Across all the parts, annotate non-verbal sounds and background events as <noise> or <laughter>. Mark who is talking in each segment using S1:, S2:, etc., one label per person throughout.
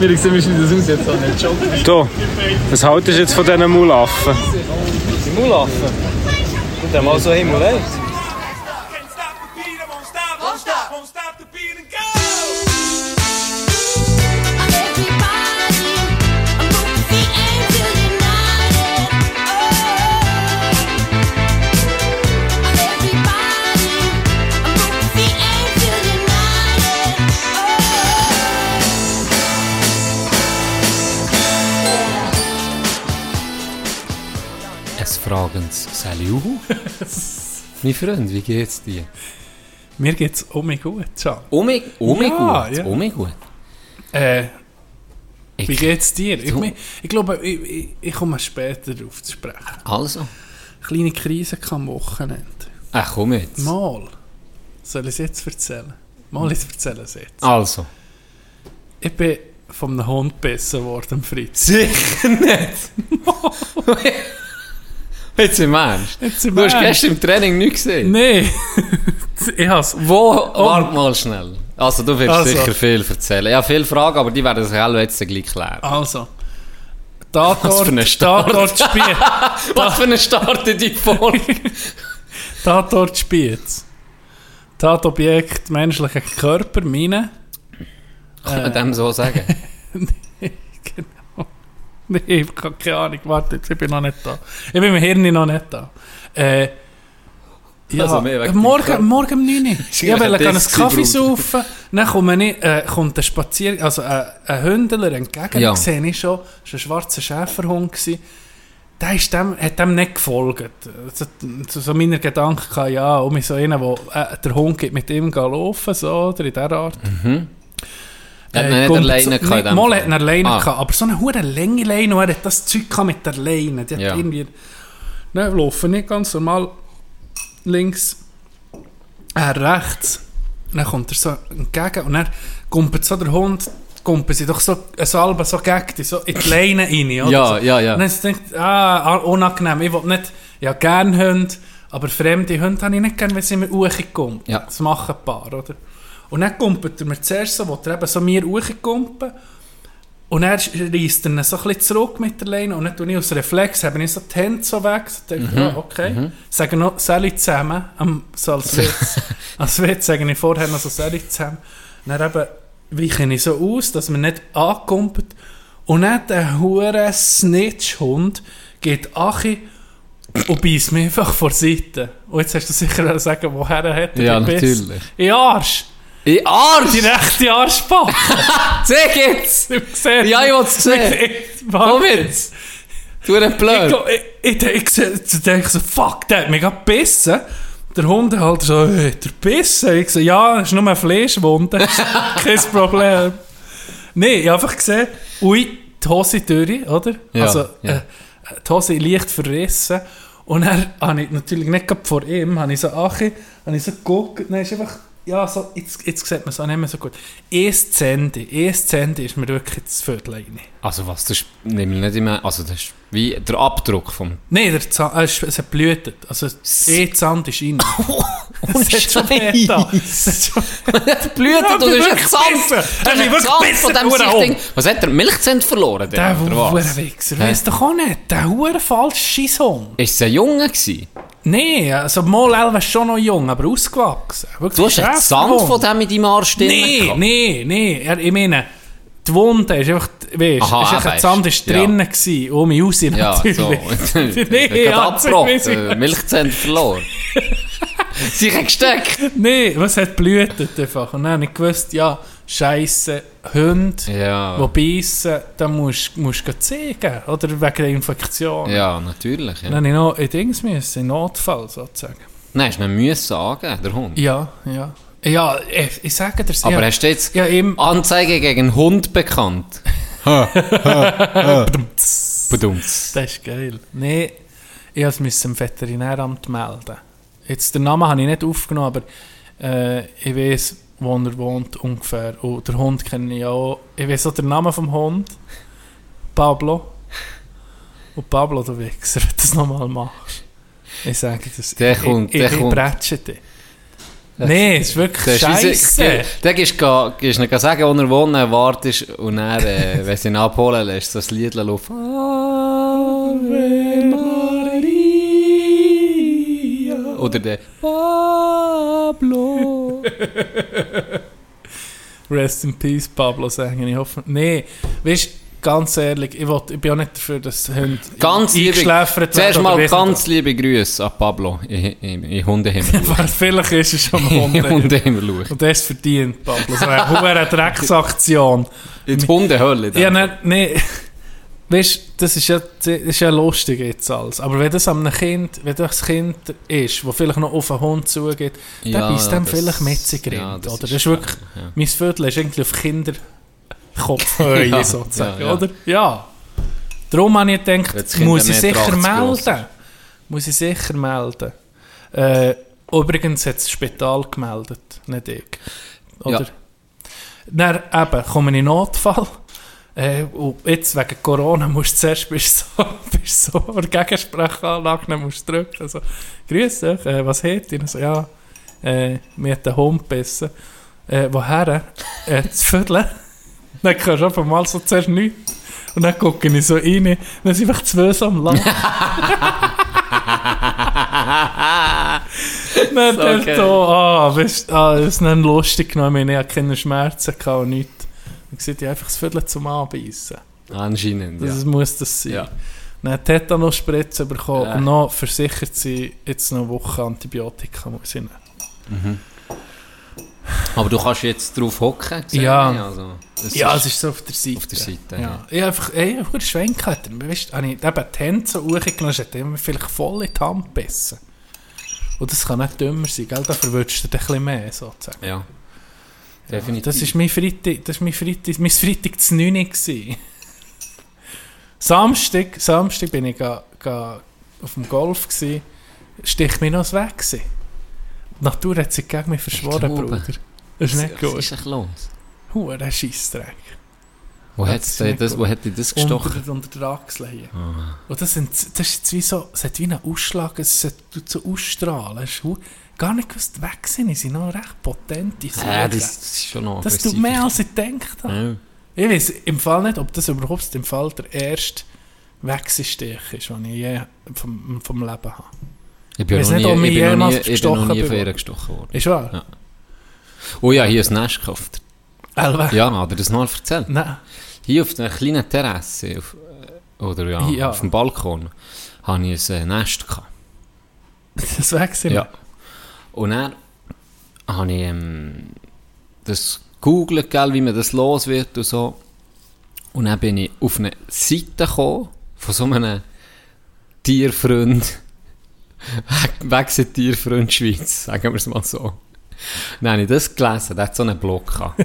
S1: Wir sehen, wie sieht das aus jetzt an den Job.
S2: Du, was haltest du jetzt von diesen Mulaffen?
S1: Die Mulaffen. Und dann mal so Himmel, ey.
S3: Can't stop the beat, I won't stop, won't stop, won't stop the beat and go.
S4: Everybody, I'm with the angels united. Oh, everybody, I'm with the angels united. Oh.
S5: Es fragen Salut.
S6: <laughs>
S5: mein Freund, wie geht's dir?
S6: Mir geht's um mich gut, Can.
S5: Oh mein oh mein
S6: Ja,
S5: gut,
S6: ja.
S5: oh mein gut.
S6: Äh,
S5: Ich-
S6: wie geht's dir? Ich,
S5: Du-
S6: mein- ich glaube, ich, ich, ich komme später darauf zu sprechen.
S5: Also,
S6: Kleine Krise kann am Wochenende.
S5: ach komm jetzt.
S6: Mal. Soll ich es jetzt erzählen? Mal, ich erzähle es jetzt.
S5: Also.
S6: Ich bin von einem Hund gebissen worden, am Fritz.
S5: Sicher nicht. <laughs> jetzt im Ernst.
S6: Jetzt im
S5: Du hast
S6: Ernst.
S5: gestern im Training nichts gesehen.
S6: Nein! <laughs> ich has.
S5: Wo? Warte mal schnell. Also, du wirst
S6: Also.
S5: sicher viel erzählen. Ja, viele Fragen, aber die werden sich alle jetzt gleich klären.
S6: Also.
S5: Was für ein
S6: Tatort,
S5: Start.
S6: Tatort Spiez.
S5: Was für eine Start in
S6: <laughs>
S5: die
S6: Äh.
S5: Folge.
S6: Tatort Spiez. Tatobjekt menschlicher Körper, meine.
S5: Kann man dem so
S6: Äh,
S5: sagen?
S6: genau. Nee, ich habe keine Ahnung. Warte, jetzt, ich bin noch nicht da. Ich bin im Hirn noch nicht da. Äh, ja,
S5: Also mehr wegen deinem Körper.
S6: morgen, morgen um
S5: <laughs>
S6: 9 Uhr. Ich
S5: eigentlich
S6: wollte
S5: ein
S6: einen
S5: Diss
S6: Kaffee
S5: gewesen,
S6: saufen, dann komme ich, äh, kommt ein Spazier, also ein, ein Hündler entgegen,
S5: Ja.
S6: ja. sehe ich schon, das war ein schwarzer Schäferhund. Gewesen. Der ist dem, hat dem nicht gefolgt. Also, so, so meiner Gedanken gehabt, ja, um so einen, wo äh, der Hund geht mit ihm gehen laufen, so, oder in dieser Art.
S5: Hat
S6: Äh,
S5: man nicht
S6: kommt
S5: alleine
S6: so-
S5: gehabt in
S6: nicht-
S5: dem
S6: Mal
S5: Fall?
S6: hat er alleine
S5: Ah.
S6: gehabt, aber so eine hohe lange Leine, und er hat das Zeug gehabt mit der Leine. Die hat
S5: Ja.
S6: irgendwie... Nein, laufen nicht ganz normal links, er rechts. Dann kommt er so entgegen und dann kumpelt so der Hund, kumpelt sie doch so eine Salbe so gegen dich, so in die Leine rein. Oder
S5: Ja,
S6: so.
S5: ja, ja.
S6: Und dann denkt ah, unangenehm, ich will nicht... Ja, gerne Hunde, aber fremde Hunde habe ich nicht gerne, wenn sie mir hochkommen.
S5: Ja.
S6: Das machen ein paar, oder? Und dann kumpelt er mir zuerst so, will er eben so mir hochkumpen. Und er reißt ihn so ein bisschen zurück mit der Leine und dann tue ich aus Reflex, habe ich so die Hände so weg, so
S5: Mhm.
S6: denke, ah, okay. Sage noch «Sali zusammen», am, so
S5: <laughs>
S6: als Witz. als Witz sage ich vorher noch so «Sali zusammen». Und dann eben weiche ich so aus, dass man nicht ankumpelt. Und dann der hure Snitch-Hund geht Achi und beißt mich einfach vor der Seite. Und jetzt hast du sicher sagen, woher er hat
S5: Ja,
S6: gebissen.
S5: natürlich.
S6: In den Arsch!
S5: Ich Arsch!
S6: Die rechte <laughs> Arschbacke!
S5: Sag jetzt!
S6: Du siehst-
S5: Ja, ich
S6: <laughs>
S5: will's sehen! Komm jetzt! Du bist
S6: Ich,
S5: blöd!
S6: glaub, ich, ich, denk- ich denke so, fuck, der hat mega gebissen. Der Hund halt so, hey, der Bissen. Ich so, ja, es ist nur eine Fleischwunde. <laughs> Kein Problem. Nein, ich hab einfach gesehen, ui, die Hose durch, oder?
S5: Ja,
S6: also,
S5: ja.
S6: Äh, die Hose leicht verrissen. Und er habe ich natürlich nicht gerade vor ihm, habe ich so, ach, habe ich so geguckt, dann ist einfach, ja, so, jetzt, jetzt sieht man es auch nicht mehr so gut. Erst Zende, erst Zende ist mir wirklich das Viertel rein.
S5: Also was, das ist nämlich nicht immer... Also das ist wie der Abdruck vom...
S6: Nein, der Zahn, äh, es es hat blutet. Also, eh Zand ist
S5: <laughs>
S6: rein.
S5: <laughs> Oh,
S6: <laughs>
S5: Ohne
S6: hat schon weh da. Es hat schon
S5: Der Blüte,
S6: Ja,
S5: du
S6: ich
S5: bist
S6: bin
S5: ein
S6: wirklich
S5: Zampf!
S6: gebissen.
S5: Du
S6: Ich bin
S5: bist ein
S6: wirklich
S5: Zampf von
S6: gebissen,
S5: diesem
S6: Hurenhund.
S5: Sichtding. Was hat er? Milchzent verloren?
S6: Der
S5: oder
S6: hure Wichser.
S5: Hä?
S6: Weiss doch auch nicht. Der hure falsche Schisshund.
S5: Ist es ein Junge gewesen?
S6: Nein, also mal Elf ist schon noch jung, aber ausgewachsen. Wirklich
S5: Du hast einen Sand
S6: Schäferhund.
S5: von dem in deinem Arsch drin
S6: Nein,
S5: gehabt.
S6: nein, nein. Er- Ich meine, die Wunde ist einfach, weißt,
S5: Aha,
S6: ist
S5: eben,
S6: einfach, der Sand
S5: ist-
S6: ist drinnen gewesen. Um mich raus
S5: Ja,
S6: natürlich.
S5: so. <laughs>
S6: nee,
S5: Gerade Abdruck.
S6: weiss ich
S5: äh, Milchzent <laughs> verloren. Sie hat gesteckt.
S6: Nein, was hat blutet einfach. Und dann habe ich gewusst, ja, Scheiße, Hunde,
S5: Ja.
S6: die beißen, da musst musst du gleich zeigen. Oder wegen der Infektion.
S5: Ja, natürlich. Ja.
S6: Dann habe ich noch in Dings müssen, in Notfall sozusagen.
S5: Nein, hast du nicht müssen angeben, der Hund.
S6: Ja, ja. Ja, ich, ich sage dir
S5: Aber
S6: ja,
S5: hast du jetzt
S6: Ja, eben.
S5: Anzeige gegen Hund bekannt? Bedumts.
S6: Das ist geil. Nein, ich musste es dem Veterinäramt melden. Jetzt, den Namen habe ich nicht aufgenommen, aber äh, ich weiß, wo er wohnt ungefähr. Und der Hund kenne ich auch. Ich weiß auch den Namen vom Hund. Pablo. Und Pablo, du Wichser, wenn du das nochmal machst. Ich sage das.
S5: Der
S6: ich,
S5: kommt,
S6: ich,
S5: der
S6: ich
S5: kommt.
S6: bretsche dich. Nein, es ist wirklich scheiße.
S5: Dann gehst du gehst nicht sagen, wo er wohnt, wartest und dann,
S6: <laughs>
S5: äh, wenn sie ihn abholen lässt, so ein Lied laufen. Ave Maria. Oder der Pablo.
S6: Rest in Peace, Pablo, sagen ich hoffe. Nein, weißt du, ganz ehrlich, ich, will, ich bin auch nicht dafür, dass Hunde
S5: Ganz liebe,
S6: eingeschläfert werden
S5: zuerst
S6: oder
S5: mal
S6: weiss nicht
S5: ganz liebe Grüße an Pablo in, in, in Hundehimmel.
S6: <laughs> was. Vielleicht ist es schon
S5: <laughs>
S6: mal
S5: in
S6: Hunde.
S5: Hundehimmel schauen.
S6: Und das verdient, Pablo. So eine hohe Drecksaktion.
S5: In die Hundehölle. dann.
S6: Ja, ne. nein, nee. <laughs> Weißt du, das ist ja, das ist ja lustig jetzt alles. Aber wenn das an einem Kind, wenn das Kind ist, wo vielleicht noch auf einen Hund zugeht,
S5: Ja,
S6: dann bist dem
S5: das-
S6: vielleicht Metzig
S5: ja,
S6: ja,
S5: das
S6: oder? Das
S5: ist
S6: ist wirklich,
S5: ja.
S6: mein Viertel ist irgendwie auf
S5: <laughs>
S6: Kinderkopfhöhe
S5: Ja,
S6: sozusagen,
S5: ja, ja.
S6: oder? Ja. Darum habe ich gedacht,
S5: Wenn das Kind
S6: muss ich
S5: dann nicht
S6: sicher
S5: 80 groß
S6: melden. Muss ich sicher melden. Äh, übrigens hat das Spital gemeldet, nicht ich. Oder?
S5: Ja.
S6: Dann eben, komme ich in Notfall. Äh, und jetzt wegen Corona musst du zuerst bist so, <laughs> bist so eine Gegensprechanlage, dann musst du drücken. Also, Grüß euch, äh, was habt ihr? Und So, ja, äh, mir hat der Hund gebissen. Äh, woher? Äh, zu Viertel. <laughs> dann kannst du einfach mal so zuerst nichts. Und dann gucke ich so rein. Dann sind einfach zwei so am
S5: <laughs>
S6: Lachen. Dann
S5: So
S6: der
S5: geil.
S6: so, ah, weißt du, ah, das ist nicht lustig genommen. Ich hatte keine Schmerzen gehabt und nichts. Dann sieht ich einfach das Viertel zum Anbeissen.
S5: Anscheinend, ja.
S6: Das muss das sein.
S5: Ja. Äh.
S6: Dann hat Tetanus-Spritze bekommen
S5: Ja.
S6: und noch versichert sie, jetzt noch eine Woche Antibiotika muss ich nehmen.
S5: Aber du kannst jetzt drauf hocken. sehe
S6: Ja.
S5: ich, Also, das
S6: Ja, es
S5: ist
S6: ist so auf der Seite. Auf
S5: der Seite,
S6: Ja.
S5: ja.
S6: Ich habe einfach, ey, einen Schwenk gehabt. Weißt du, habe ich eben die Hände so hochgenommen, es hat immer vielleicht voll in die Hand gebissen. Und das kann nicht dümmer sein, gell? Dafür würdest du dich ein bisschen mehr, sozusagen.
S5: ja. Definitiv.
S6: Das ist mein Freitag, das ist mein Freitag, mein Freitag zu 9 Uhr gewesen. Samstag, Samstag bin ich ga, ga auf dem Golf gsi, stich mir noch weg gsi. Die Natur hat sich gegen mich verschworen,
S5: glaube.
S6: Bruder. Das ist nicht
S5: Was
S6: gut.
S5: ist denn los?
S6: Hure Scheissdreck.
S5: Wo,
S6: Das
S5: hat's
S6: ist
S5: denn
S6: nicht
S5: das,
S6: gut.
S5: wo hat dich das gestochen? Ah.
S6: Unter, unter der Achsel hier. Und das, sind, das ist jetzt wie so, es hat wie einen Ausschlag, es hat- tut so ausstrahlen. Es ist hu- gar nicht gewusst, weg sind, sie sind noch recht potente
S5: Äh,
S6: Sachen.
S5: das, das ist schon noch
S6: das tut
S5: aggressiv.
S6: mehr als ich gedacht habe.
S5: Ja.
S6: Ich weiß im Fall nicht, ob das überhaupt im Fall der erste Wechselstich ist, den ich je vom, vom Leben habe.
S5: Ich bin
S6: Weiss
S5: noch nie,
S6: nicht, ob mich
S5: ich bin noch
S6: jemals
S5: nie, ich bin
S6: gestochen
S5: noch nie von
S6: bin.
S5: ihr gestochen worden.
S6: Ist wahr?
S5: Ja. Oh ja, hier ist ein Nest gekauft.
S6: Elva?
S5: Ja, hat er das noch
S6: <laughs>
S5: erzählt?
S6: Nein.
S5: Hier auf einer kleinen Terrasse, auf, äh, oder ja,
S6: Ja.
S5: auf dem Balkon, habe ich ein äh, Nest gehabt.
S6: Das Wechsel.
S5: Ja. Und dann habe ich ähm, das gegoogelt, gell, wie man das los wird und so. Und dann bin ich auf eine Seite gekommen von so einem Tierfreund, <laughs> Wechsel Tierfreund Schweiz, sagen wir es mal so. Dann habe ich das gelesen, der hat so einen Blog gehabt.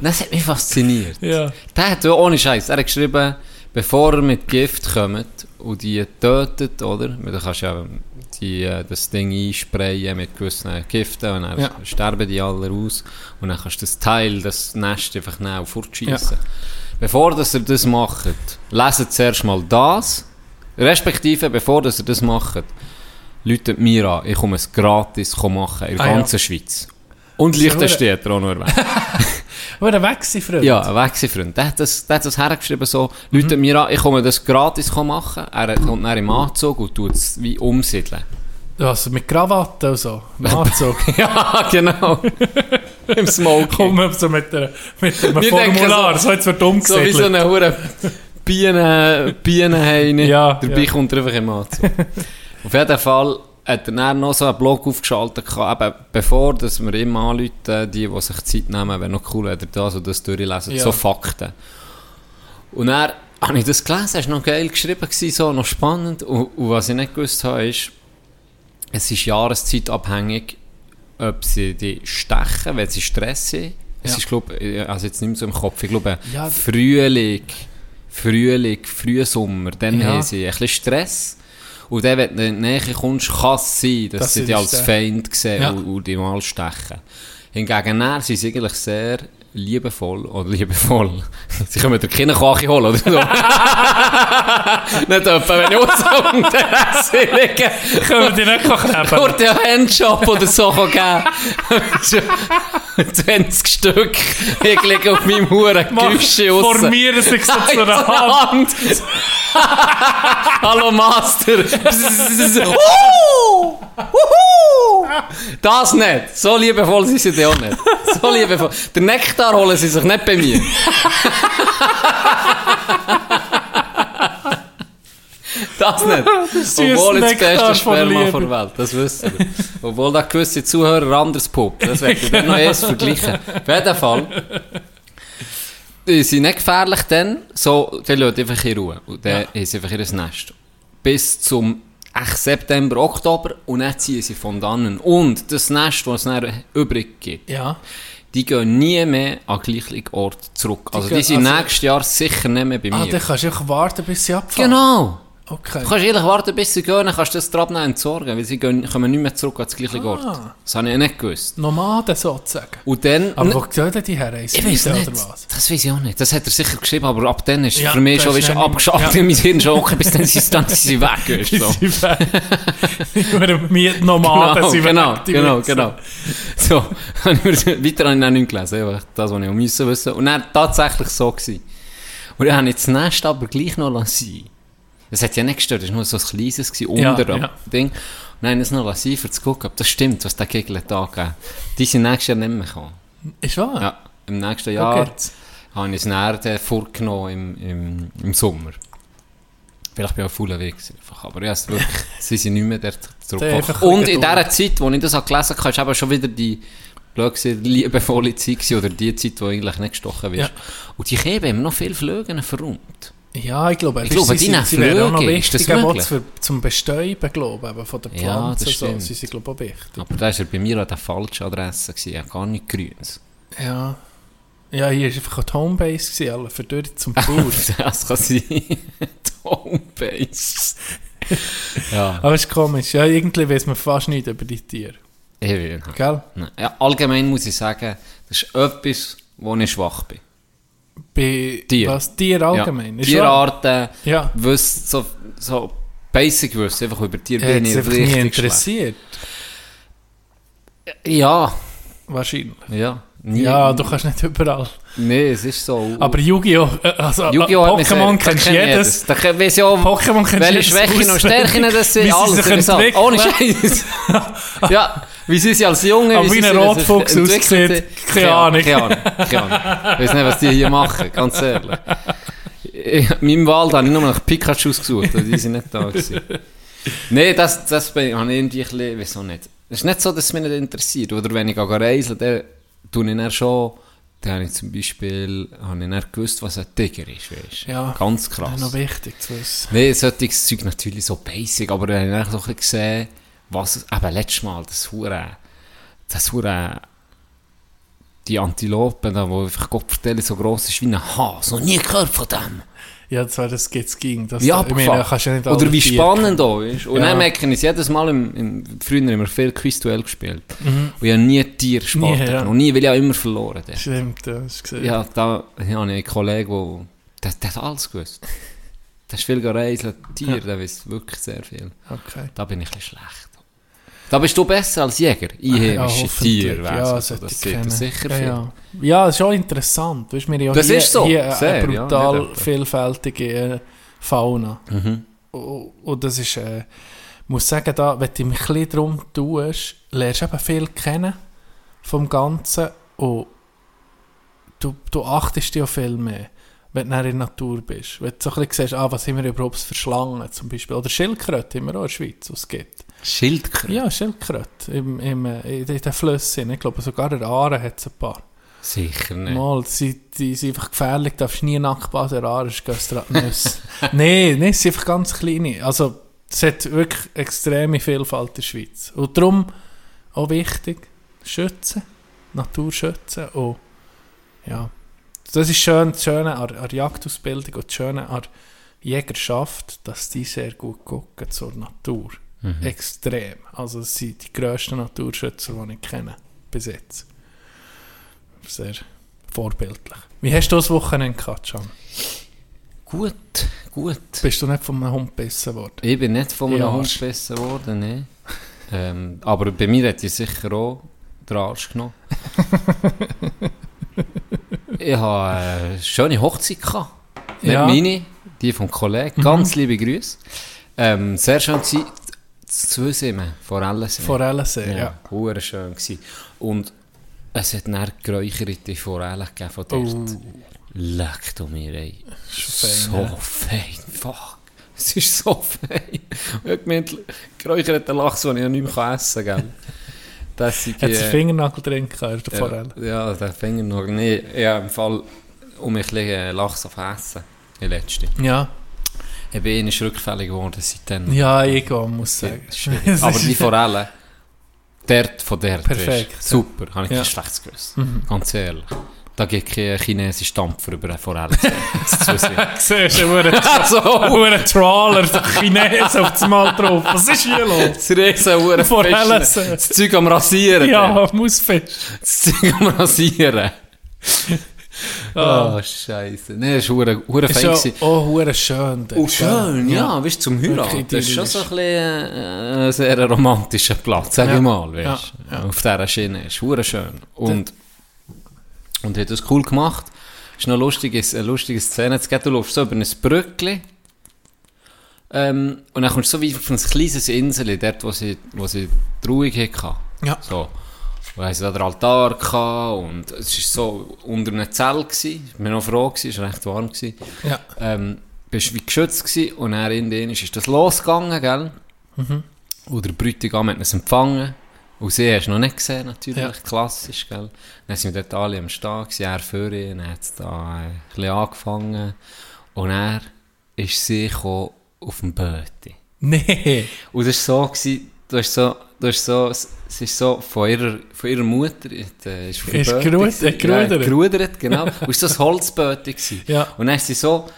S5: das hat mich fasziniert.
S6: Ja.
S5: Der hat ja ohne Scheiß. Er hat geschrieben, bevor er mit Gift kommt und die tötet, oder? Weil Du kannst ja die, äh, das Ding einsprayen mit gewissen Giften und dann
S6: Ja.
S5: sterben die alle aus. Und dann kannst du das Teil, das Nest einfach nehmen und fortschießen. Bevor dass ihr das macht, leset zuerst mal das. Respektive, bevor dass ihr das macht, läutet mir an. Ich komme es gratis machen in der
S6: Ah, ja.
S5: ganzen Schweiz. Und
S6: Das ist ja
S5: Lichtenstädter auch noch erwähnt.
S6: Aber der Wechselfreund.
S5: Ja, ein Wechselfreund. Der hat das, der hat das hergeschrieben so, Leute mir an, ich komme das dus gratis machen. Er kommt dann im Anzug und tut es wie umsiedeln.
S6: Also mit Krawatte und so. Im Anzug.
S5: <laughs> ja, <laughs> genau. Im Smoking.
S6: Komm, so mit, der, mit einem
S5: <laughs> Wir denken
S6: Formular.
S5: so-
S6: So, jetzt wird umgesetzt.
S5: so wie so eine hure Bienen, Bienenheine.
S6: Ja,
S5: Dabei
S6: ja.
S5: kommt er einfach im Anzug. Auf jeden Fall hat er dann noch so einen Blog aufgeschaltet, gehabt, eben bevor dass wir immer anrufen, die, die sich Zeit nehmen, wäre noch cool, wenn ihr das oder das durchlesen,
S6: Ja.
S5: so Fakten. Und er habe ich das gelesen, es war noch geil geschrieben, gewesen, so, noch spannend. Und, und was ich nicht gewusst habe, ist, es ist jahreszeitabhängig, ob sie die stechen, wenn sie Stress sind. Es
S6: Ja.
S5: ist, glaube ich, also jetzt nicht mehr so im Kopf, ich glaube,
S6: Ja, d-
S5: Frühling, Frühling, Frühsommer, dann
S6: Ja.
S5: haben sie ein bisschen Stress. Und dann, wenn du in die Nähe kommst, kann es sein, dass
S6: Dass
S5: sie
S6: sie dich
S5: dich als
S6: stechen.
S5: Feind sehen
S6: Ja.
S5: und, und dich mal stechen. Hingegen, dann sind sie eigentlich sehr liebevoll, oder liebevoll, <laughs> sie können dir keine Kache holen,
S6: <laughs>
S5: oder so. nicht etwa, wenn ich raus um den Essen liege,
S6: Können wir die
S5: <laughs>
S6: nicht kleben?
S5: kurz einen Handjob oder so kann <laughs> geben Schon 20 Stück, ich liege auf meinem Huren, Güsche raus.
S6: Formieren sich so zu einer Hand.
S5: Hand. <laughs> Hallo Master. Uh! Uhu! das nicht. So liebevoll sind sie dann auch nicht. So liebevoll. Den Nektar holen sie sich nicht bei mir. Das nicht.
S6: süße
S5: Obwohl ich das
S6: Nektar
S5: beste
S6: von
S5: Sperma
S6: Liebe.
S5: von der Welt, das wissen wir. Obwohl da gewisse Zuhörer anders puppen. Das werde ich
S6: <laughs>
S5: dann noch erst vergleichen. Auf jeden Fall. Die sind nicht gefährlich dann, so, dann lassen die einfach in Ruhe. Und dann haben sie einfach ihr Nest. Bis zum 8. September, Oktober und dann ziehen sie von dannen. Und das Nest, das es dann übrig gibt,
S6: Ja.
S5: die gehen nie mehr an den gleichen Ort zurück. also die
S6: gehen-
S5: sind
S6: also-
S5: nächstes Jahr sicher nicht mehr bei
S6: Ah,
S5: mir.
S6: dann kannst du einfach warten, bis sie abfahren.
S5: Genau!
S6: Okay.
S5: Du kannst ehrlich warten, bis sie gehen, dann kannst du das Trab noch entsorgen, weil sie gehen, kommen nicht mehr zurück an den
S6: Ah.
S5: gleichen Ort. Das habe ich nicht gewusst.
S6: Nomaden sozusagen.
S5: Und dann...
S6: Aber wo gehen denn die herreisen?
S5: Ich weiß nicht.
S6: Oder was?
S5: Das weiß ich auch nicht. Das hat er sicher geschrieben, aber ab dann ist
S6: Ja,
S5: für mich
S6: das
S5: schon
S6: ist
S5: wieder
S6: nicht-
S5: abgeschafft
S6: ja.
S5: in mein Hirn schon okay, bis dann sind dann sind
S6: <laughs>
S5: sie weg. Weißt, du, so.
S6: Sie werden <laughs> über Mietnomaden.
S5: Genau,
S6: sie
S5: genau,
S6: werden die
S5: genau,
S6: Wichser.
S5: genau. So, <laughs> habe ich mir- weiter habe ich dann nicht gelesen, einfach das, was ich auch müssen wissen. Und dann tatsächlich so gewesen. Und dann habe ich das Nest aber gleich noch lassen. Das hat ja nicht gestört, das war nur so ein kleines gewesen,
S6: Ja,
S5: unter dem
S6: ja.
S5: Ding. Und dann habe ich es noch lassen, um zu gucken, ob das stimmt, was der Kegel hat angegeben. Die sind nächstes Jahr nicht mehr gekommen.
S6: Ist wahr?
S5: Ja, im nächsten Jahr
S6: Ah. Okay.
S5: habe ich es näher äh, vorgenommen im, im, im Sommer. Vielleicht bin ich auch faul Weg gewesen einfach, aber ja, es wirklich,
S6: <laughs>
S5: sie sind nicht mehr dort
S6: Die haben einfach
S5: zurückgekommen. Und in
S6: gedauert.
S5: dieser Zeit, wo ich das habe gelesen habe, ist eben schon wieder die blöd gewesen, liebevolle Zeit gewesen, oder die Zeit, wo eigentlich nicht gestochen wird.
S6: Ja.
S5: Und die Käbe haben noch viele Flögen verräumt.
S6: Ja, ich glaube,
S5: Ich glaube,
S6: sie,
S5: die
S6: sie, sie wären auch noch
S5: Flöge, ist
S6: wichtig,
S5: das
S6: aber auch
S5: möglich?
S6: für, zum Bestäuben, glaube ich, eben von der
S5: Ja,
S6: Pflanze.
S5: das
S6: so.
S5: stimmt.
S6: Sie sind, glaube ich, auch wichtig.
S5: Aber da war er bei mir an der falschen Adresse, gewesen, ja, gar nicht grünes.
S6: Ja. Ja, hier war einfach die Homebase, gewesen, alle verdürrt zum Bauer.
S5: <laughs> das kann sein. <laughs> Die Homebase.
S6: <laughs>
S5: ja,
S6: aber es ist Oh, komisch. Ja, irgendwie weiß man fast nicht über die Tiere.
S5: ich will nicht.
S6: Gell?
S5: Nein. Ja, allgemein muss ich sagen, das ist etwas, wo ich schwach bin.
S6: Bei
S5: Tier.
S6: Was, Tier allgemein.
S5: Ja.
S6: Ist wahr?
S5: Tierarten,
S6: Ja.
S5: wissen, so, so basic wissen, einfach über Tiere
S6: Hat
S5: bin
S6: es
S5: ich
S6: einfach nie
S5: richtig schlecht.
S6: interessiert.
S5: Ja,
S6: Wahrscheinlich.
S5: ja. Nie,
S6: Ja, du kannst nicht überall.
S5: Nee, es ist so.
S6: Aber Yu-Gi-Oh! <laughs> äh, Also, äh,
S5: Yu-Gi-Oh! hat mich
S6: Pokémon
S5: sehr-
S6: kennst
S5: da kenn ich
S6: jedes.
S5: Da kenn- weiss ich auch,
S6: Pokémon kennst
S5: welche
S6: jedes
S5: Schwächen und
S6: auswendig.
S5: Stärken das sind.
S6: Wie sie
S5: Alles
S6: sich
S5: interessant.
S6: entwickeln.
S5: Ohne
S6: <laughs>
S5: Scheiß. ja, wie sind sie als Junge?
S6: Aber wie
S5: sie
S6: ein
S5: sind als-
S6: Rotfuchs
S5: entwickelte-
S6: aussieht, keine Ahnung.
S5: Keine Ahnung. Keine Ahnung. Ich weiß nicht, was die hier machen, ganz ehrlich. Ich- In meinem Wald habe ich nur nach Pikachu gesucht, aber die sind nicht da.
S6: <laughs>
S5: gewesen. Nein, das, das bin ich, habe ich irgendwie ein bisschen, wieso nicht. Es ist nicht so, dass es mich nicht interessiert. Oder wenn ich gehe reisen, dann tue ich dann schon, dann habe ich zum Beispiel, habe ich dann gewusst, was ein Tiger ist, weißt du.
S6: Ja.
S5: Ganz
S6: Das ist
S5: krass.
S6: Ah, noch wichtig zu wissen.
S5: Nein, solches Zeug natürlich so basic, aber dann habe ich dann so ein bisschen gesehen, was, es- eben letztes Mal, das Hure, das Hure, die Antilopen, da, wo einfach Gott vertelle, so gross ist wie ein Hase. Noch nie gehört von dem.
S6: Ja, zwar, das geht's ging. Das,
S5: Ja,
S6: ich meine, kannst ja nicht alle
S5: Oder wie
S6: Tiere-
S5: spannend auch ist. Und
S6: Ja.
S5: dann merke ich es jedes Mal, im, im, früher haben wir viel Quizduell gespielt. Und ich habe nie Tiersport
S6: Mhm. Nie, ja.
S5: Und nie, weil ich auch immer verloren habe.
S6: Stimmt, ja, hast du gesehen.
S5: Ja, da habe ich einen Kollegen, wo- der, der hat alles gewusst. Der ist viel gereist, Tier, der weiß wirklich sehr viel.
S6: Okay.
S5: Da bin ich ein bisschen schlecht. Da bist du besser als Jäger. Einheimische
S6: hoffentlich.
S5: Tiere, weiss
S6: ja,
S5: ich.
S6: sollte
S5: das
S6: ich
S5: sieht
S6: kennen.
S5: er sicher
S6: ja,
S5: viel.
S6: Ja, ja ist auch interessant. Weißt, wir haben ja
S5: Das
S6: hier,
S5: ist so.
S6: hier
S5: Sehr,
S6: eine
S5: ja,
S6: brutal
S5: nicht etwa.
S6: vielfältige äh, Fauna.
S5: Mhm.
S6: Und, und das ist, äh, ich muss sagen, da, wenn du mich ein bisschen drum tust, lernst du eben viel kennen vom Ganzen und du, du achtest dich auch viel mehr. Wenn du dann in der Natur bist. Wenn du so ein bisschen siehst, ah, was haben wir überhaupt für Schlangen zum Beispiel. Oder Schildkröte haben wir auch in der Schweiz, was es gibt.
S5: Schildkröte.
S6: Ja, Schildkröte. Im, im, äh, in den Flüssen. Ich glaube, sogar der Aare hat es ein paar.
S5: Sicher nicht.
S6: Mal, sie, die sind einfach gefährlich. Du darfst nie nackt baden, der Aare ist <laughs> Nüsse. Nein, nein, sie sind einfach ganz kleine. Also, es hat wirklich extreme Vielfalt in der Schweiz. Und darum auch wichtig, schützen, Natur schützen. Und ja, das ist schön, das Schöne an, an der Jagdausbildung und das Schöne an der Jägerschaft, dass die sehr gut gucken zur Natur. Extrem. Also, das sind die grössten Naturschützer, die ich kenne, bis jetzt. Sehr vorbildlich. Wie hast du das Wochenende gehabt, Can?
S5: Gut, gut.
S6: Bist du nicht von einem Hund gebissen worden?
S5: Ich bin nicht von einem
S6: Ja.
S5: Arsch besser geworden, ne? ähm, aber bei mir hätte ich sicher auch den Arsch
S6: <laughs>
S5: genommen. ich habe eine schöne Hochzeit gehabt. Nicht
S6: Ja. Mhm.
S5: meine, die vom Kollegen. Ganz liebe Grüße. Ähm, sehr schön zu zu Simmen, vor allem.
S6: Forellen sehen, ja.
S5: Ja, hure schön gsi. Und es hat dann geräucherte Forellen gegeben von
S6: Oh
S5: dort. Leck du mir, ey. so fein, fuck. Es ist so fein. Und Ich habe gemeint, geräucherte Lachs, den ich ja nicht mehr essen kann. gell. Das sind
S6: Hat sie Fingernagel drin gehabt, der
S5: ja,
S6: Forelle?
S5: eh, ja, der Finger noch nicht. Ja, im Fall, um mich ein Lachs auf Essen. Die letzte.
S6: Ja.
S5: Ich bin einmal rückfällig geworden seitdem.
S6: Ja, <laughs> ich auch, muss sagen.
S5: Schwierig. <laughs> Aber
S6: <laughs>
S5: die Forelle, dort von dort.
S6: Perfekt,
S5: Ist. Super, habe ich
S6: Ja. Mhm.
S5: kein schlechtes Gewissen. Ganz ehrlich. Da gibt es keinen chinesischen Dampfer über eine <laughs> Forelle.
S6: <laughs> Siehst du,
S5: <laughs>
S6: ein Trawler, der Chinesen auf das Mal drauf. Was ist hier los?
S5: <laughs> Das riesen Uhren
S6: Forellen sehen.
S5: Das Zeug am Rasieren. dort.
S6: Ja, Mausfisch.
S5: Das Zeug am Rasieren.
S6: <laughs> Ah.
S5: Oh, Scheiße. Nein, das war Uhren
S6: Ist
S5: fein.
S6: ja
S5: gewesen.
S6: auch hure schön. dort,
S5: Oh, schön, ja, weißt du, zum Heiraten.
S6: Wirklich
S5: Das ist schon so ein
S6: idyllisch.
S5: bisschen äh, ein sehr romantischer Platz, sag
S6: Ja.
S5: ich mal,
S6: Ja,
S5: weißt du. Auf dieser Schiene ist hure schön. Und, und hat das cool gemacht. Ist noch lustig, ist eine lustige Szene. Jetzt geht du läufst so über ein Brückli. Ähm, und dann kommst du so wie auf ein kleines Insel, dort, wo sie, wo sie die Ruhe hatten.
S6: Ja.
S5: So. Und dann hatten den Altar gehabt und es war so unter einem Zelt. gewesen. Ich war noch froh, gewesen, es war recht warm. Gewesen
S6: Ja.
S5: ähm, bist wie geschützt gewesen und dann in denen ist das losgegangen, gell? Und der Bräutigam hat uns empfangen. Und sie hast du noch nicht gesehen, natürlich,
S6: Ja.
S5: klassisch, gell? Dann sind wir dort alle am Stehen gewesen, er für ihn, dann hat es da äh, ein bisschen angefangen. Und er ist sie gekommen auf dem Böti.
S6: Nee.
S5: Und das war so, gewesen, du hast so, du hast so, es ist so von ihrer, von ihrer Mutter, äh, ist von
S6: Ist
S5: Böte
S6: geru-
S5: gewesen.
S6: äh, gerudert.
S5: Ja,
S6: <laughs>
S5: gerudert, genau. Und es war so ein Holzböte. gewesen.
S6: Ja.
S5: Und dann ist sie so,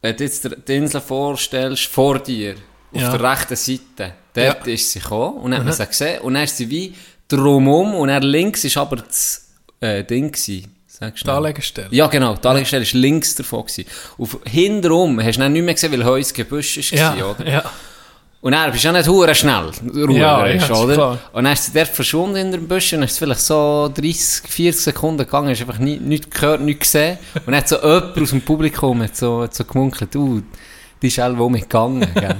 S5: wenn du jetzt dir die Insel vorstellst, vor dir, auf
S6: Ja. Mhm.
S5: der rechten Seite, dort ist sie gekommen und dann hat man sie gesehen und dann ist sie wie drumum und dann links ist aber das äh, Ding gewesen. Sagst du?
S6: Die Anlegestelle.
S5: Ja, genau. Die Anlegestelle war links davon. Gewesen. Auf, hintenrum hast du dann nicht mehr gesehen, weil Heus Gebüsch war,
S6: Ja,
S5: oder?
S6: ja.
S5: Und er bist ja nicht hure schnell, Ruhe,
S6: Ja,
S5: ist,
S6: ja, ist
S5: oder?
S6: klar.
S5: Und dann ist sie dort verschwunden in den Büschen, dann ist es vielleicht so 30, 40 Sekunden gegangen, ist einfach nie, nichts gehört, nichts gesehen. Und dann hat so <laughs> jemand aus dem Publikum hat so, hat so gemunkelt, du, die ist alle mitgegangen, gell?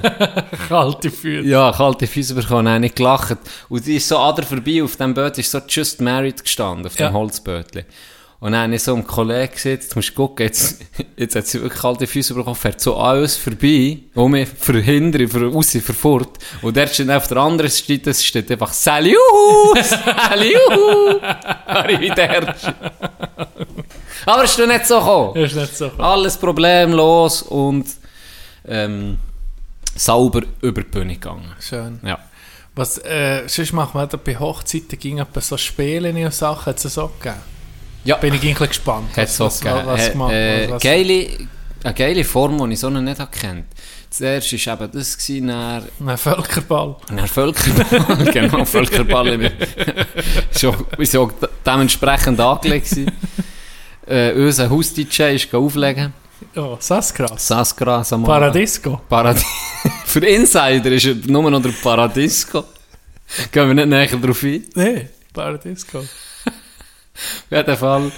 S6: Kalte Füße.
S5: Ja, kalte Füße bekommen, er hat nicht gelacht. Und die ist so an der vorbei, auf dem Boot ist so just married gestanden, auf dem
S6: Ja.
S5: Holzbötli. Und dann habe ich so einem Kollegen gesagt, jetzt musst du gucken, jetzt, <laughs> jetzt hat sie wirklich kalte Füße bekommen, fährt so an uns vorbei, um mich verhindern, für raus, für fort. Und dort steht auf der anderen Seite, steht einfach, Salut! <laughs> Salut! Arrivederci! Aber ist du nicht so gekommen?
S6: Ist nicht so.
S5: Alles problemlos und ähm, sauber über die Bühne gegangen.
S6: Schön.
S5: Ja.
S6: Was, äh, sonst machen wir bei Hochzeiten ging etwa so Spiele und Sachen, hat es auch gegeben?
S5: Ja.
S6: Bin ich eigentlich gespannt.
S5: Hat es auch
S6: was, was,
S5: gegeben.
S6: was,
S5: Äh,
S6: gemacht,
S5: äh,
S6: was,
S5: geile, eine geile Form, die ich so noch nicht kennt. Zuerst war eben das, gewesen, dann,
S6: Ein Völkerball.
S5: dann Völkerball. <laughs> genau, Völkerball. Wir <laughs> schon, wir sind auch de- dementsprechend angelegt. gewesen. äh, unser Haus-DJ ist auflegen.
S6: Ja, Saskras.
S5: Saskra, Samara.
S6: Paradisco.
S5: Paradies. <laughs> Für Insider ist er nur noch der Paradisco. Gehen wir nicht näher darauf ein.
S6: Nee, Paradisco.
S5: Auf jeden Fall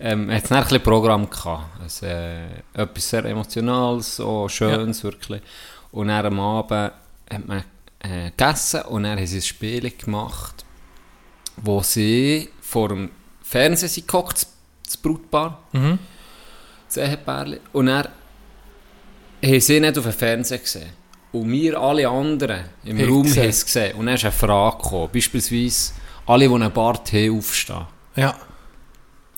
S5: ähm, hat es dann ein bisschen Programm gehabt. Also, äh, etwas sehr Emotionales, so Schönes wirklich. Und dann am Abend hat man äh, gegessen und dann haben sie ein Spiel gemacht, wo sie vor dem Fernseher sind gehockt, das- das Brutpaar,
S6: Mhm.
S5: das Ehepärchen. Und dann haben sie nicht auf dem Fernseher gesehen. Und wir alle anderen im
S6: Haben
S5: Raum
S6: gesehen.
S5: haben es gesehen. Und dann ist eine Frage gekommen. Beispielsweise alle, die einen Bart haben, aufstehen.
S6: Ja.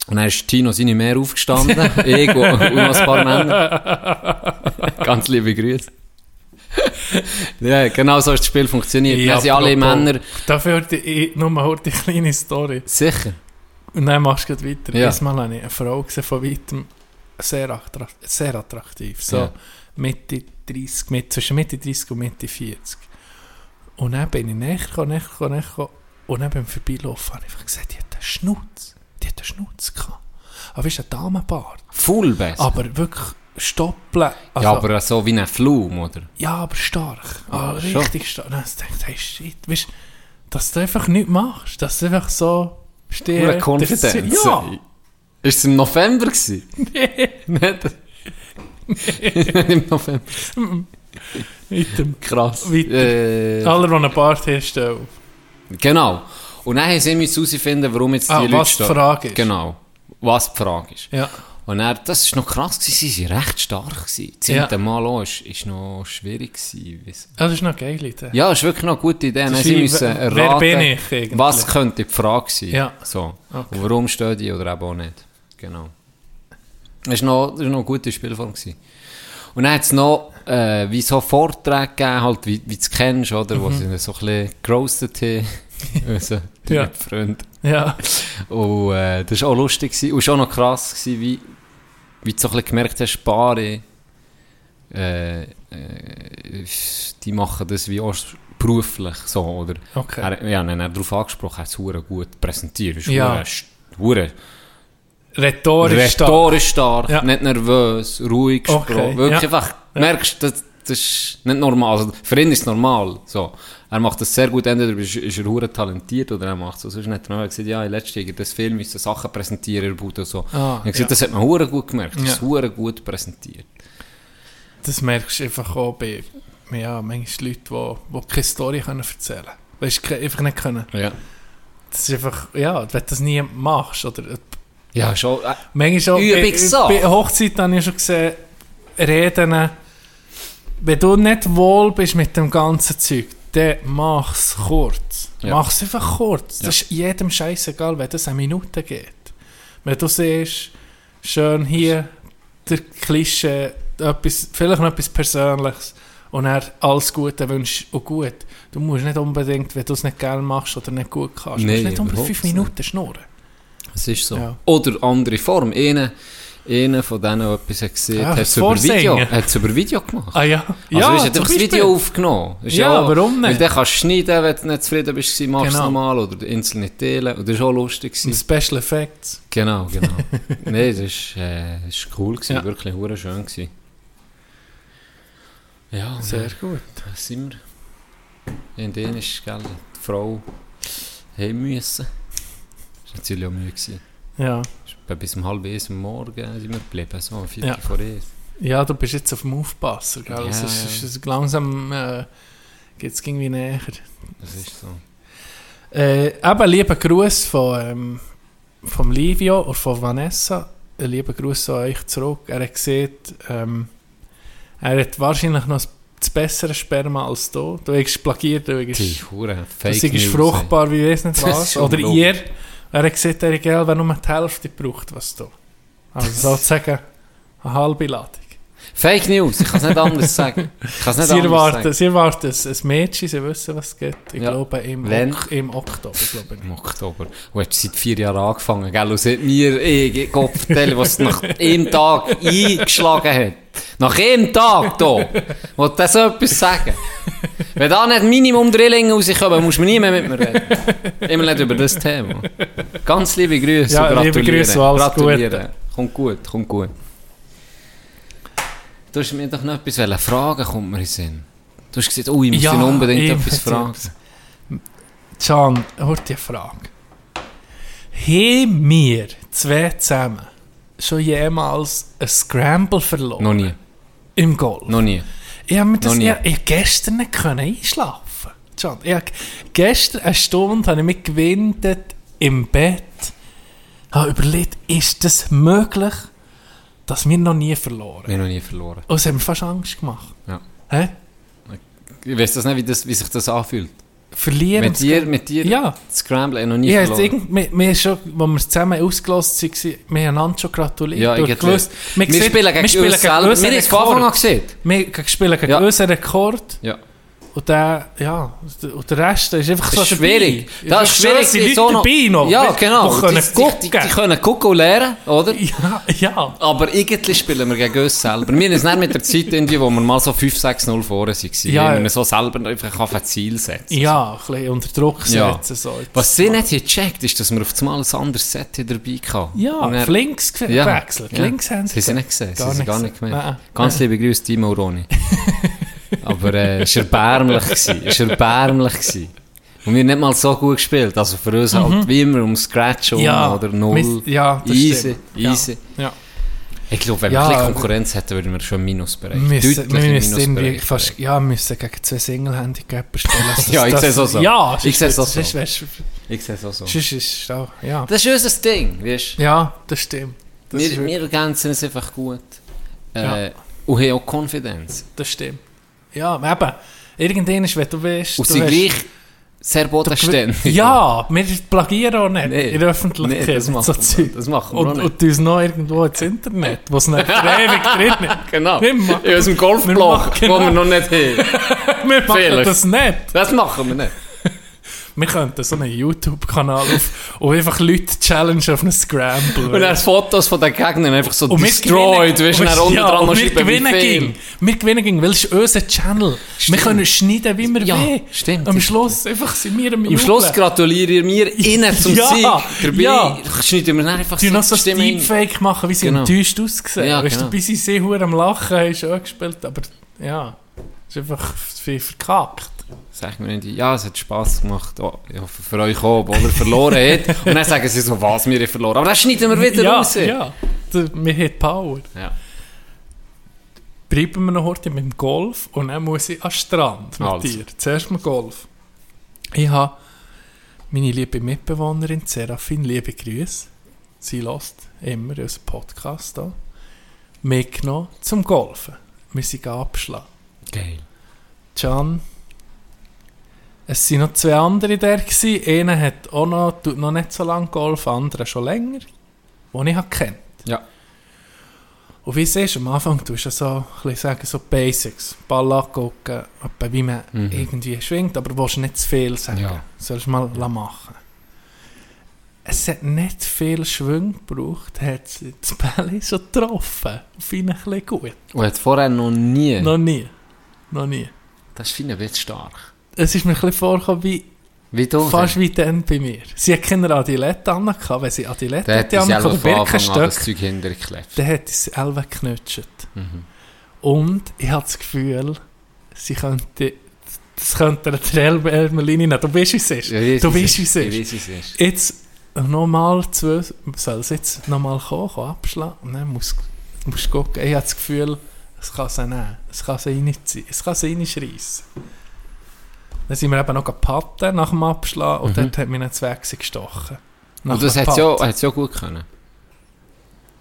S5: Und dann ist Tino seine Mehr aufgestanden.
S6: <laughs>
S5: ich und und noch ein paar Männer. Ganz liebe Grüße. ja, genau so ist das Spiel funktioniert. Ja, dann sind alle
S6: apropos.
S5: Männer
S6: Dafür die, ich, nur mal die kleine Story.
S5: sicher.
S6: Und dann machst du gleich weiter.
S5: Ja.
S6: Diesmal habe ich eine Frau gesehen, von weitem sehr, attrakt sehr attraktiv. So
S5: Ja.
S6: Mitte 30, mit, zwischen Mitte 30 und Mitte 40. Und dann bin ich näher gekommen, näher gekommen, näher gekommen. Und dann beim Vorbeilaufen habe ich einfach gesagt, die hat einen Schnutz. Die hat einen Schnutz gehabt. aber ist ein Damenbart.
S5: Full besser.
S6: Aber wirklich stoppeln. Also,
S5: Also- ja, aber so wie ein Flum, oder?
S6: ja, aber stark.
S5: Ja,
S6: Ah,
S5: schon.
S6: richtig stark. Und ich dachte, hey, shit, weißt, dass du einfach nichts machst, dass du einfach so stehst.
S5: Pure Confidence.
S6: Ja,
S5: Ist es im November gewesen? Nein. Nicht <laughs> im November.
S6: mit dem
S5: Krass.
S6: Weiter.
S5: Äh,
S6: Aller, die einen Bart haben, stellen.
S5: Genau. Und dann mussten sie herausfinden, warum jetzt die
S6: Ah,
S5: Leute
S6: was die
S5: stehen.
S6: Frage ist.
S5: Genau. Was die Frage ist.
S6: Ja.
S5: Und dann, das ist noch krass, gewesen, sie waren recht stark. Gewesen. Das
S6: Ja.
S5: zehnte Mal auch, ist, ist noch schwierig. Gewesen, weiss-
S6: Ja, Das ist noch geil, Leute.
S5: ja, ist wirklich noch eine gute Idee. Dann
S6: ist
S5: sie
S6: wie,
S5: müssen
S6: wer-
S5: erraten,
S6: wer bin ich eigentlich?
S5: was könnte die Frage sein.
S6: Ja.
S5: So. Und warum stehen die oder eben auch nicht. Genau. Das war noch, das ist noch eine gute Spielform. Gewesen. Und dann hat es noch äh, wie so Vorträge gegeben, halt, wie, wie du es kennst, oder?
S6: Mhm.
S5: Wo sie so ein bisschen gerostet haben.
S6: <laughs>
S5: <laughs> also, die
S6: Ja.
S5: Freunde.
S6: Ja.
S5: Und äh, das war auch lustig gewesen. und schon noch krass, gewesen, wie, wie du so ein bisschen gemerkt hast, Paare, äh, äh, die machen das wie auch beruflich so, oder?
S6: Okay.
S5: Er, ja, dann hat er darauf angesprochen, er hat es hure gut präsentiert, ist
S6: Ja.
S5: hure st- hure
S6: Rhetorisch stark.
S5: rhetorisch stark,
S6: Ja.
S5: nicht nervös, ruhig
S6: Okay,
S5: gesprochen, wirklich
S6: ja.
S5: einfach, merkst, das, das ist nicht normal, also für ihn ist es normal, so. Er macht das sehr gut, entweder ist, ist er hure talentiert oder er macht es so. Sonst hat er noch gesagt, ja, in letzter Jahr, das Film müssen Sachen präsentieren, er baut und so.
S6: Ah,
S5: er hat gesagt,
S6: ja.
S5: das hat man hure gut gemerkt, das ist
S6: Ja.
S5: hure gut präsentiert.
S6: Das merkst du einfach auch bei ja, manchmal Leuten, die, die keine Story können erzählen können. Weißt du, einfach nicht können.
S5: Ja.
S6: Das ist einfach, ja, dus wenn du das nie machst. Oder,
S5: Ja, schon, äh,
S6: manchmal auch
S5: Übungssache.
S6: bei, bei Hochzeiten habe ich schon gesehen, Reden, wenn du nicht wohl bist mit dem ganzen Zeug, dann mach's kurz.
S5: Ja.
S6: Mach's einfach kurz.
S5: Ja.
S6: Das ist jedem scheißegal, wenn das eine Minute geht. Wenn du siehst, schön hier, der Klischee, etwas, vielleicht noch etwas Persönliches und er alles Gute wünscht und gut. Du musst nicht unbedingt, wenn du es nicht gerne machst oder nicht gut kannst, du musst
S5: Nein,
S6: nicht unbedingt
S5: überhaupt
S6: fünf
S5: nicht.
S6: Minuten schnurren.
S5: es ist so.
S6: Ja.
S5: Oder andere Form, einer, einer von denen, der etwas hat gesehen
S6: Ja,
S5: hat,
S6: das
S5: es über Video,
S6: Vorsingen.
S5: hat's über Video gemacht.
S6: Ah ja,
S5: Also,
S6: ja,
S5: ja, ist
S6: zum
S5: einfach das
S6: Beispiel.
S5: Video aufgenommen. Ist
S6: Ja,
S5: auch-
S6: warum nicht?
S5: Weil dann kannst du schneiden, wenn du nicht zufrieden bist, gewesen, machst du
S6: Genau.
S5: es nochmal oder einzelne Teile. Und das war auch lustig.
S6: Und
S5: Gewesen.
S6: Special Effects.
S5: Genau,
S6: <laughs>
S5: genau. Nein, das ist, äh, ist cool gewesen,
S6: Ja.
S5: wirklich hure schön gewesen. Ja, und
S6: Sehr
S5: dann
S6: gut.
S5: sind wir. In denen ist, gell, die Frau heim müssen. Das war natürlich auch Mühe gewesen.
S6: Ja.
S5: Etwa Bis um halb eins am Morgen sind wir geblieben, so um vier
S6: Ja.
S5: vor eins.
S6: ja, du bist jetzt auf dem Aufpasser. Gell? es
S5: Ja,
S6: ist,
S5: ja.
S6: es ist langsam äh, geht es irgendwie näher.
S5: Das ist so.
S6: Äh, eben, lieber Gruß von ähm, vom Livio und von Vanessa. Ein lieber Gruß an euch zurück. Er hat gesagt, ähm, er hat wahrscheinlich noch das bessere Sperma als du. Du hast plagiert, du hast...
S5: Die Hure, Fake
S6: Das ist
S5: News,
S6: fruchtbar, wie weiß nicht
S5: Das
S6: was.
S5: ist
S6: Oder
S5: unglaublich.
S6: ihr, er hat gesagt, er gell, wenn nur die Hälfte braucht, was da.
S5: <laughs>
S6: Also sozusagen eine halbe Ladung.
S5: ey. Fake News, ich kann es nicht anders sagen. Ich kann es nicht
S6: Sie
S5: anders
S6: erwarten,
S5: sagen.
S6: sie erwarten es- ein Mädchen, sie wissen, was es gibt. Ich
S5: Ja.
S6: glaube, im,
S5: Wenn?
S6: Ok im Oktober, glaube ich.
S5: Im Oktober. Du hast seit vier Jahren angefangen, gell? Und seit mir, ich Gott vertelle,
S6: <laughs>
S5: was nach einem Tag eingeschlagen hat. Nach einem Tag hier. Wollt das so etwas sagen? Wenn da nicht Minimum Drillinge rauskommen, musst du nie mehr mit mir reden. Immer nicht über das Thema. Ganz liebe Grüße.
S6: Ja,
S5: und
S6: liebe
S5: gratuliere.
S6: Grüße und alles
S5: gratuliere.
S6: Gute.
S5: Kommt gut, kommt gut. Du hast mir doch noch etwas wollen fragen, kommt mir in den Sinn. Du hast gesagt, oh, ich muss
S6: Ja,
S5: dich noch unbedingt
S6: ich
S5: etwas
S6: muss dir
S5: fragen.
S6: etwas- Can, hört die Frage. Haben wir zwei zusammen schon jemals ein Scramble verloren?
S5: Noch nie,
S6: Im Golf?
S5: noch nie.
S6: Ich habe mir das
S5: Noch nie.
S6: ich, ich hab gestern nicht können einschlafen. John, ich hab, gestern eine Stunde habe ich mich gewindet im Bett. Habe überlegt, ist das möglich, dass wir noch nie verloren?
S5: Wir haben noch nie verloren.
S6: Und es hat mir fast Angst gemacht.
S5: Ja.
S6: Hä?
S5: Ich weiß das nicht, wie, das, wie sich das anfühlt.
S6: Verlieren.
S5: Mit dir, mit dir,
S6: Ja.
S5: Scramble, ich noch nie
S6: Ich hab jetzt
S5: verloren.
S6: irgend, wir, wir schon, als wir zusammen ausgelost waren, wir haben einander schon gratuliert.
S5: Ja,
S6: und
S5: ich
S6: gewusst,
S5: Wir,
S6: sehen-
S5: spielen gegen uns selber. Wir haben es von Anfang an gesehen.
S6: Wir spielen gegen
S5: Ja.
S6: unseren Rekord.
S5: Ja.
S6: Und der, ja, und der Rest ist einfach
S5: Das
S6: so
S5: ist schwierig.
S6: dabei.
S5: Das ist schwierig.
S6: Die Leute
S5: so noch-
S6: dabei noch,
S5: Ja,
S6: die-
S5: genau.
S6: Die können
S5: die, die, die, die
S6: gucken.
S5: können gucken und lernen, oder?
S6: <laughs> Ja, ja.
S5: Aber irgendwie spielen wir gegen uns selber. Wir haben es nicht mit der Zeit, irgendwie, wo wir mal so 5-6-0 vorne waren.
S6: Ja.
S5: Ja, wenn wir so selber einfach auf ein Ziel setzen
S6: Ja, ein bisschen unter Druck setzen.
S5: Ja.
S6: So.
S5: Was sie nicht gecheckt ist, dass wir auf einmal ein anderes Set haben dabei hatten.
S6: Ja,
S5: Und dann-
S6: auf links ge- gewechselt. Links haben
S5: sie. sie nicht gesehen,
S6: Gar
S5: sie haben
S6: nicht
S5: gar nicht
S6: gesehen.
S5: gemerkt.
S6: Nein,
S5: Ganz liebe Grüße,
S6: <laughs>
S5: Timo Roni. Aber äh, es war erbärmlich. gewesen, Es war erbärmlich. gewesen. Und wir haben nicht mal so gut gespielt. Also für uns halt wie immer um Scratch um
S6: Mhm. Ja,
S5: oder Null.
S6: mis- ja, das
S5: easy,
S6: stimmt. Ja.
S5: easy.
S6: Ja.
S5: Ich glaube, wenn
S6: Ja,
S5: wir ein
S6: aber-
S5: bisschen Konkurrenz hätten, würden wir schon im Minusbereich.
S6: Müssen, wir
S5: deutlich im
S6: müssen irgendwie
S5: Minusbereich
S6: fast, ja, wir müssen gegen zwei Single-Handicapper
S5: <laughs>
S6: spielen. Das-
S5: Ja, ich
S6: das-
S5: sehe es auch so.
S6: Ja,
S5: Ich sehe es auch
S6: sonst
S5: so.
S6: wär's- sonst
S5: sein. Ich sehe es auch so.
S6: wär's- sonst ist auch- ja.
S5: Das ist unser Ding, weißt du?
S6: Ja, das stimmt. Das,
S5: wir,
S6: ist wirklich-
S5: wir ergänzen es einfach gut. Äh,
S6: Ja.
S5: Und haben auch Konfidenz.
S6: das stimmt. Ja, eben. Irgendwann ist, wenn du willst.
S5: Und
S6: du
S5: sie
S6: hast-
S5: gleich sehr bodenständig.
S6: Ja, wir plagieren auch nicht
S5: Nee.
S6: in der Öffentlichkeit.
S5: Nee, das
S6: mit
S5: machen
S6: so
S5: wir
S6: Zeug.
S5: nicht. Das machen wir
S6: und,
S5: auch nicht.
S6: Und uns noch irgendwo ins Internet, wo es
S5: <laughs>
S6: nicht ewig drin ist.
S5: Genau.
S6: Wir machen-
S5: In unserem
S6: wir
S5: Golfblock,
S6: machen-
S5: wo wir noch nicht haben.
S6: Wir machen
S5: Vielleicht.
S6: das nicht.
S5: Das machen wir nicht.
S6: Wir könnten so einen YouTube-Kanal auf und einfach Leute challengen auf einen Scramble.
S5: Und dann Fotos von den Gegnern einfach so
S6: Und wir
S5: destroyed,
S6: gewinnen-
S5: weißt du,
S6: und
S5: dann unten
S6: ja,
S5: dran
S6: und
S5: noch
S6: wir
S5: schreiben,
S6: gewinnen
S5: wie viel.
S6: gegen. Wir gewinnen gegen, weil es ist unser Channel.
S5: Stimmt.
S6: Wir können schneiden, wie wir
S5: Ja,
S6: wollen.
S5: stimmt.
S6: Am Schluss einfach sind wir im
S5: Am Schluss gratuliere ihr mir innen zum
S6: Ja,
S5: Sieg. Dabei
S6: ja.
S5: schneiden wir dann einfach
S6: Die noch so ein
S5: Stimmen hin.
S6: Deepfake machen, wie sie
S5: Genau.
S6: enttäuscht aussehen.
S5: Ja,
S6: weißt du,
S5: genau.
S6: bis sie sehr hure am Lachen haben, ist auch gespielt, aber ja, ist einfach viel verkackt.
S5: Sag mir nicht, ja, es hat Spass gemacht. Oh, ich hoffe, für euch auch, obwohl ihr verloren habt. Und dann sagen sie so, was, wir haben verloren. Aber das schneiden wir wieder
S6: ja,
S5: raus.
S6: ja, D- wir haben Power.
S5: Ja.
S6: Bleiben wir noch heute mit dem Golf und dann muss ich an den Strand mit
S5: Also.
S6: dir. Zuerst mal Golf. Ich habe meine liebe Mitbewohnerin Serafin, liebe Grüße. Sie lässt immer unseren Podcast an. Mitgenommen zum Golfen. Wir sind abschlagen.
S5: Geil.
S6: Can. Es waren noch zwei andere da. gsi. Einer hat auch noch, tut noch nicht so lange Golf, andere schon länger, den ich kennt.
S5: Ja.
S6: Und wie es ist, am Anfang tust du so, ein bisschen sagen, so Basics, Ball angucken, etwa wie man irgendwie schwingt, aber willst nicht zu viel sagen.
S5: Mhm. Ja.
S6: Sollst mal la machen. Es hat nicht viel Schwung gebraucht, hat sie das Bälle so getroffen. Finde ich ein bisschen gut.
S5: Und hat vorher noch nie.
S6: Noch nie. Noch nie.
S5: Das ist finde ich jetzt stark.
S6: Es ist mir ein bisschen vorgekommen wie
S5: Wie du?
S6: Fast wie dann bei mir. Sie hat keine Adilette an, wenn sie Adilette
S5: Der hat
S6: hätte
S5: uns
S6: an
S5: ja
S6: oder
S5: von Anfang an das
S6: Birkenstöcke,
S5: Zeug hintergeklebt.
S6: dann hätte sie alle geknutscht.
S5: Mhm.
S6: Und ich habe das Gefühl, sie könnte, das könnte eine Trailbärmelinie nehmen. Du weißt, wie es ist.
S5: Ja, ich weiß,
S6: du
S5: wie
S6: weißt, wie es ist.
S5: Ich weiß, wie es ist.
S6: Jetzt nochmal zwei, soll es jetzt nochmal kommen, kommen abschlagen? Und dann musst du musst gucken. Ich habe das Gefühl, es kann sie nehmen. Es kann sie reinziehen. Es kann sie reinschreissen. Dann sind wir eben noch gepatten nach dem Abschlagen und dort hat mir ein Zwechsel gestochen. Nach
S5: Mhm. Und das
S6: dem
S5: hätte es
S6: Putt.
S5: ja, hat's ja gut können.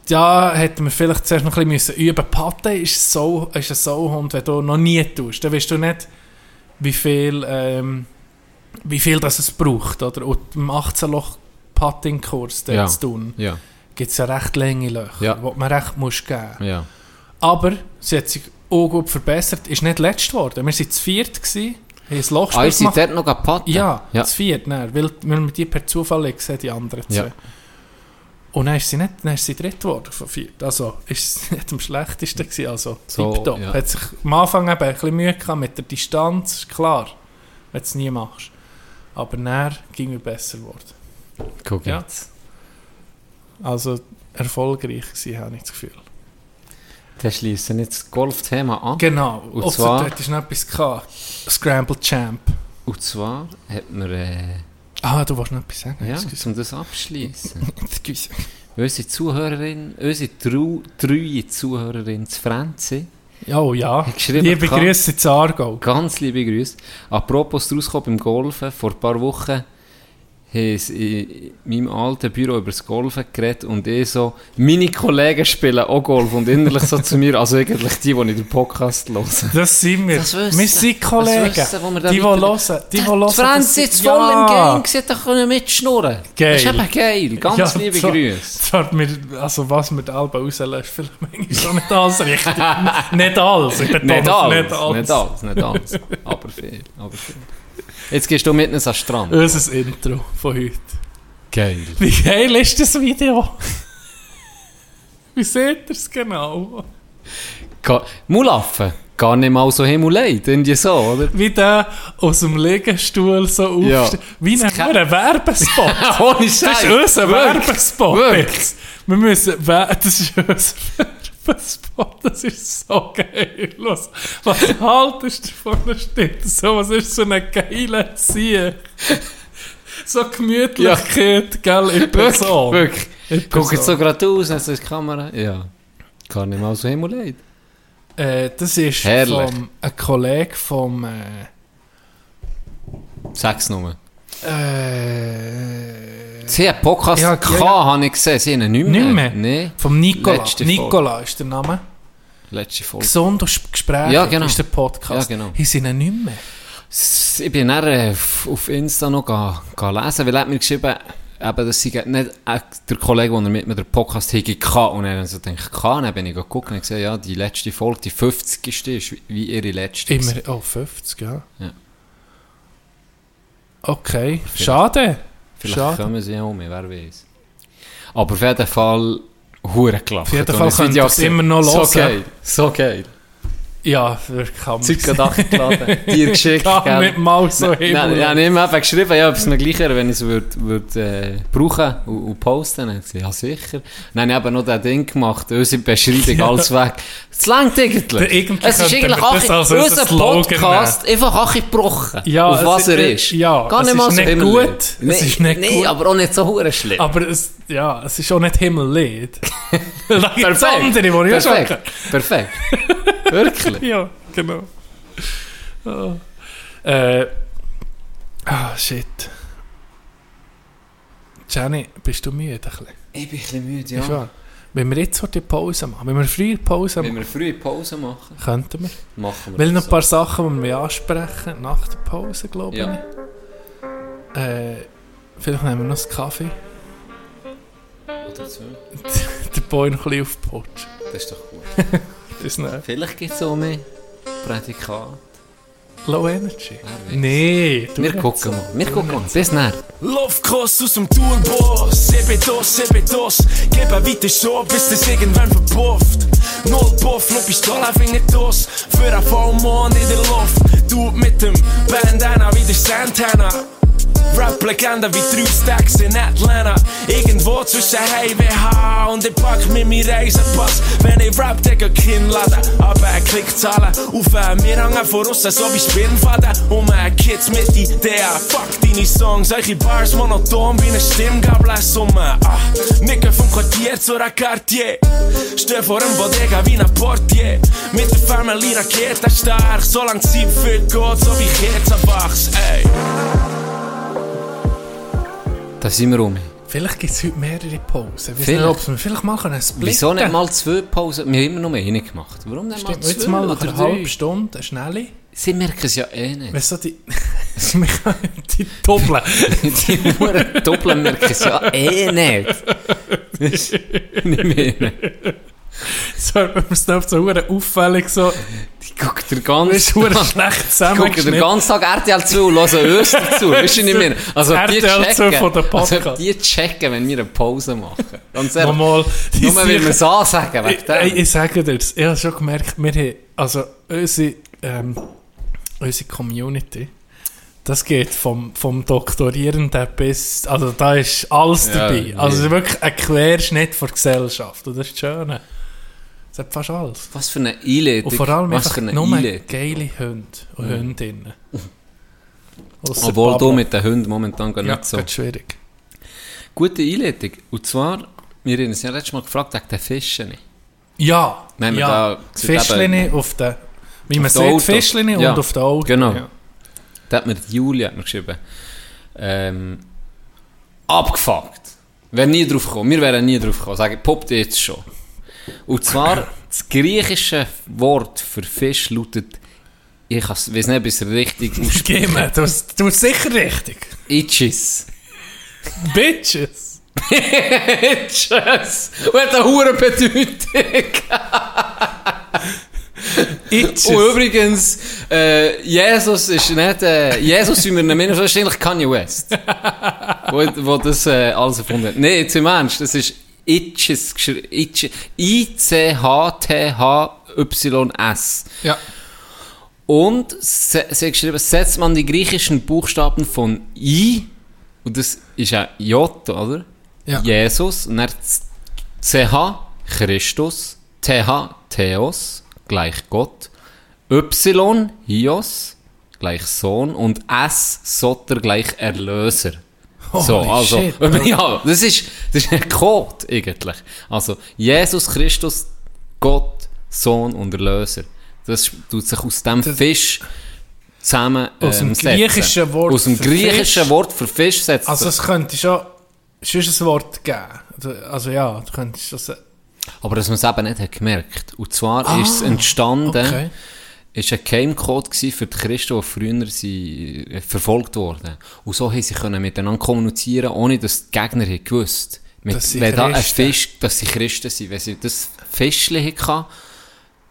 S6: Ja, hätten wir vielleicht zuerst noch ein bisschen üben müssen. Patten ist, so, ist ein Sauhund, wenn du noch nie tust. Dann weißt du nicht, wie viel, ähm, wie viel das es braucht. Oder? Und im 18-Loch-Putting-Kurs dort
S5: Ja.
S6: zu tun,
S5: Ja,
S6: gibt es ja recht lange Löcher,
S5: Ja.
S6: wo man recht muss geben muss.
S5: ja.
S6: Aber sie hat sich auch gut verbessert. Ist nicht letzt geworden. Wir waren zu viert, gewesen, haben ein Lochspiel
S5: Ah, ihr seid
S6: gemacht.
S5: dort noch gepattet?
S6: Ja,
S5: ja.
S6: zu viert, dann, weil, weil wir die per Zufall haben gesehen die anderen zwei.
S5: Ja.
S6: Und dann ist sie nicht, dann ist sie dritt geworden von viert. Also ist sie <laughs> nicht am schlechtesten gewesen, also
S5: So,
S6: tipptopp.
S5: ja.
S6: Hat sich am Anfang eben ein bisschen Mühe gehabt mit der Distanz, ist klar, wenn du es nie machst. Aber dann ging mir besser geworden.
S5: Guck
S6: Ja.
S5: jetzt.
S6: Also erfolgreich gewesen, habe ich das Gefühl.
S5: Dann schließen jetzt das Golfthema an.
S6: Genau, und
S5: zwar-
S6: dort ist noch etwas gehabt. Scramble Champ.
S5: Und zwar hat man, äh,
S6: Ah, du wolltest noch etwas sagen?
S5: ja,
S6: Excuse-
S5: um das abschließen.
S6: Excuse.
S5: <laughs> unsere Zuhörerin, unsere trau- treue Zuhörerin zu Franzi,
S6: Oh ja,
S5: Hat geschrieben,
S6: liebe
S5: kann-
S6: Grüße zu Aargau.
S5: ganz liebe Grüße. Apropos rausgekommen beim Golfen, vor ein paar Wochen haben sie in meinem alten Büro über das Golfen geredet und ich so, meine Kollegen spielen auch Golf und innerlich so zu mir, also eigentlich die, die ich den Podcast höre.
S6: Das sind wir.
S5: Das wissen.
S6: wir sind Kollegen.
S5: Das wissen, wo wir da
S6: die, die
S5: weiter-
S6: hören. Die, die hören.
S5: Die Franz
S6: das
S5: ist
S6: sind-
S5: voll im
S6: Ja.
S5: Game, sie hätte können mitschnurren.
S6: Geil.
S5: Das ist eben geil. Ganz
S6: Ja,
S5: liebe
S6: so-
S5: Grüße.
S6: zwar wir- Also was mit Alba rauslöscht, vielleicht <laughs> manchmal schon nicht alles richtig. nicht alles. Ich betone
S5: Nicht
S6: es,
S5: alles, nicht alles, nicht alles. Aber viel, aber viel. Jetzt gehst du mit uns an den Strand.
S6: Unser Intro von heute.
S5: Geil.
S6: Wie geil ist das Video? dus Wie seht ihr es genau?
S5: Ga- Mulaffen, gar nicht mal so himmeleit, irgendwie so, oder?
S6: Wie der aus dem Liegestuhl so
S5: Ja.
S6: aufsteht. Wie ein
S5: Das kann-
S6: verdammter Werbespot.
S5: Ohne
S6: Das
S5: Scheiß.
S6: ist unser Werbespot.
S5: wirklich.
S6: jetzt. Wir müssen, we- das ist unser Werbespot. Das ist so geil. Los, was haltest du davon? Steht so, was ist so eine geile Zieh? So Gemütlichkeit, gell, in
S5: Wirklich,
S6: Person.
S5: wirklich.
S6: In
S5: Guck jetzt
S6: Person.
S5: so gerade aus, hast du die Kamera? Ja. Gar nicht mal so himmeleit.
S6: Äh, das ist
S5: Herrlich.
S6: vom, ein Kollege vom, äh,
S5: Sag's nur.
S6: äh,
S5: Sie hat Podcast
S6: Ja,
S5: ja,
S6: ja,
S5: gehabt,
S6: ja.
S5: habe ich gesehen. Sie haben ihn nicht mehr.
S6: Nicht mehr?
S5: Nee,
S6: vom Nicola.
S5: Letzte Folge.
S6: Nicola ist der Name.
S5: letzte Folge.
S6: Gesund und Gespräch
S5: Ja, genau.
S6: ist der Podcast.
S5: Ja, genau.
S6: Hier sind ihn nicht mehr.
S5: S- Ich bin dann äh, auf auf Insta noch ga, ga lesen, weil er hat mir geschrieben, eben, das sei nicht äh, der Kollege, der mit mir den Podcast hege kann. Und dann so denke ich, kann, dann bin ich geguckt und gesehen, ja, die letzte Folge, die 50. ist wie- wie ihre letzte.
S6: Immer, oh, 50, ja.
S5: Ja.
S6: Okay, schade.
S5: Vielleicht
S6: Schade.
S5: kommen sie ja um, wer weiß. Aber auf jeden Fall, hure gelacht.
S6: Auf jeden
S5: Und
S6: Fall
S5: das
S6: könnt
S5: Video
S6: ihr es
S5: gesehen.
S6: immer noch hören.
S5: So geil, so geil.
S6: Ja, wirklich kann
S5: Zeug gerade
S6: <laughs>
S5: abgeladen, dir geschickt.
S6: Kann
S5: gell.
S6: nicht mal so hin.
S5: Nein, ich habe ihm eben geschrieben, ja, ob es mir gleich wäre, wenn ich es würd, würd, äh, brauchen und, und posten würde. Ja, sicher. Dann habe ich eben noch das Ding gemacht, unsere
S6: <laughs>
S5: Beschreibung, alles weg. Es langt
S6: Der-
S5: eigentlich.
S6: irgendwie
S5: Es ist
S6: könnten
S5: eigentlich
S6: wir das
S5: auch
S6: als
S5: unser
S6: unser Slogan
S5: Podcast einfach auch gebrochen.
S6: Ja,
S5: auf
S6: es
S5: was er
S6: ist-
S5: ist.
S6: ja,
S5: Gar
S6: es
S5: nicht mal
S6: ist
S5: so
S6: nicht
S5: himmelweit.
S6: gut. Es ist nicht
S5: nee,
S6: gut.
S5: aber auch nicht so hure schlimm.
S6: Aber es, ja, es ist auch nicht
S5: <laughs>
S6: himmellied. da gibt es andere, die ich auch schon
S5: Perfekt.
S6: kenne.
S5: Perfekt. <laughs> Wirklich.
S6: Ja, genau. Ah. Äh, Ah, shit. Jenny, bist du müde? Ein bisschen?
S5: Ich bin ein bisschen müde,
S6: Ist
S5: ja.
S6: wahr? Wenn wir jetzt heute Pause machen, wenn wir früher Pause
S5: Wenn
S6: machen,
S5: wir früh Pause machen,
S6: könnten wir.
S5: machen wir
S6: Weil noch
S5: das
S6: ein paar Sachen, die wir ansprechen, nach der Pause, glaube
S5: Ja.
S6: ich. Äh, vielleicht nehmen wir noch einen Kaffee.
S5: so.
S6: <laughs>
S5: Oder zwei.
S6: Den Boy noch ein bisschen aufputschen.
S5: Das ist doch gut.
S6: Das ist nicht.
S5: Vielleicht gibt es auch mehr Prädikat.
S6: Low Energy.
S5: weiß.
S6: Nee. du-
S5: Wir gucken mal. Wir gucken mal. Bis dann.
S3: Laufkurs aus dem Tourbus, ich bin das, ich bin das. Gib ein weiter Schub, bis das irgendwann verpufft. Null Puff, loop ich toll auf in Tuss. Für ein Vollmond in der Luft, du mit dem Bandana wie der Santana. Rap-Legende wie drei Stacks in Atlanta. Irgendwo zwischen HWH und ich pack mit mir Reisepass. Wenn ich Rap, denke ich hinladen. Aber ein Klick zahlen. Auf einen Mirang von außen, so wie Spinnfaden. Und mein Kids mit Ideen. Fuck deine Songs, eure Bars monoton wie eine Stimmgabel summen. Ah, Nicken vom Quartier zu einer Cartier. Steh vor einem Bodega wie ein Portier. Mit der Family Rakete stark. Solange die Zeit für geht, so wie Kids erwachsen. Ey.
S5: Da sind wir um.
S6: Vielleicht gibt es heute mehrere Pausen. Weiss
S5: Vielleicht.
S6: Nicht, ob wir vielleicht mal können splitten
S5: Wieso nicht mal zwei Pausen? Wir haben immer nur eine gemacht. Warum nicht mal
S6: Stimmt,
S5: zwei
S6: jetzt mal nach
S5: oder
S6: einer
S5: drei?
S6: halben Stunde, eine schnelle.
S5: Sie merken es ja eh nicht.
S6: Weißt du, die... <laughs> wir können die doppeln.
S5: <laughs> Die Uhren doppeln merken es ja eh nicht. Weisst du? Nicht mehr.
S6: so, wenn wir es nicht so verdammt auffällig so...
S5: Die gucken den
S6: Ist
S5: ganzen
S6: verdammt
S5: Tag.
S6: schlecht
S5: Die gucken den
S6: zusammengeschnitten.
S5: ganzen Tag RTL 2 und hören
S6: <laughs>
S5: uns dazu. Weißt du nicht mehr? Also die
S6: RTL 2 von den
S5: checken. Also
S6: Podcast.
S5: die checken, wenn wir eine Pause machen. Ganz ehrlich.
S6: Nochmal. die
S5: Nur weil
S6: sind-
S5: wir es ansagen, wegen
S6: Ich, ich,
S5: dem.
S6: ich sage dir das, ich habe schon gemerkt, wir haben, also unsere, ähm, unsere Community, das geht vom, vom Doktorierenden bis, also da ist alles
S5: Ja,
S6: dabei.
S5: ja.
S6: Also wirklich ein Querschnitt von Gesellschaft und das ist das Schöne. Es hat fast alles.
S5: Was für eine Einleitung.
S6: Und vor allem
S5: Was
S6: einfach
S5: für eine
S6: nur
S5: Einleitung.
S6: geile Hunde und Hündinnen. Ausser
S5: Mhm. Obwohl
S6: Pablo.
S5: du mit den Hunden momentan gar
S6: ja,
S5: nicht so.
S6: wird schwierig.
S5: Gute Einleitung. Und zwar, wir haben uns ja letztes Mal gefragt wegen den Fischen.
S6: Ja,
S5: Nein, wir
S6: ja.
S5: da-
S6: Fischlinge auf den, wie man
S5: den
S6: sieht,
S5: Autos.
S6: Fischlinge
S5: Oh, Ja,
S6: und auf den Autos.
S5: genau.
S6: Ja.
S5: Da hat mir die Julia hat mir geschrieben. Ähm, abgefuckt. Wäre nie drauf gekommen. Wir wären nie drauf gekommen. Sagen, poppt jetzt schon. Und zwar, das griechische Wort für Fisch lautet, ich weiß nicht, ob ich es richtig
S6: Geh
S5: ausspreche.
S6: mir, du du bist sicher richtig.
S5: Itches.
S6: Bitches.
S5: Itches! Und hat eine hohe Bedeutung.
S6: Itches.
S5: Und übrigens, äh, Jesus ist nicht, äh, Jesus, wie wir ihn meinen, das ist eigentlich Kanye West. wo, wo das äh, alles erfunden hat. Nee, jetzt im Ernst, das ist Itches geschrieben. Itches. I-C-H-T-H-Y-S.
S6: Ja.
S5: Und se- sie hat geschrieben, setzt man die griechischen Buchstaben von I, und das ist ja J, oder?
S6: Ja.
S5: Jesus, und dann Z- CH, Christus, TH, Theos, gleich Gott, Y, Hios, gleich Sohn, und S, Sotter, gleich Erlöser. so,
S6: Holy
S5: also,
S6: shit,
S5: <laughs> ja, das ist, das ist ein Code, eigentlich. Also, Jesus Christus, Gott, Sohn und Erlöser. Das tut sich aus dem Fisch zusammen
S6: Aus dem
S5: ähm, setzen.
S6: griechischen Wort
S5: Aus dem
S6: für
S5: griechischen
S6: Fisch.
S5: Wort für Fisch setzt
S6: Also
S5: sich.
S6: es könnte schon... Sonst ein Wort geben. Also- Also ja, du könntest schon sagen...
S5: Aber dass man es eben nicht hat gemerkt. Und zwar ist es entstanden,
S6: Ah, Okay.
S5: ist ein Geheimcode gewesen für die Christen, die früher sie, äh, verfolgt wurden. Und so haben sie können miteinander kommunizieren, ohne dass die Gegner haben gewusst Mit,
S6: Dass sie
S5: Wenn da ein
S6: Christen-
S5: Fisch, dass sie Christen sind. Wenn sie das Fischchen hatten,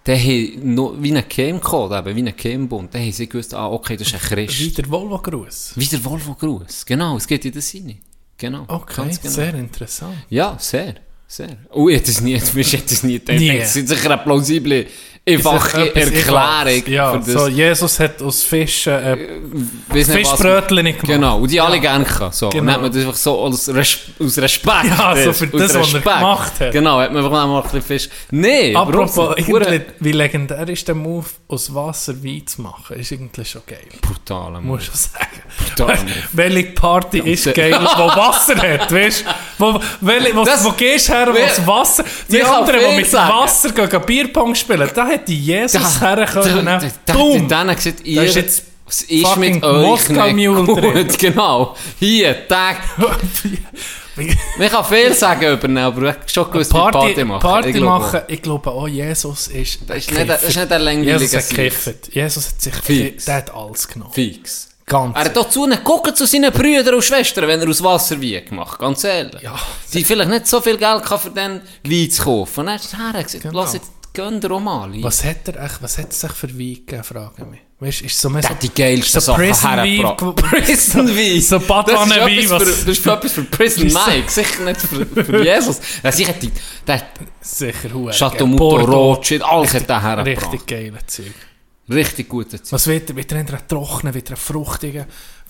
S5: dann haben noch, wie ein Geheimcode, eben, wie ein Geheimbund, dann haben sie gewusst, ah, okay, das ist ein Christ.
S6: Wieder Volvo-Gruß.
S5: Wie der Volvo-Gruß. Genau, es geht in das hinein. Genau.
S6: Okay,
S5: ganz genau.
S6: sehr interessant.
S5: Ja, sehr. Sehr. Oh, ich hätte es nie, du bist hätte es nie gedacht.
S6: Nie.
S5: Das ist sicher eine plausible,
S6: Ist
S5: einfache
S6: etwas
S5: Erklärung.
S6: Einfaches. Ja,
S5: für das.
S6: so Jesus hat aus Fischen äh,
S5: Weiss nicht, was-
S6: Fischbrötchen gemacht.
S5: Genau, und die alle gerne kann. So. Und
S6: Genau.
S5: dann hat man das einfach so als Res- aus Respekt.
S6: Ja, dus so für
S5: aus
S6: das, was er
S5: Respekt.
S6: gemacht hat.
S5: Genau, hat man einfach noch mal ein bisschen Fisch. Nein,
S6: Apropos, irgendwie,
S5: Brutal,
S6: wie legendär ist der Move, aus Wasser Wein zu machen? Ist irgendwie schon geil.
S5: brutal.
S6: Muss schon sagen.
S5: brutal.
S6: Welche Party ist geil,
S5: <laughs>
S6: wo Wasser hat, weißt wo, welche, wo,
S5: Das-
S6: wo gehst du her, wo
S5: Wer-
S6: das Wasser... Die
S5: Ich kann
S6: anderen,
S5: viel
S6: die mit
S5: sagen.
S6: Wasser gehen, gehen Bierpong spielen, da hätte Jesus
S5: Da-
S6: herkommen
S5: da-
S6: können.
S5: da-
S6: Boom!
S5: da- Dann hat gesagt, ihr,
S6: ist jetzt
S5: es ist
S6: fucking
S5: mit euch
S6: Moscow Mule
S5: <laughs>
S6: drin.
S5: gut. Genau. Hier, Tag.
S6: <laughs>
S5: Man kann viel sagen über ihn, aber ich hab schon gewusst, wie
S6: Party,
S5: Party machen. Ich
S6: Party
S5: glaube auch.
S6: machen, ich glaube auch, Jesus ist.
S5: Das ist
S6: ein
S5: nicht- das
S6: Kiffer.
S5: ist nicht ein langweiliger
S6: Jesus hat
S5: Sieg.
S6: gekifft. Jesus hat sich
S5: Fix.
S6: Der hat alles genommen.
S5: Fix.
S6: Ganz.
S5: Er hat auch zu ihnen geguckt, zu seinen Brüdern und Schwestern, wenn er aus Wasser Wein gemacht ganz ehrlich.
S6: Ja.
S5: Die vielleicht nicht so viel Geld kann für den Wein zu kaufen. Und er ist her gesagt,
S6: Genau.
S5: lass jetzt, gönn dir auch mal ein.
S6: was hat er echt, was hat er sich für Wein gegeben, frage ich mich. Weißt du, ist so mehr
S5: Der
S6: so,
S5: hat die geilsten
S6: so
S5: Sachen
S6: Prison Wein,
S5: hergebracht.
S6: gew-
S5: Prison
S6: <laughs> So
S5: Wein. das ist
S6: Badwanne-Wein,
S5: etwas
S6: was-
S5: für, das ist für etwas
S6: <laughs>
S5: für Prison
S6: Ist so-
S5: Mike, sicher nicht für, für Jesus. Nein, sicher die, der hat
S6: sicher hure. geil.
S5: Chateau Mouton,
S6: Bordeaux,
S5: Rothschild, alles hat er hergebracht.
S6: Richtig geile Zeug.
S5: Richtig guter Zeug.
S6: Was wird er? Wird er entweder trocknen, wird er trocknen,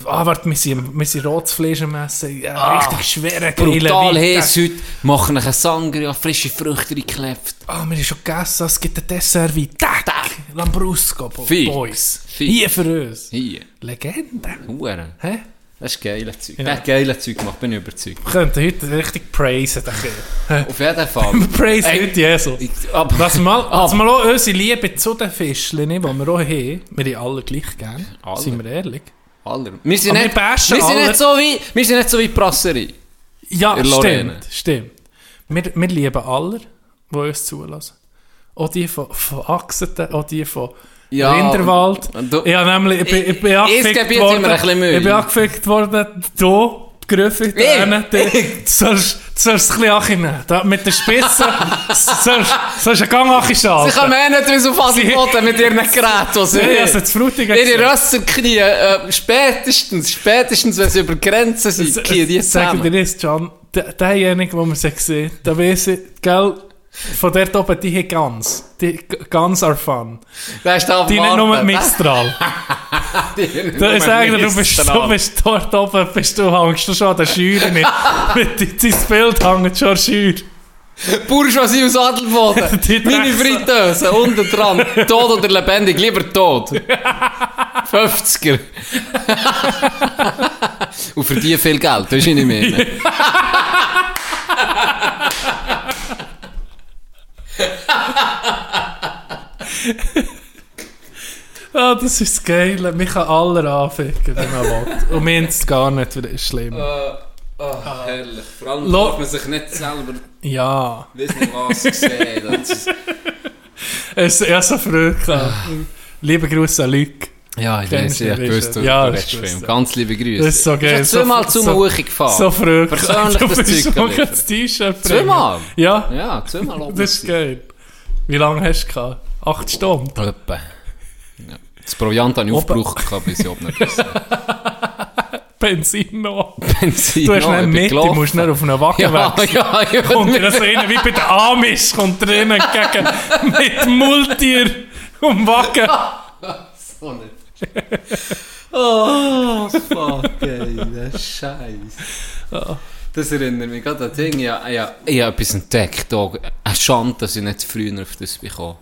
S6: Ah, warte, wir sind, wir sind Rotsfleisch am Essen. Ja, richtig schwere, geile
S5: Ah. Brutal
S6: Wein.
S5: heiß heute, machen einen Sangria, frische Früchte geklebt.
S6: Ah, wir haben schon gegessen, es gibt ein Dessert wie Tack, Lambrusco, Bo
S5: Fix.
S6: Boys.
S5: Fix.
S6: Hier für uns.
S5: Hier,
S6: Legende.
S5: Huren.
S6: Hä?
S5: Das ist geiler Zeug.
S6: Ja.
S5: Der hat geiler Zeug gemacht, bin ich überzeugt.
S6: Wir könnten heute richtig praisen, den Kerl.
S5: Auf jeden
S6: <laughs>
S5: Fall.
S6: Wir praisen
S5: Ey,
S6: heute Jesus.
S5: ich- aber-
S6: Dass wir, dass
S5: aber-
S6: wir auch unsere Liebe zu den Fischchen, die wir auch haben, wir haben alle gleich gern,
S5: Alle.
S6: sind wir ehrlich.
S5: Aller. Wir sind,
S6: Aber
S5: nicht,
S6: wir bashen
S5: wir sind
S6: alle.
S5: nicht so wie, wir sind nicht so wie die Brasserie.
S6: Ja,
S5: In Lorraine.
S6: stimmt, stimmt. Wir, wir lieben alle, die uns zulassen. Auch die von, von Axeten, auch die von
S5: Ja,
S6: Rinderwald.
S5: und du-
S6: ich, habe nämlich, ich, bin- ich bin
S5: Ich-
S6: angefickt
S5: es gibt jetzt
S6: worden.
S5: immer ein bisschen Mühe.
S6: Ich bin angefickt worden, du, Griffith,
S5: Ich?
S6: denen, die- du sollst du sollst es ein bisschen annehmen. Da, mit der Spitze sollst sollst einen Gang anschalten.
S5: Sie kommen eh nicht wie auf Asyboten mit
S6: <laughs>
S5: ihren Geräten, die sie
S6: Ja,
S5: haben.
S6: ja, sie hat zu Frutigen
S5: Ihre
S6: gesehen.
S5: Rösserknie, äh, spätestens, spätestens, wenn sie über Grenzen sind, gehen die
S6: Sag dir
S5: zusammen.
S6: das, John, der- derjenige, den wir sie sehen, da weiss ich, gell, von dort oben, die haben Gans. Die Gans are fun.
S5: Der ist da auf
S6: Die nicht nur <laughs> Mistral. Da ist eigentlich, du bist, du
S5: bist
S6: bist dort oben, bist du, hängst du schon an der Scheuer nicht. Mit dein Bild hängt schon an der Scheuer.
S5: Bourgeoisie aus Adelboden.
S6: <laughs> Die
S5: Meine
S6: Drecksa-
S5: Fritteuse, unten dran. Tot oder lebendig, lieber
S6: <laughs>
S5: tot. 50er. <laughs> Und für die viel Geld, das ist nicht mehr.
S6: Ah, das ist das Geile. Mich kann alle anficken, wenn man will. Und mir ist es gar nicht, weil das ist schlimm. Ah,
S5: Oh, allem
S6: Lo-
S5: darf man sich nicht selber
S6: Ja.
S5: wissen, was sehen. Das ist-
S6: Es ich hab so Freude gehabt. Liebe Grüße an Luc.
S5: Ja, ich
S6: Kennst
S5: weiß,
S6: du
S5: ich
S6: den
S5: wusste,
S6: Wissen?
S5: du
S6: Ja,
S5: ja,
S6: das ist
S5: Film.
S6: gut.
S5: Ganz liebe Grüße.
S6: Das ist so geil.
S5: Ich zweimal
S6: So-
S5: zum
S6: so-
S5: so, gefahren.
S6: So Freude
S5: Ah. Persönlich
S6: gehabt.
S5: das Zeug
S6: Du bist schon
S5: geliefert.
S6: das T-Shirt bringen.
S5: Zweimal?
S6: Ja,
S5: Ja, zweimal oben.
S6: das ist geil. Wie lange hast du gehabt? Acht Stunden?
S5: Etwa. Ja. Das Proviant habe ich
S6: Opa.
S5: aufgebraucht, gehabt, bis ich oben
S6: <laughs> Benzin
S5: <laughs>
S6: noch.
S5: Benzin
S6: Du hast nicht mit, du
S5: gelaufen.
S6: musst nicht auf einen Wagen
S5: Ja,
S6: wechseln.
S5: <laughs> ja, ich
S6: Kommt er so rein, wie bei den Amish, kommt er rein gegen, mit Multier und Wagen.
S5: Oh, nicht. <laughs> oh fuck, ey, der Scheiß. Das erinnert mich gerade an das Ding. Ja, ja, ich habe etwas entdeckt. Auch. Eine Schande, dass ich nicht früher auf das bekomme.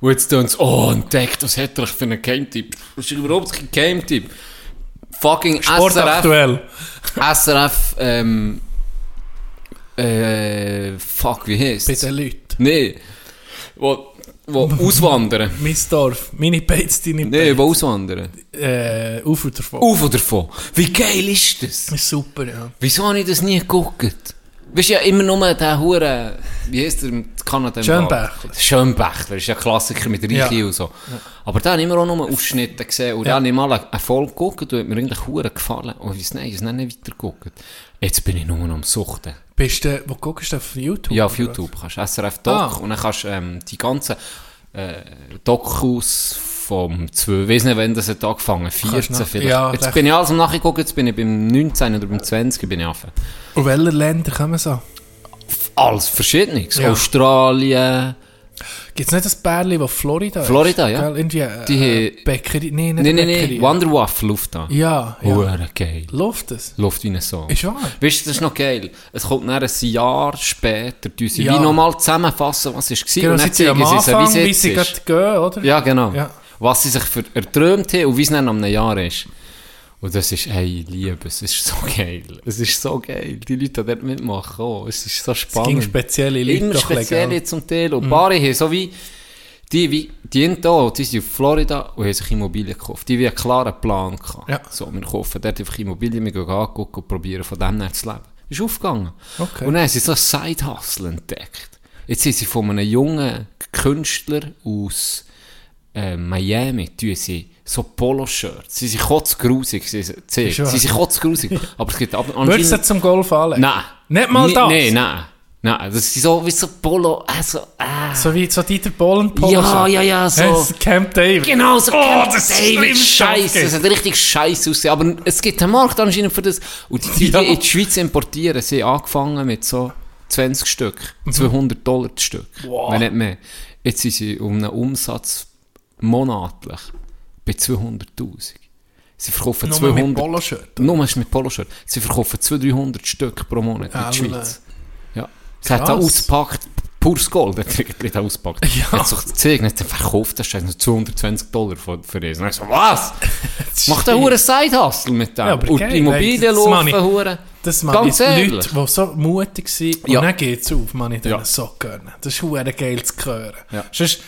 S5: Und jetzt tun sie, oh, entdeckt, was hat er für einen Game-Typ? Das ist überhaupt kein Game-Typ. Fucking SRF,
S6: Sportaktuell.
S5: SRF, ähm, äh, fuck, wie heisst
S6: Bei den Leuten.
S5: Nee, wo, <laughs> wo auswandern.
S6: Mein Dorf, meine Beiz, deine
S5: Nee, wo auswandern.
S6: äh, Ufer davon.
S5: Auf oder davon. Wie geil ist das?
S6: Ist super, ja.
S5: Wieso habe ich das nie geguckt? Weißt du ja immer nur der Hure, wie heißt der im Kanada? im
S6: Schönbächler.
S5: Wald? Schönbächler ist ja ein Klassiker mit Reichi
S6: Ja.
S5: und so. Aber da habe ich immer auch nur Ausschnitte gesehen und
S6: Ja.
S5: da habe ich mal eine Folge geguckt und hat mir eigentlich Hure gefallen. Und ich nein, ich habe es nicht weitergeguckt. Jetzt bin ich nur noch am Suchten.
S6: Bist du, wo guckst du auf YouTube?
S5: Ja, auf
S6: oder
S5: YouTube kannst du SRF Doc
S6: Ah.
S5: und dann kannst du ähm, die ganzen äh, Dokus vom 12, ich weiß nicht, wann das hat angefangen, 14
S6: Kannst nach-
S5: vielleicht.
S6: ja,
S5: jetzt
S6: recht.
S5: bin ich alles am Nachgucken, jetzt bin ich beim 19 oder beim 20 bin ich offen.
S6: was? Aus welchen Ländern kommen so?
S5: Alles Verschiedenes.
S6: Ja.
S5: Australien,
S6: Gibt es nicht das Bärli, das Florida
S5: Florida,
S6: ist?
S5: ja.
S6: Gell, Irgendwie, äh,
S5: Die haben-
S6: Bäckerei, nee, nicht
S5: nein, nein,
S6: Bäckerei.
S5: nein, Wonderwaffel Luft an.
S6: Ja, ja.
S5: Hure geil.
S6: Läuft das?
S5: Luft wie ein Song.
S6: Ist wahr.
S5: Weißt du, das ist noch geil. Es kommt nach ein Jahr später, die sie
S6: Ja.
S5: wie nochmal zusammenfassen, was es war.
S6: Genau,
S5: und dann
S6: sind sie am
S5: zeigen sie,
S6: Anfang,
S5: es, wie
S6: wie
S5: es
S6: sie
S5: jetzt ist.
S6: gerade gehen, oder?
S5: Ja, genau.
S6: Ja.
S5: Was sie sich für erträumt haben und wie es dann am einem Jahr ist. Und das ist, hey, Liebe, es ist so geil. Es ist so geil. Die Leute die dort mitmachen. Oh, es ist so
S6: Es ging
S5: spannend.
S6: spezielle Leute
S5: Immer
S6: doch Mhm. ein bisschen,
S5: spezielle zum Teil. Und Paare haben so wie, die, wie, die sind da, die sind auf Florida und haben sich Immobilien gekauft. Die haben einen klaren Plan gehabt.
S6: Ja.
S5: So, wir kaufen dort einfach Immobilien, wir gehen angucken und probieren von dem her zu leben. Ist aufgegangen.
S6: Okay.
S5: Und dann haben sie so ein Side-Hustle entdeckt. Jetzt sind sie von einem jungen Künstler aus äh, Miami, tun sie so Polo-Shirts. Sie sind kotzgrusig, sie sind, sie
S6: wahr.
S5: sind kotzgrusig. Aber es gibt ab,
S6: ja. Würdest du sie zum Golf anlegen?
S5: Nein.
S6: Nicht mal
S5: Ni-
S6: das?
S5: Nein, nein. Nein, das ist so wie so Polo, also, äh.
S6: So wie so Dieter Bohlen
S5: Ja, ja, ja, so.
S6: Es Camp David.
S5: Genau, so
S6: Oh,
S5: Camp
S6: das ist
S5: David,
S6: schlimm,
S5: scheiße,
S6: danke.
S5: es hat richtig scheiße ausgesehen, aber es gibt einen Markt anscheinend für das. Und die Zeiten
S6: Ja.
S5: in die Schweiz importieren, sie haben angefangen mit so 20 Stück,
S6: Mhm.
S5: 200 Dollar das Stück, wenn nicht mehr. Jetzt sind sie um einen Umsatz monatlich bei 200'000. Sie verkaufen
S6: Nur mit
S5: 200...
S6: Poloshirt.
S5: Nur ist mit Poloshirt. Sie verkaufen 200, 300 Stück pro Monat in
S6: Ah,
S5: der Schweiz. Ja. Sie hat
S6: Krass.
S5: da ausgepackt, pures Gold hat sie wirklich da ausgepackt.
S6: <laughs> Ja.
S5: Hat sich gezeigt, hat sie verkauft, das ist 220 Dollar für, für das. Und ich so, was? Macht der Hure Side-Hustle mit dem?
S6: Ja, aber
S5: und
S6: geil,
S5: die Immobilien
S6: das
S5: laufen,
S6: meine ich.
S5: Hure.
S6: Das meine
S5: Ganz
S6: ich.
S5: ehrlich.
S6: Leute, die so mutig sind,
S5: Ja.
S6: und dann geht es auf, man ich denen
S5: Ja.
S6: so gönnen. Das ist hure geil zu hören.
S5: Ja.
S6: Sonst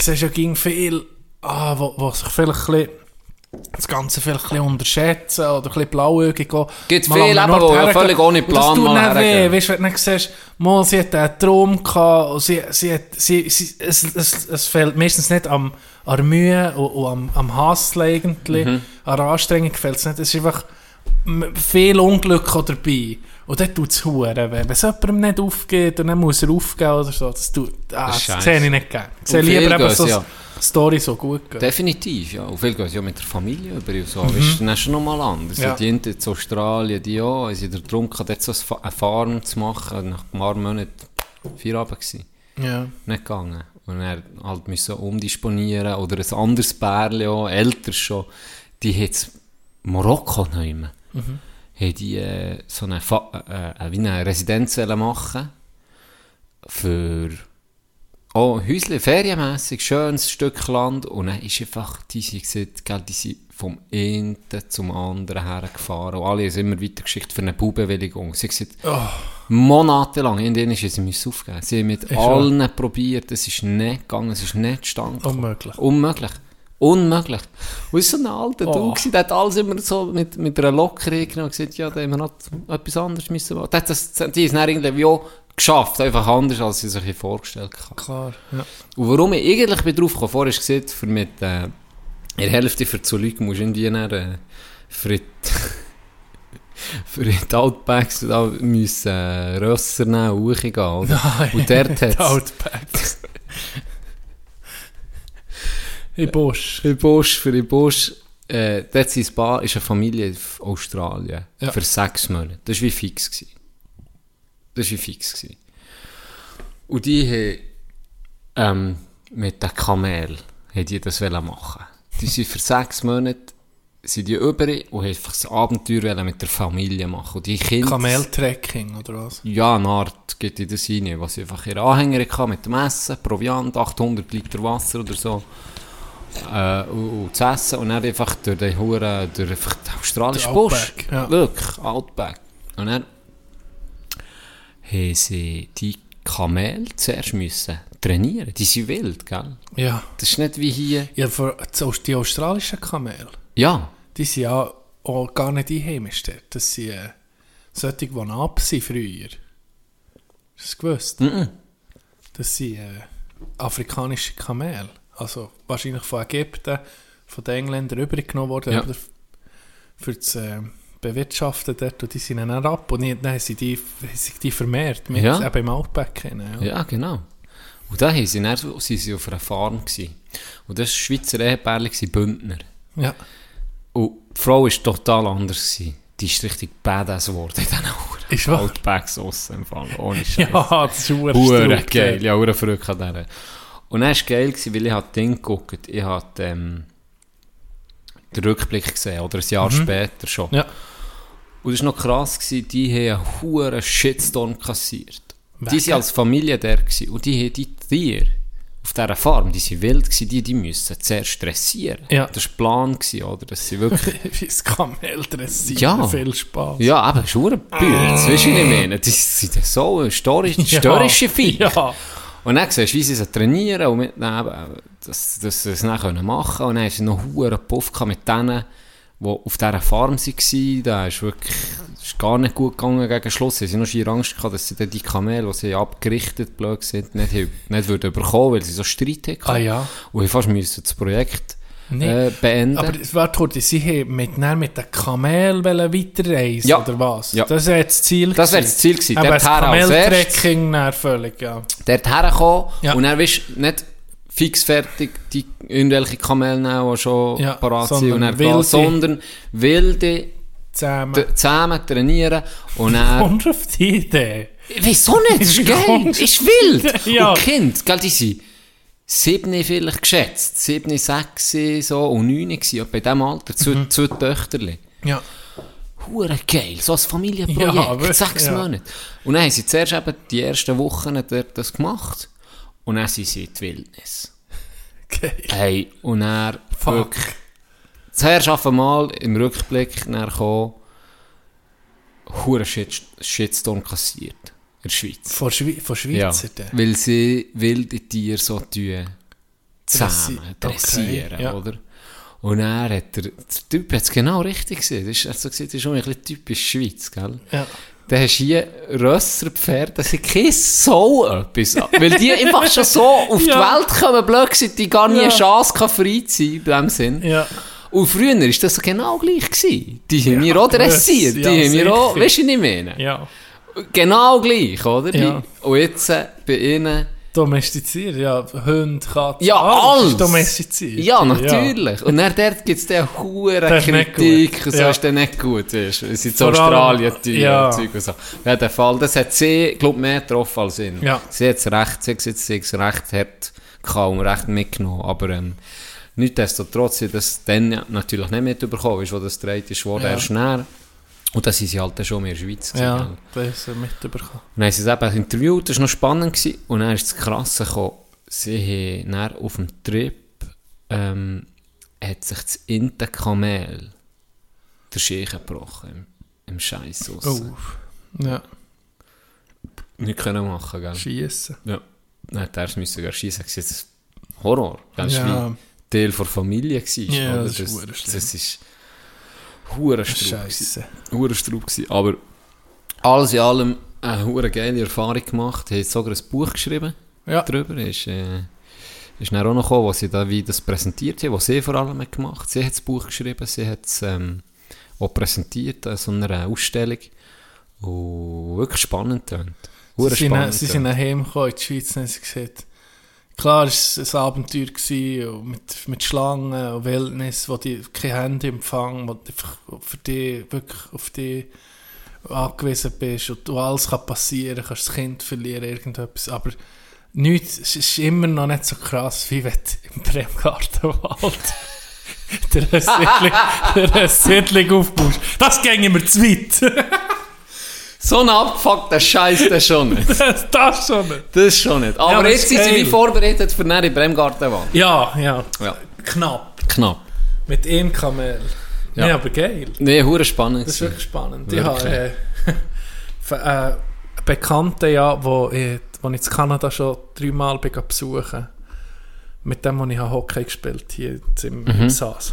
S6: siehst du ja gegen viel, ah, wo, wo sich vielleicht ein bisschen das Ganze vielleicht ein bisschen unterschätzen oder ein bisschen blauäugig gehen.
S5: Gibt's
S6: Mal
S5: viel
S6: an einen
S5: eben,
S6: Ort
S5: wo ja
S6: hergehen.
S5: völlig ohne
S6: Und
S5: Plan
S6: Das tut
S5: mal
S6: dann weh,
S5: hergehen.
S6: weißt du, wenn du dann siehst, mal, sie hat einen Traum gehabt, und sie, sie hat, sie, sie, es, es, es fehlt meistens nicht am, an der Mühe und, und am, am Hassel eigentlich,
S5: Mhm.
S6: an der Anstrengung fehlt es nicht, es ist einfach m- viel Unglück auch dabei. Und dann tut es Huren weh. Wenn es jemandem nicht aufgeht und dann muss er aufgeben oder so, das tut, ah,
S5: Das
S6: das,
S5: ist
S6: sehe
S5: scheisse.
S6: ich nicht gerne. Ich sehe
S5: Und viel
S6: lieber eben
S5: geht's,
S6: so
S5: ja.
S6: Story so gut gehen.
S5: Definitiv, ja. Und viel geht es ja mit der Familie über und so. Weißt du, dann ist es nochmal anders.
S6: Mhm. Ja.
S5: Die hinten in Australien, die ja, sie sind darum gehabt, dort so eine Fa- eine Farm zu machen, nach ein paar Monaten Feierabend gewesen.
S6: Ja.
S5: nicht gegangen. Und er halt müssen umdisponieren oder ein anderes Pärchen auch, älter schon, die hat jetzt Marokko genommen. Haben die äh, so eine, Fa äh, äh, wie eine Residenz wollen machen für oh, Häusle, ferienmässig, schönes Stück Land. Und dann ist einfach, die sind, gesagt, gell, die sind vom einen zum anderen hergefahren. Und alle sind immer weitergeschickt für eine Baubewilligung. Sie haben gesagt,
S6: Oh.
S5: Monatelang, in denen ist sie müssen aufgeben. Sie haben mit
S6: Ist wahr.
S5: allen probiert, es ist nicht gegangen, es ist nicht stand. gekommen.
S6: Unmöglich.
S5: Unmöglich. Unmöglich. Und es war so ein alter
S6: Oh.
S5: Du, gewesen, der hat alles immer so mit, mit einer Lockerung genommen und gesagt, ja, da haben wir noch etwas anderes müssen machen. Der hat das, die ist dann irgendwie auch geschafft, einfach anders, als sie sich vorgestellt haben.
S6: Klar. <laughs> Ja.
S5: Und warum ich eigentlich bin drauf gekommen vorher hast du gesehen, für mit äh, in der Hälfte für zu Leute musst du irgendwie dann, äh, für die <laughs> für die Outbacks da müssen äh, Rösser nehmen und hochgehen, oder? Und dort hat's
S6: <laughs> Outbacks. In Bosch.
S5: in Busch, für den Busch, äh, dort sein Spa ist eine Familie aus Australien.
S6: Ja.
S5: Für sechs Monate. Das war wie fix. Gewesen. Das war wie fix. Gewesen. Und die haben ähm, mit dem Kamel haben die das wollen machen. Die sind für sechs Monate sind die über und haben einfach das Abenteuer wollen mit der Familie machen. Und die Kinder...
S6: Kameltrekking oder was?
S5: Ja, eine Art geht in das rein, was ich einfach in Anhänger hatte mit dem Essen, Proviant, 800 Liter Wasser oder so. Äh, und, und zu essen und dann einfach durch den Huren, durch einfach den
S6: Der
S5: australischen Busch.
S6: Outback, ja.
S5: Wirklich, Outback. Und dann haben sie die Kamel zuerst müssen trainieren. Die sind wild, gell?
S6: Ja.
S5: Das ist nicht wie hier.
S6: ja für das Aus- die australischen Kamele,
S5: Ja,
S6: die sind ja auch gar nicht einheimisch dort. Das sind äh, solche, die ab sind früher. Hast du das gewusst?
S5: Mhm.
S6: Das sind äh, afrikanische Kamele. Also wahrscheinlich von Ägypten, von den Engländern übergenommen worden.
S5: Ja.
S6: aber Für das äh, Bewirtschaften dort. Und die sind dann ab. Und dann haben sie die, haben sich die vermehrt. Mit,
S5: Ja.
S6: Eben im Outback. kennen, Ja.
S5: Ja, genau. Und da waren sie, dann, so- sie sind auf einer Farm. Gewesen. Und das war Schweizer Ehepaar, gewesen, Bündner.
S6: ja.
S5: Und die Frau war total anders. Gewesen. Die ist richtig badass geworden in diesen Huren.
S6: Ist wahr.
S5: Outbacks im Fall. Ohne Scheiß.
S6: <laughs> Ja, das ist verdammt
S5: Hure
S6: strub,
S5: geil.
S6: ja.
S5: Ja, hure verrückt an dieser. Und dann war es geil, gewesen, weil ich hab Ding geguckt Ich habe ähm, den Rückblick gesehen, oder ein Jahr später schon.
S6: Mhm. Ja.
S5: Und es war noch krass, gewesen, die haben einen hohen Shitstorm kassiert. Die
S6: Wegen?
S5: waren als Familie da gewesen, und die haben die Tiere auf dieser Farm, die waren wild, gewesen, die, die müssen zuerst stressieren.
S6: Ja.
S5: Das war der Plan, gewesen, oder? Dass sie wirklich...
S6: Wie es Kamel dressieren.
S5: Ja.
S6: Viel Spaß.
S5: ja, aber es ist ein Bürz, weißt du, wie ich meine? Die sind so ein
S6: <laughs>
S5: storische,
S6: Ah. <laughs> Ja.
S5: storische Viecher.
S6: Ja.
S5: Und dann siehst du, wie sie es trainieren und mitnehmen, äh, dass, dass sie es dann können machen können. Und dann hast du noch einen Puff gehabt mit denen, die auf dieser Farm waren. Da ist wirklich ist gar nicht gut gegangen gegen Schluss. Sie haben noch schier Angst gehabt, dass sie dann die Kamel, die sie abgerichtet blöd sind, nicht, hab- nicht würden bekommen, weil sie so Streit hatten.
S6: Ah ja.
S5: Und ich fast müssen das Projekt
S6: Nee.
S5: äh, beenden.
S6: Aber warte kurz, sie haben mit, dann mit dem Kamel wollen weiterreisen
S5: Ja.
S6: oder was?
S5: Ja.
S6: Das wäre das Ziel
S5: Das wär das Ziel gewesen.
S6: Aber
S5: Der
S6: das
S5: Terra als erstes.
S6: Kameltrekking dann völlig, ja.
S5: dort hergekommen
S6: Ja.
S5: und dann bist du nicht fix fertig die irgendwelche Kamelle nehmen, die schon
S6: Ja,
S5: parat sind und
S6: sondern
S5: dann wilde.
S6: wilde.
S5: sondern wilde
S6: Zusammen.
S5: t- zusammen trainieren und dann...
S6: Kommst du auf die Idee?
S5: Wieso
S6: <laughs>
S5: nicht? Das ist geil, das ist wild.
S6: Ja.
S5: Und die Kinder, gell, die sind sieben vielleicht geschätzt, sieben, sechs so und neun gewesen, bei diesem Alter, zwei,
S6: Mhm.
S5: zwei Töchterchen.
S6: Ja.
S5: Hure geil, so ein Familienprojekt,
S6: Ja, wirklich,
S5: sechs
S6: ja.
S5: Monate. Und dann haben sie zuerst eben die ersten Wochen dort das gemacht und dann sind sie in die Wildnis.
S6: Geil.
S5: Hey, und er
S6: Fuck.
S5: zuerst auf einmal im Rückblick nachher hure Shit, Shitstorm kassiert in der Schweiz.
S6: Von, Schwe von
S5: Ja,
S6: Schweizer dann.
S5: weil sie wilde Tiere so tun,
S6: Dressi-
S5: zusammen
S6: okay,
S5: dressieren,
S6: ja.
S5: oder? Und er hat der, der Typ hat es genau richtig gesehen. Das ist, also gesehen, das ist schon ein bisschen typisch Schweiz, gell?
S6: Ja.
S5: Dann hast du hier Rösserpferde, das sind keine so etwas. Weil die einfach schon so auf
S6: Ja.
S5: die Welt kommen, blöd sind, die gar nie
S6: Ja.
S5: eine Chance gehabt, frei zu sein, in dem Sinn.
S6: Ja.
S5: Und früher war das genau gleich. Gewesen. Die haben wir auch
S6: das-
S5: dressiert, die
S6: ja,
S5: haben wir auch,
S6: sicher.
S5: weißt du, was ich meine?
S6: Ja.
S5: Genau gleich, oder? Die,
S6: Ja.
S5: Und jetzt äh, bei ihnen...
S6: Domestiziert, ja. Hunde, Katze.
S5: Ja, alles.
S6: Ah, ist Domestiziert.
S5: Ja, natürlich. Und dann dort gibt es dann hure
S6: Das ist nicht
S5: Kritik,
S6: gut.
S5: und so
S6: Ja.
S5: ist dann nicht gut. Weißt. du. Es sind so
S6: Vor allem-
S5: Australien-Tiere
S6: Ja.
S5: und Zeug und so. Ja, der Fall, das hat sie, glaube mehr getroffen als ihn.
S6: Ja.
S5: Sie hat es recht, sie hat gesagt, sie hat es recht hart gehabt und recht mitgenommen. Aber ähm, nichtsdestotrotz, sie hat das dann natürlich nicht mitbekommen, weißt, du, wo das dreht ist, wurde
S6: Ja.
S5: erst näher. Und das ist sie halt dann schon mehr in der Schweiz. gewesen, gell?
S6: Ja, das ist er mitbekommen.
S5: Und dann haben sie es eben interviewt, das war noch spannend. Gewesen. Und dann ist das Krasse gekommen, sie haben dann auf dem Trip ähm, hat sich das Inten-Kamel der Schäche gebrochen im, im Scheiß raus.
S6: Uff. Ja.
S5: Nicht können machen, gell?
S6: Schiessen.
S5: Ja. Dann hat er es müssen schießen. Das ist Horror. Gell? Das ist
S6: Ja.
S5: wie Teil der Familie warst.
S6: Ja,
S5: oder?
S6: das ist hure
S5: das,
S6: schlimm.
S5: das ist hure Strub. gewesen.
S6: Scheiße.
S5: Hure Strub gewesen. Aber alles in allem eine hure geile Erfahrung gemacht. Ich habe sogar ein Buch geschrieben
S6: Ja.
S5: darüber. Ist, äh, ist dann auch noch gekommen, wo sie da wie das präsentiert haben, was sie vor allem hat gemacht Sie hat das Buch geschrieben, sie hat es ähm, auch präsentiert an so einer Ausstellung. Und wirklich spannend tönt. Hure
S6: Sie sind,
S5: spannend.
S6: sie
S5: tönt.
S6: sind nach Hause gekommen, in die Schweiz, und haben sie gesagt, klar es war ein Abenteuer gewesen, und mit, mit Schlangen und Wildnis, wo die kein Handy empfangen, wo du einfach für die wirklich auf die angewiesen bist und, und alles kann passieren, kannst das Kind verlieren, irgendetwas, aber nichts, es ist immer noch nicht so krass, wie wenn du im Bremgartenwald <laughs> der eine Siedlung, der eine Siedlung aufbaust. Das ging immer zu weit. <laughs>
S5: So ein abgefuckter Scheiß, das schon nicht.
S6: das, das schon nicht.
S5: Das schon nicht. Aber,
S6: aber
S5: jetzt
S6: es
S5: sind sie
S6: geil.
S5: wie vorbereitet für näher im Bremgarten waren.
S6: Ja, ja,
S5: Ja.
S6: knapp.
S5: Knapp.
S6: Mit einem Kamel.
S5: Ja.
S6: Ja, aber geil.
S5: Nee, hure spannend.
S6: Das ist
S5: gewesen.
S6: wirklich spannend.
S5: Wirklich.
S6: Ich habe äh, Ver- äh, Bekannte, ja, wo ich, wo ich in Kanada schon dreimal bin gegangen besuchen mit dem, wo ich Hockey gespielt habe, hier im, im Saas.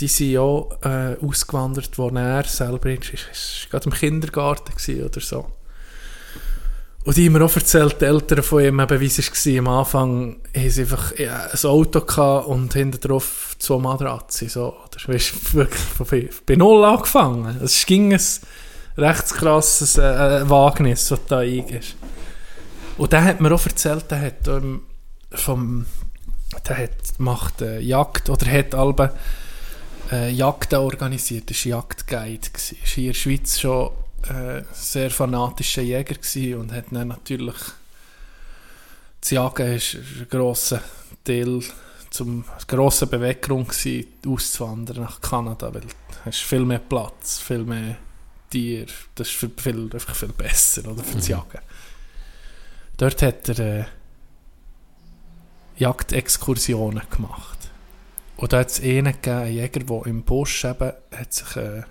S6: Die sind ja äh, ausgewandert, wo er selber ist, ist, ist gerade im Kindergarten gewesen oder so. Und die haben mir auch erzählt, die Eltern von ihm, eben, wie es war, am Anfang haben sie einfach ja, ein Auto gehabt und hinten drauf zwei Matratze. So. Oder, weißt, wirklich von, von, bei Null angefangen. Es ging ein recht krasses äh, äh, Wagnis, das da eingehst. Und der hat mir auch erzählt, der hat ähm, vom, der hat, macht äh, Jagd oder hat albe äh, Jagden organisiert, ist Jagdguide gsi. Ist hier in der Schweiz schon äh, sehr fanatischer Jäger gsi und hat dann natürlich das Jagen ist ein grosser Teil zum grosser Beweggrund gsi, auszuwandern nach Kanada, weil du hast viel mehr Platz, viel mehr Tier, das ist viel, viel, einfach viel besser oder für das Jagen. Dort hat er äh, Jagdexkursionen gemacht. Und da hat es einen gegeben, einen Jäger, der im Busch eben, hat sich, äh,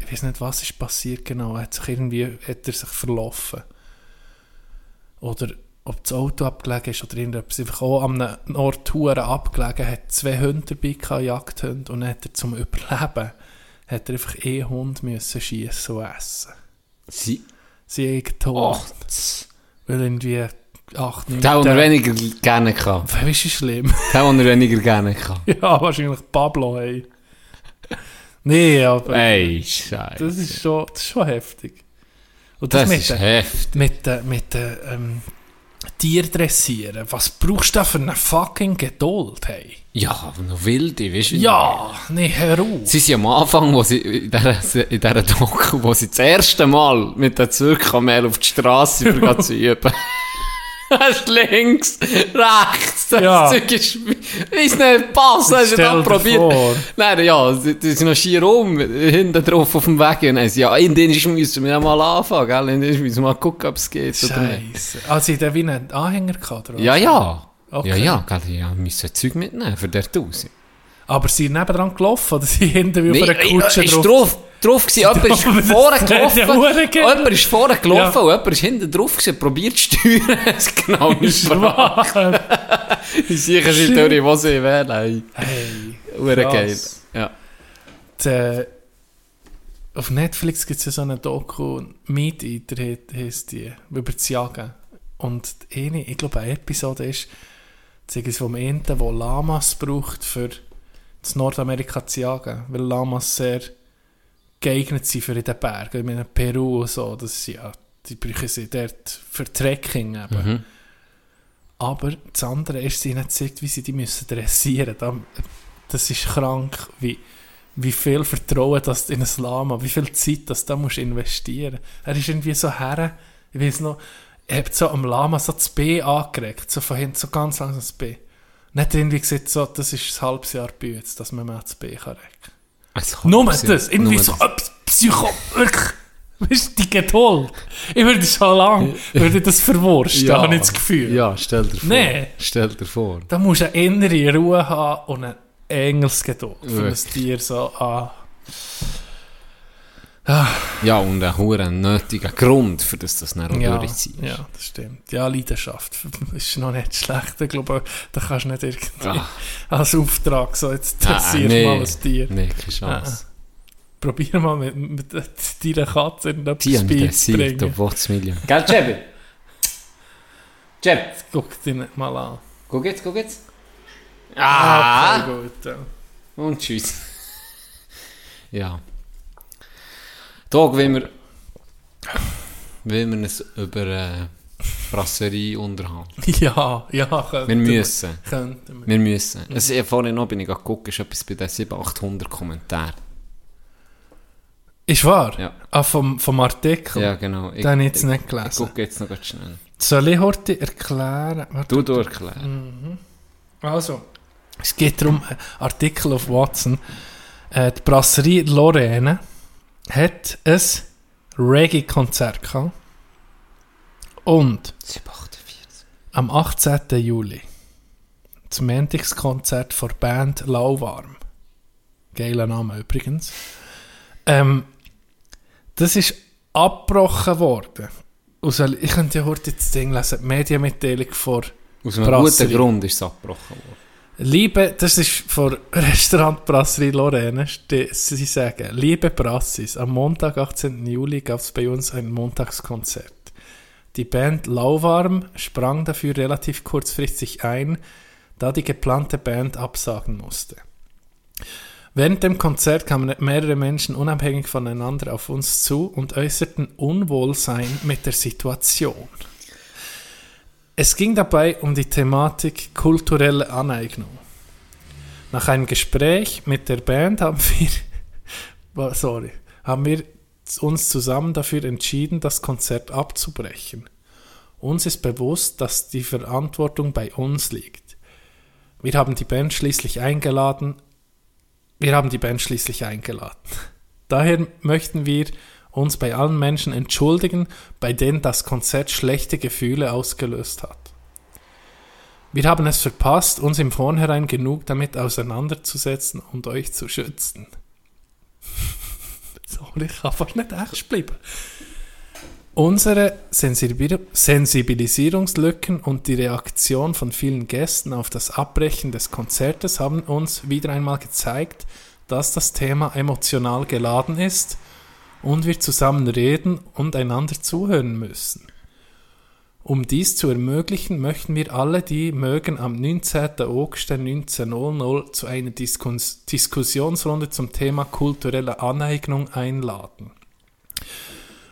S6: ich weiß nicht, was ist passiert genau, hat sich irgendwie, hat er sich verlaufen. Oder ob das Auto abgelegen ist oder irgendetwas. Einfach auch an einem Ort Huren abgelegen, hat zwei Hunde dabei gehabt, Jagdhunde, und dann hat er zum Überleben, hat er einfach einen Hund müssen schiessen und essen.
S5: Sie,
S6: Sie eigenen Hund.
S5: oh,
S6: Weil irgendwie acht, neun...
S5: der, den er
S6: Tage-
S5: weniger gerne kann.
S6: Weißt du, <laughs> ist schlimm.
S5: Der, den er weniger gerne kann.
S6: <laughs> ja, wahrscheinlich Pablo, hey. nee, aber...
S5: Ey, Scheiße.
S6: Das ist schon, das ist schon heftig. Und das,
S5: das
S6: mit,
S5: ist
S6: den,
S5: heftig.
S6: mit, den, mit den ähm, Tierdressieren. Was brauchst du da für eine fucking Geduld, hey?
S5: Ja, aber noch wilde, weißt du?
S6: Ja, nee, hör auf.
S5: Sie sind am Anfang, wo sie, in dieser, in dieser Doku, wo sie das erste Mal mit dem Zürkamel auf
S6: <laughs>
S5: die Straße übergehen zu üben. Hast links, rechts, das
S6: Ja.
S5: Zeug ist, ist nicht passt, hast du
S6: Stell dir
S5: das probiert.
S6: vor.
S5: Nein, ja, die, die sind noch schier rum, hinten drauf auf dem Weg. Und dann, ja, in den müssen wir ja mal anfangen, gell? In den müssen wir mal gucken, ob es geht oder nicht.
S6: Scheiße. Also, ich hatte wie einen Anhänger gehabt, oder? was?
S5: Ja, ja.
S6: Okay.
S5: Ja, ja, gell, ja, wir müssen Zeug mitnehmen für der Tausend.
S6: Aber sie sind nebendran gelaufen oder sie <laughs> sind hinten wie
S5: Nee, äh,
S6: auf einer Kutsche
S5: ist
S6: <laughs>
S5: drauf. drauf gewesen, jemand ist
S6: drauf, das
S5: vorne
S6: hat ja
S5: gelaufen,
S6: verdammt geil.
S5: jemand ist vorne gelaufen
S6: Ja.
S5: und jemand ist hinten drauf gewesen, probiert zu steuern, <laughs>
S6: <laughs>
S5: es genau nicht gebracht. Ich sicher sind durch, was ich wähle. ey.
S6: Hey.
S5: Hure
S6: krass.
S5: geil. Ja.
S6: Die, äh, auf Netflix gibt es ja so eine Doku, Meat Eater he- heisst die, über das Jagen. Und die eine, ich glaube, eine Episode ist, zeige es vom um einen, der Lamas braucht, für das Nordamerika zu jagen. Weil Lamas sehr geeignet sind für in den Bergen. Ich meine, Peru und so, das ist ja, die brauchen sie dort für Trekking eben. Aber das andere ist, sie haben gezeigt, wie sie die müssen dressieren müssen. Das ist krank, wie, wie viel Vertrauen das in ein Lama, wie viel Zeit das da musst investieren. Er ist irgendwie so her, ich weiß noch, er hat so am Lama so das B angeregt, so von hinten, so ganz langsam das B. Nicht irgendwie gesagt, so, das ist ein halbes Jahr bei uns, dass man mal das B kann regen.
S5: Also,
S6: Nur
S5: absolut.
S6: das, irgendwie
S5: Nur
S6: so
S5: das.
S6: etwas Psycho, wirklich. Weißt du, die Geduld. Ich würde schon lange, würde ich das verwursten, habe ich das Gefühl.
S5: Ja, stell dir vor.
S6: Nee.
S5: Stell dir vor.
S6: Da musst du eine innere Ruhe haben um und eine Engelsgeduld für ein
S5: Wirklich.
S6: Tier so an.
S5: Ja, und ein huren nötiger Grund, für das das dann auch
S6: Ja,
S5: durchzieht.
S6: ja, das stimmt. Ja, Leidenschaft <laughs> ist noch nicht schlecht. Ich glaube, da kannst du nicht irgendwie
S5: Ah.
S6: als Auftrag so, jetzt
S5: Ah,
S6: dressier
S5: nee.
S6: mal ein Tier.
S5: Nee, keine
S6: Ah,
S5: Chance.
S6: Probier mal mit, mit deiner Katze
S5: Die haben mich
S6: irgendetwas
S5: dressiert,
S6: beizubringen.
S5: du wolltest Million.
S7: Gell, Jeb? Jeb,
S6: Guck dir nicht mal an.
S7: guck jetzt, guck jetzt.
S6: Ah, okay, gut. ja. <laughs>
S7: Und tschüss.
S5: <laughs> Ja. Da wollen wir, wollen wir uns über äh, Brasserie unterhalten.
S6: Ja, ja, könnten
S5: Wir müssen.
S6: Könnten wir.
S5: Wir müssen. Also, ich, vorhin noch bin ich geguckt, ist etwas bei den 700, 800 Kommentaren.
S6: Ist wahr?
S5: Ja.
S6: Ah, vom, vom Artikel?
S5: Ja, genau. Ich,
S6: Den habe ich jetzt nicht
S5: ich
S6: gelesen.
S5: gucke jetzt noch ganz schnell.
S6: Soll ich heute erklären? Warte.
S5: Du
S6: Mhm.
S5: durchklären.
S6: Also, es geht darum, äh, Artikel auf Watson. Äh, die Brasserie Lorraine hat ein Reggae-Konzert gehabt. Und
S5: 748.
S6: am 18. Juli das Montagskonzert von der Band Lauwarm. Geiler Name übrigens. Ähm, das ist abgebrochen worden. Also, ich könnte ja heute das Ding lesen, die Medienmitteilung von
S5: Aus einem
S6: Brasserie.
S5: guten Grund ist es abgebrochen worden.
S6: Liebe, das ist <laughs> von Restaurant Brasserie Lorraine. Die- Sie sagen, liebe Brassis, am Montag, 18. Juli, gab es bei uns ein Montagskonzert. Die Band Lauwarm sprang dafür relativ kurzfristig ein, da die geplante Band absagen musste. Während dem Konzert kamen mehrere Menschen unabhängig voneinander auf uns zu und äußerten Unwohlsein mit der Situation. Es ging dabei um die Thematik kulturelle Aneignung. Nach einem Gespräch mit der Band haben wir, <laughs> wa- sorry, haben wir z- uns zusammen dafür entschieden, das Konzert abzubrechen. Uns ist bewusst, dass die Verantwortung bei uns liegt. Wir haben die Band schließlich eingeladen. Wir haben die Band schließlich eingeladen. Daher möchten wir uns bei allen Menschen entschuldigen, bei denen das Konzert schlechte Gefühle ausgelöst hat. Wir haben es verpasst, uns im Vornherein genug damit auseinanderzusetzen und euch zu schützen. <laughs> Sorry, ich kann fast nicht echt bleiben. Unsere Sensibil- Sensibilisierungslücken und die Reaktion von vielen Gästen auf das Abbrechen des Konzertes haben uns wieder einmal gezeigt, dass das Thema emotional geladen ist und wir zusammen reden und einander zuhören müssen. Um dies zu ermöglichen, möchten wir alle, die mögen, am 19. August 1900 zu einer Diskus Diskussionsrunde zum Thema kulturelle Aneignung einladen.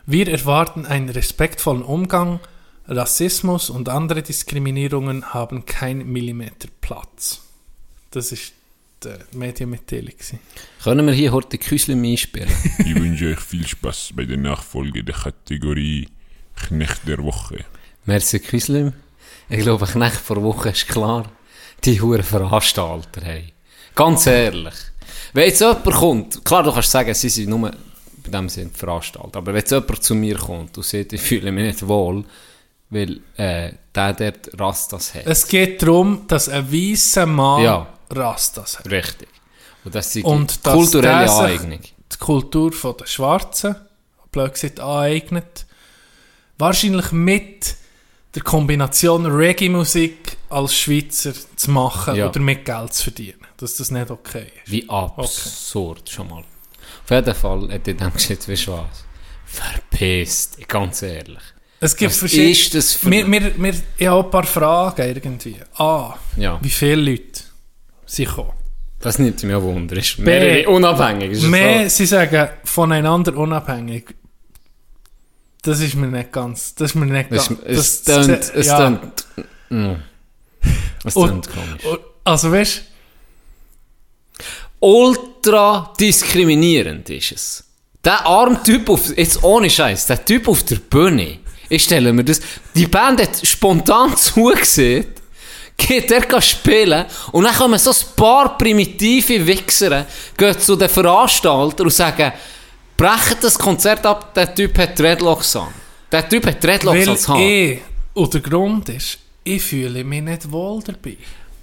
S6: Wir erwarten einen respektvollen Umgang. Rassismus und andere Diskriminierungen haben keinen Millimeter Platz. Das ist die Medienmitteilung. gewesen.
S5: Können wir hier heute Küsli einspielen?
S8: Ich wünsche euch viel Spaß bei der Nachfolge der Kategorie Knecht der Woche.
S5: Merci Küsli. Ich glaube, Knecht vor Woche ist klar, die huren Veranstalter hey. Ganz ehrlich. Wenn jetzt jemand kommt, klar, du kannst sagen, sie sind nur bei dem sind Veranstalter, aber wenn jetzt jemand zu mir kommt und sagt, ich fühle mich nicht wohl, weil äh, der dort Rastas hat.
S6: Es geht darum, dass ein weißer Mann
S5: Ja.
S6: Rastas hat.
S5: Richtig. Und das ist
S6: Und dass
S5: kulturelle
S6: der sich
S5: Aneignung.
S6: die Kultur der Schwarzen, blöd gesagt, aneignet. Wahrscheinlich mit der Kombination Reggae-Musik als Schweizer zu machen
S5: Ja.
S6: oder mit Geld zu verdienen. Dass das nicht okay ist.
S5: Wie absurd schon mal. Auf jeden Fall hat er dann gesagt, weißt du was? Verpisst, dich, ganz ehrlich.
S6: Es gibt
S5: Was
S6: verschiedene...
S5: ist das für-
S6: Wir, wir, wir, ich habe ein paar Fragen irgendwie. A.
S5: Ja.
S6: Wie viele Leute sind gekommen?
S5: Das nimmt mich auch Wunder. Ist mehrere unabhängig. Ist es
S6: Mehr,
S5: so?
S6: sie sagen, voneinander unabhängig. Das ist mir nicht ganz... Das ist mir nicht
S5: Es,
S6: ganz...
S5: es
S6: das-
S5: tönt, es
S6: ja.
S5: tönt, mm. es
S6: Und-
S5: tönt komisch.
S6: Also weißt
S5: Ultra diskriminierend ist es. Der arme Typ auf, jetzt ohne Scheiß, der Typ auf der Bühne, ich stelle mir das, die Band hat spontan <laughs> zugesehen, geht er kann spielen und dann kommen so ein paar primitive Wichser, gehen zu den Veranstaltern und sagen, brechen das Konzert ab, der Typ hat Dreadlocks an. Der Typ hat Dreadlocks als Haar.
S6: Weil eh ich, und der Grund ist, ich fühle mich nicht wohl dabei.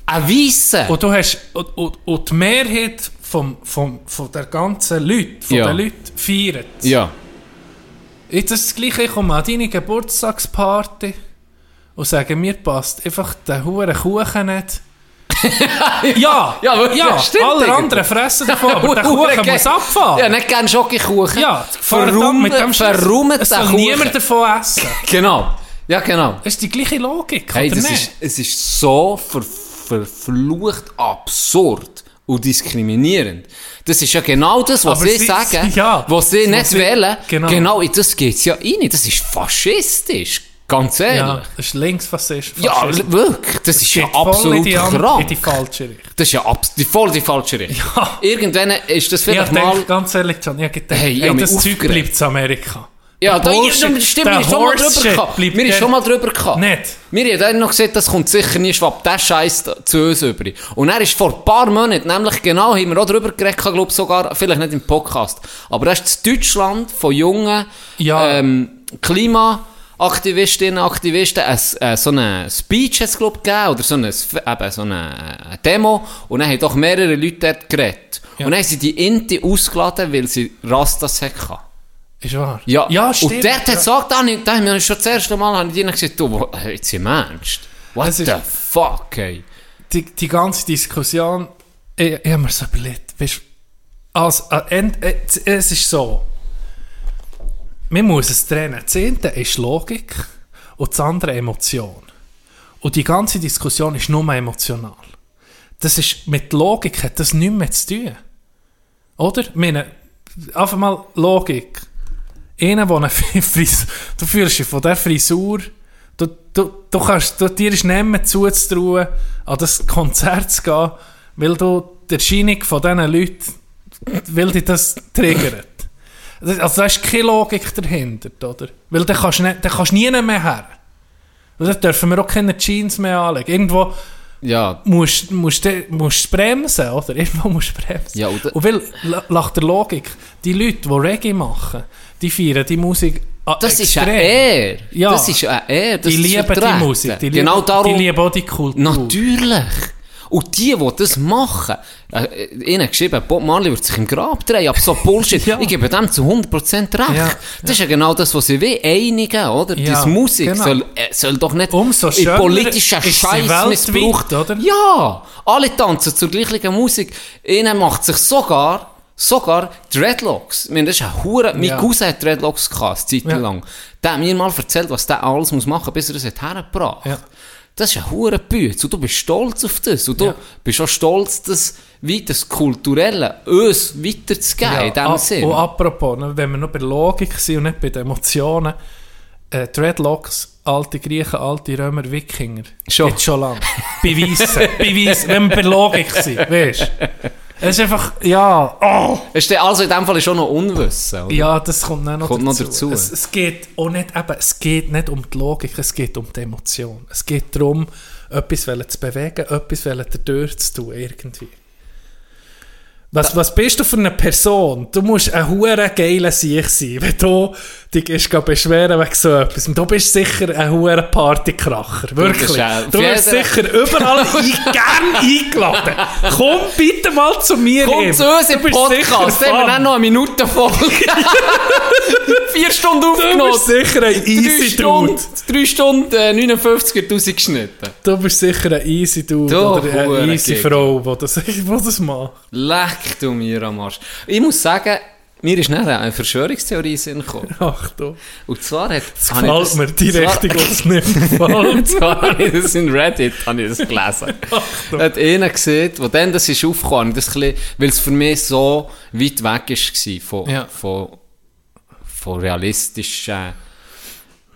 S5: Ein Weisser?
S6: Und du hast, und, und, und die Mehrheit vom, vom, von der ganzen Leute, von
S5: Ja.
S6: den Leuten feiert.
S5: Ja.
S6: Jetzt ist das Gleiche, ich komme an deine Geburtstagsparty und sage, mir passt einfach der hure Kuchen nicht. <laughs> ja,
S5: Ja, aber- ja, stimmt
S6: alle
S5: eigentlich.
S6: anderen fressen
S5: <laughs>
S6: davon, aber der Kuchen
S5: Hure
S6: muss
S5: geil.
S6: abfahren.
S5: Ja, nicht gerne Schokokuchen.
S6: Ja,
S5: verrummt, verrummt
S6: Es soll niemand davon essen.
S5: Genau. Ja, genau.
S6: Das ist die gleiche Logik,
S5: Hey,
S6: oder
S5: das
S6: nicht?
S5: ist, es ist so ver, verflucht absurd und diskriminierend. Das ist ja genau dus das, was
S6: Aber
S5: sie,
S6: sie-
S5: sagen,
S6: sie- <laughs> ja.
S5: was sie
S6: Was
S5: nicht
S6: sie-
S5: wollen.
S6: genau.
S5: genau in das geht es ja rein. Das ist faschistisch. Ganz
S6: ja,
S5: ehrlich.
S6: das ist linksfassist.
S5: Ja,
S6: Faschist.
S5: wirklich. Das ist ja
S6: Geht voll in
S5: absolut
S6: die, an- in die
S5: krank.
S6: falsche Richtung.
S5: Das ist ja abs- die, voll die falsche Richtung.
S6: Ja.
S5: Irgendwann dus ist das
S6: Ich
S5: vielleicht
S6: denke,
S5: mal...
S6: ganz ehrlich, John, ich denke,
S5: Hey,
S6: hey,
S5: ich hab mich
S6: das Zeug
S5: aufgeregt.
S6: bleibt in Amerika.
S5: Ja,
S6: Der
S5: da
S6: Bullshit,
S5: Bullshit, stimmt,
S6: der
S5: wir haben schon mal drüber
S6: Horseshit
S5: gehabt.
S6: bleibt
S5: Wir haben
S6: der-
S5: schon mal drüber gehabt.
S6: Nicht.
S5: Wir haben dann noch gesagt, das kommt sicher nie Schwab, der Scheiß zu uns über. Und er ist vor ein paar Monaten, nämlich genau, haben wir auch drüber geredet, glaube ich sogar, vielleicht nicht im Podcast, aber er ist in Deutschland von jungen
S6: Ja.
S5: ähm, Klimaaktivistinnen und Aktivisten ein, äh, so eine Speech hat's, glaub ich, gegeben, oder so eine, eben, so eine äh, Demo. Und dann haben doch mehrere Leute dort geredet. Und dann haben sie die Inti ausgeladen, weil sie Rastas hatten.
S6: Ist wahr?
S5: Ja,
S6: ja stimmt.
S5: Und der hat
S6: ja.
S5: gesagt, da ich, da hab ich schon das erste Mal habe ich ihnen gesagt, du, wo- hey, jetzt im Ernst? What
S6: Es
S5: the
S6: ist-
S5: fuck, ey?
S6: die, die ganze Diskussion, ich, ich habe mir so überlegt, weißt, du, als, äh, end, äh, z- es ist so, man muss es trennen. Das eine ist Logik und das andere Emotion. Und die ganze Diskussion ist nur emotional. Das ist, mit Logik hat das nichts mehr zu tun. Oder? Ich meine, einfach mal Logik. Einer, der eine <laughs> Frisur... Du fühlst dich von dieser Frisur... Du, du, du kannst... Du, dir ist nicht mehr zuzutrauen, an das Konzert zu gehen, weil du die Erscheinung von diesen Leuten... Weil dich das triggert. Das- Also da ist keine Logik dahinter, oder? Weil dann kannst du nicht- dann kannst du nie mehr her. Und dann dürfen wir auch keine Jeans mehr anlegen. Irgendwo
S5: Ja,
S6: musst, musst, du- musst du bremsen, oder? <laughs> Irgendwo musst du bremsen.
S5: Ja, und da-
S6: und weil, la- nach der Logik, die Leute, die Reggae machen, die feiern die Musik a-
S5: das ist
S6: extrem.
S5: eine Ehre.
S6: Ja.
S5: Das ist eine Ehre. Das
S6: Die
S5: zu
S6: lieben die
S5: vertreten.
S6: Musik. Die
S5: genau
S6: lieben,
S5: darum.
S6: Die lieben auch die Kultur.
S5: Natürlich. Und die, die das machen, äh, ihnen geschrieben, Bob Marley wird sich im Grab drehen,
S6: <laughs>
S5: aber so Bullshit,
S6: Ja.
S5: ich gebe dem zu 100% recht.
S6: Ja,
S5: Das ist ja genau das, was sie will, einigen, oder?
S6: Ja,
S5: Diese Musik
S6: genau.
S5: soll, äh, soll doch nicht
S6: Umso
S5: in
S6: schöner
S5: politischen
S6: ist sie
S5: Scheiß
S6: weltweit,
S5: missbraucht.
S6: oder?
S5: Ja, alle tanzen zur gleichen Musik. Ihnen macht sich sogar, sogar Dreadlocks. Ich meine, das ist ein Hure, mein
S6: Ja.
S5: Cousin hat Dreadlocks gehabt, eine Zeit
S6: Ja.
S5: lang. Der hat mir mal erzählt, was der alles muss machen muss, bis er es hat hergebracht
S6: Ja.
S5: das ist ein hoher Bütz und du bist stolz auf das und du
S6: Ja.
S5: bist auch stolz, das, wie das Kulturelle uns weiterzugeben in
S6: a-
S5: dem Sinne.
S6: Und apropos, ne, wenn wir noch bei Logik sind und nicht bei den Emotionen, äh, Dreadlocks, alte Griechen, alte Römer, Wikinger.
S5: Schon.
S6: Jetzt schon lange. Beweisen, beweisen, wenn wir bei Logik sind, weißt du? Es ist einfach, ja, oh,
S5: Es ist dann also in dem Fall schon noch Unwissen. Oder?
S6: Ja, das kommt dann noch
S5: Kommt noch
S6: dazu.
S5: dazu.
S6: Es, es, geht auch nicht, eben, es geht nicht um die Logik, es geht um die Emotion. Es geht darum, etwas wollen zu bewegen, etwas wollen dadurch zu tun, irgendwie. Was, was bist du für eine Person? Du musst ein hure geiler Sieg sein, wenn du dich gehst gehen beschweren wegen so etwas. Und du bist sicher ein hure Partykracher, wirklich.
S5: bist ein
S6: Du wirst
S5: Federer.
S6: sicher
S5: <laughs>
S6: überall ein, gern eingeladen. Komm bitte mal zu mir.
S5: Kommt
S6: Im.
S5: zu uns
S6: Du
S5: im
S6: bist
S5: Podcast,
S6: sicher
S5: da haben wir
S6: Fun.
S5: dann noch eine
S6: <laughs>
S5: Minute Folge. Vier Stunden
S6: Du bist
S5: aufgenommen.
S6: sicher ein
S5: Drei
S6: easy Dude.
S5: Stunden, drei Stunden äh, 59'000 geschnitten.
S6: Du bist sicher ein easy Dude
S5: Du
S6: oder eine
S5: Hure
S6: eh, easy
S5: Gegner.
S6: Frau, die das, <laughs> die das macht.
S5: Leck du mir am Arsch. Ich muss sagen, mir ist nachher eine Verschwörungstheorie in den Sinn gekommen.
S6: Ach du.
S5: Und zwar hat...
S6: Das
S5: habe ich
S6: gefällt mir, die
S5: zwar-
S6: Richtung, die es nicht gefällt.
S5: <laughs> Und zwar habe ich das in Reddit habe ich
S6: <laughs>
S5: das gelesen. Da hat einer gesehen, wo dann das ist aufgekommen, das bisschen, weil es für mich so weit weg war von,
S6: Ja.
S5: von, von realistischen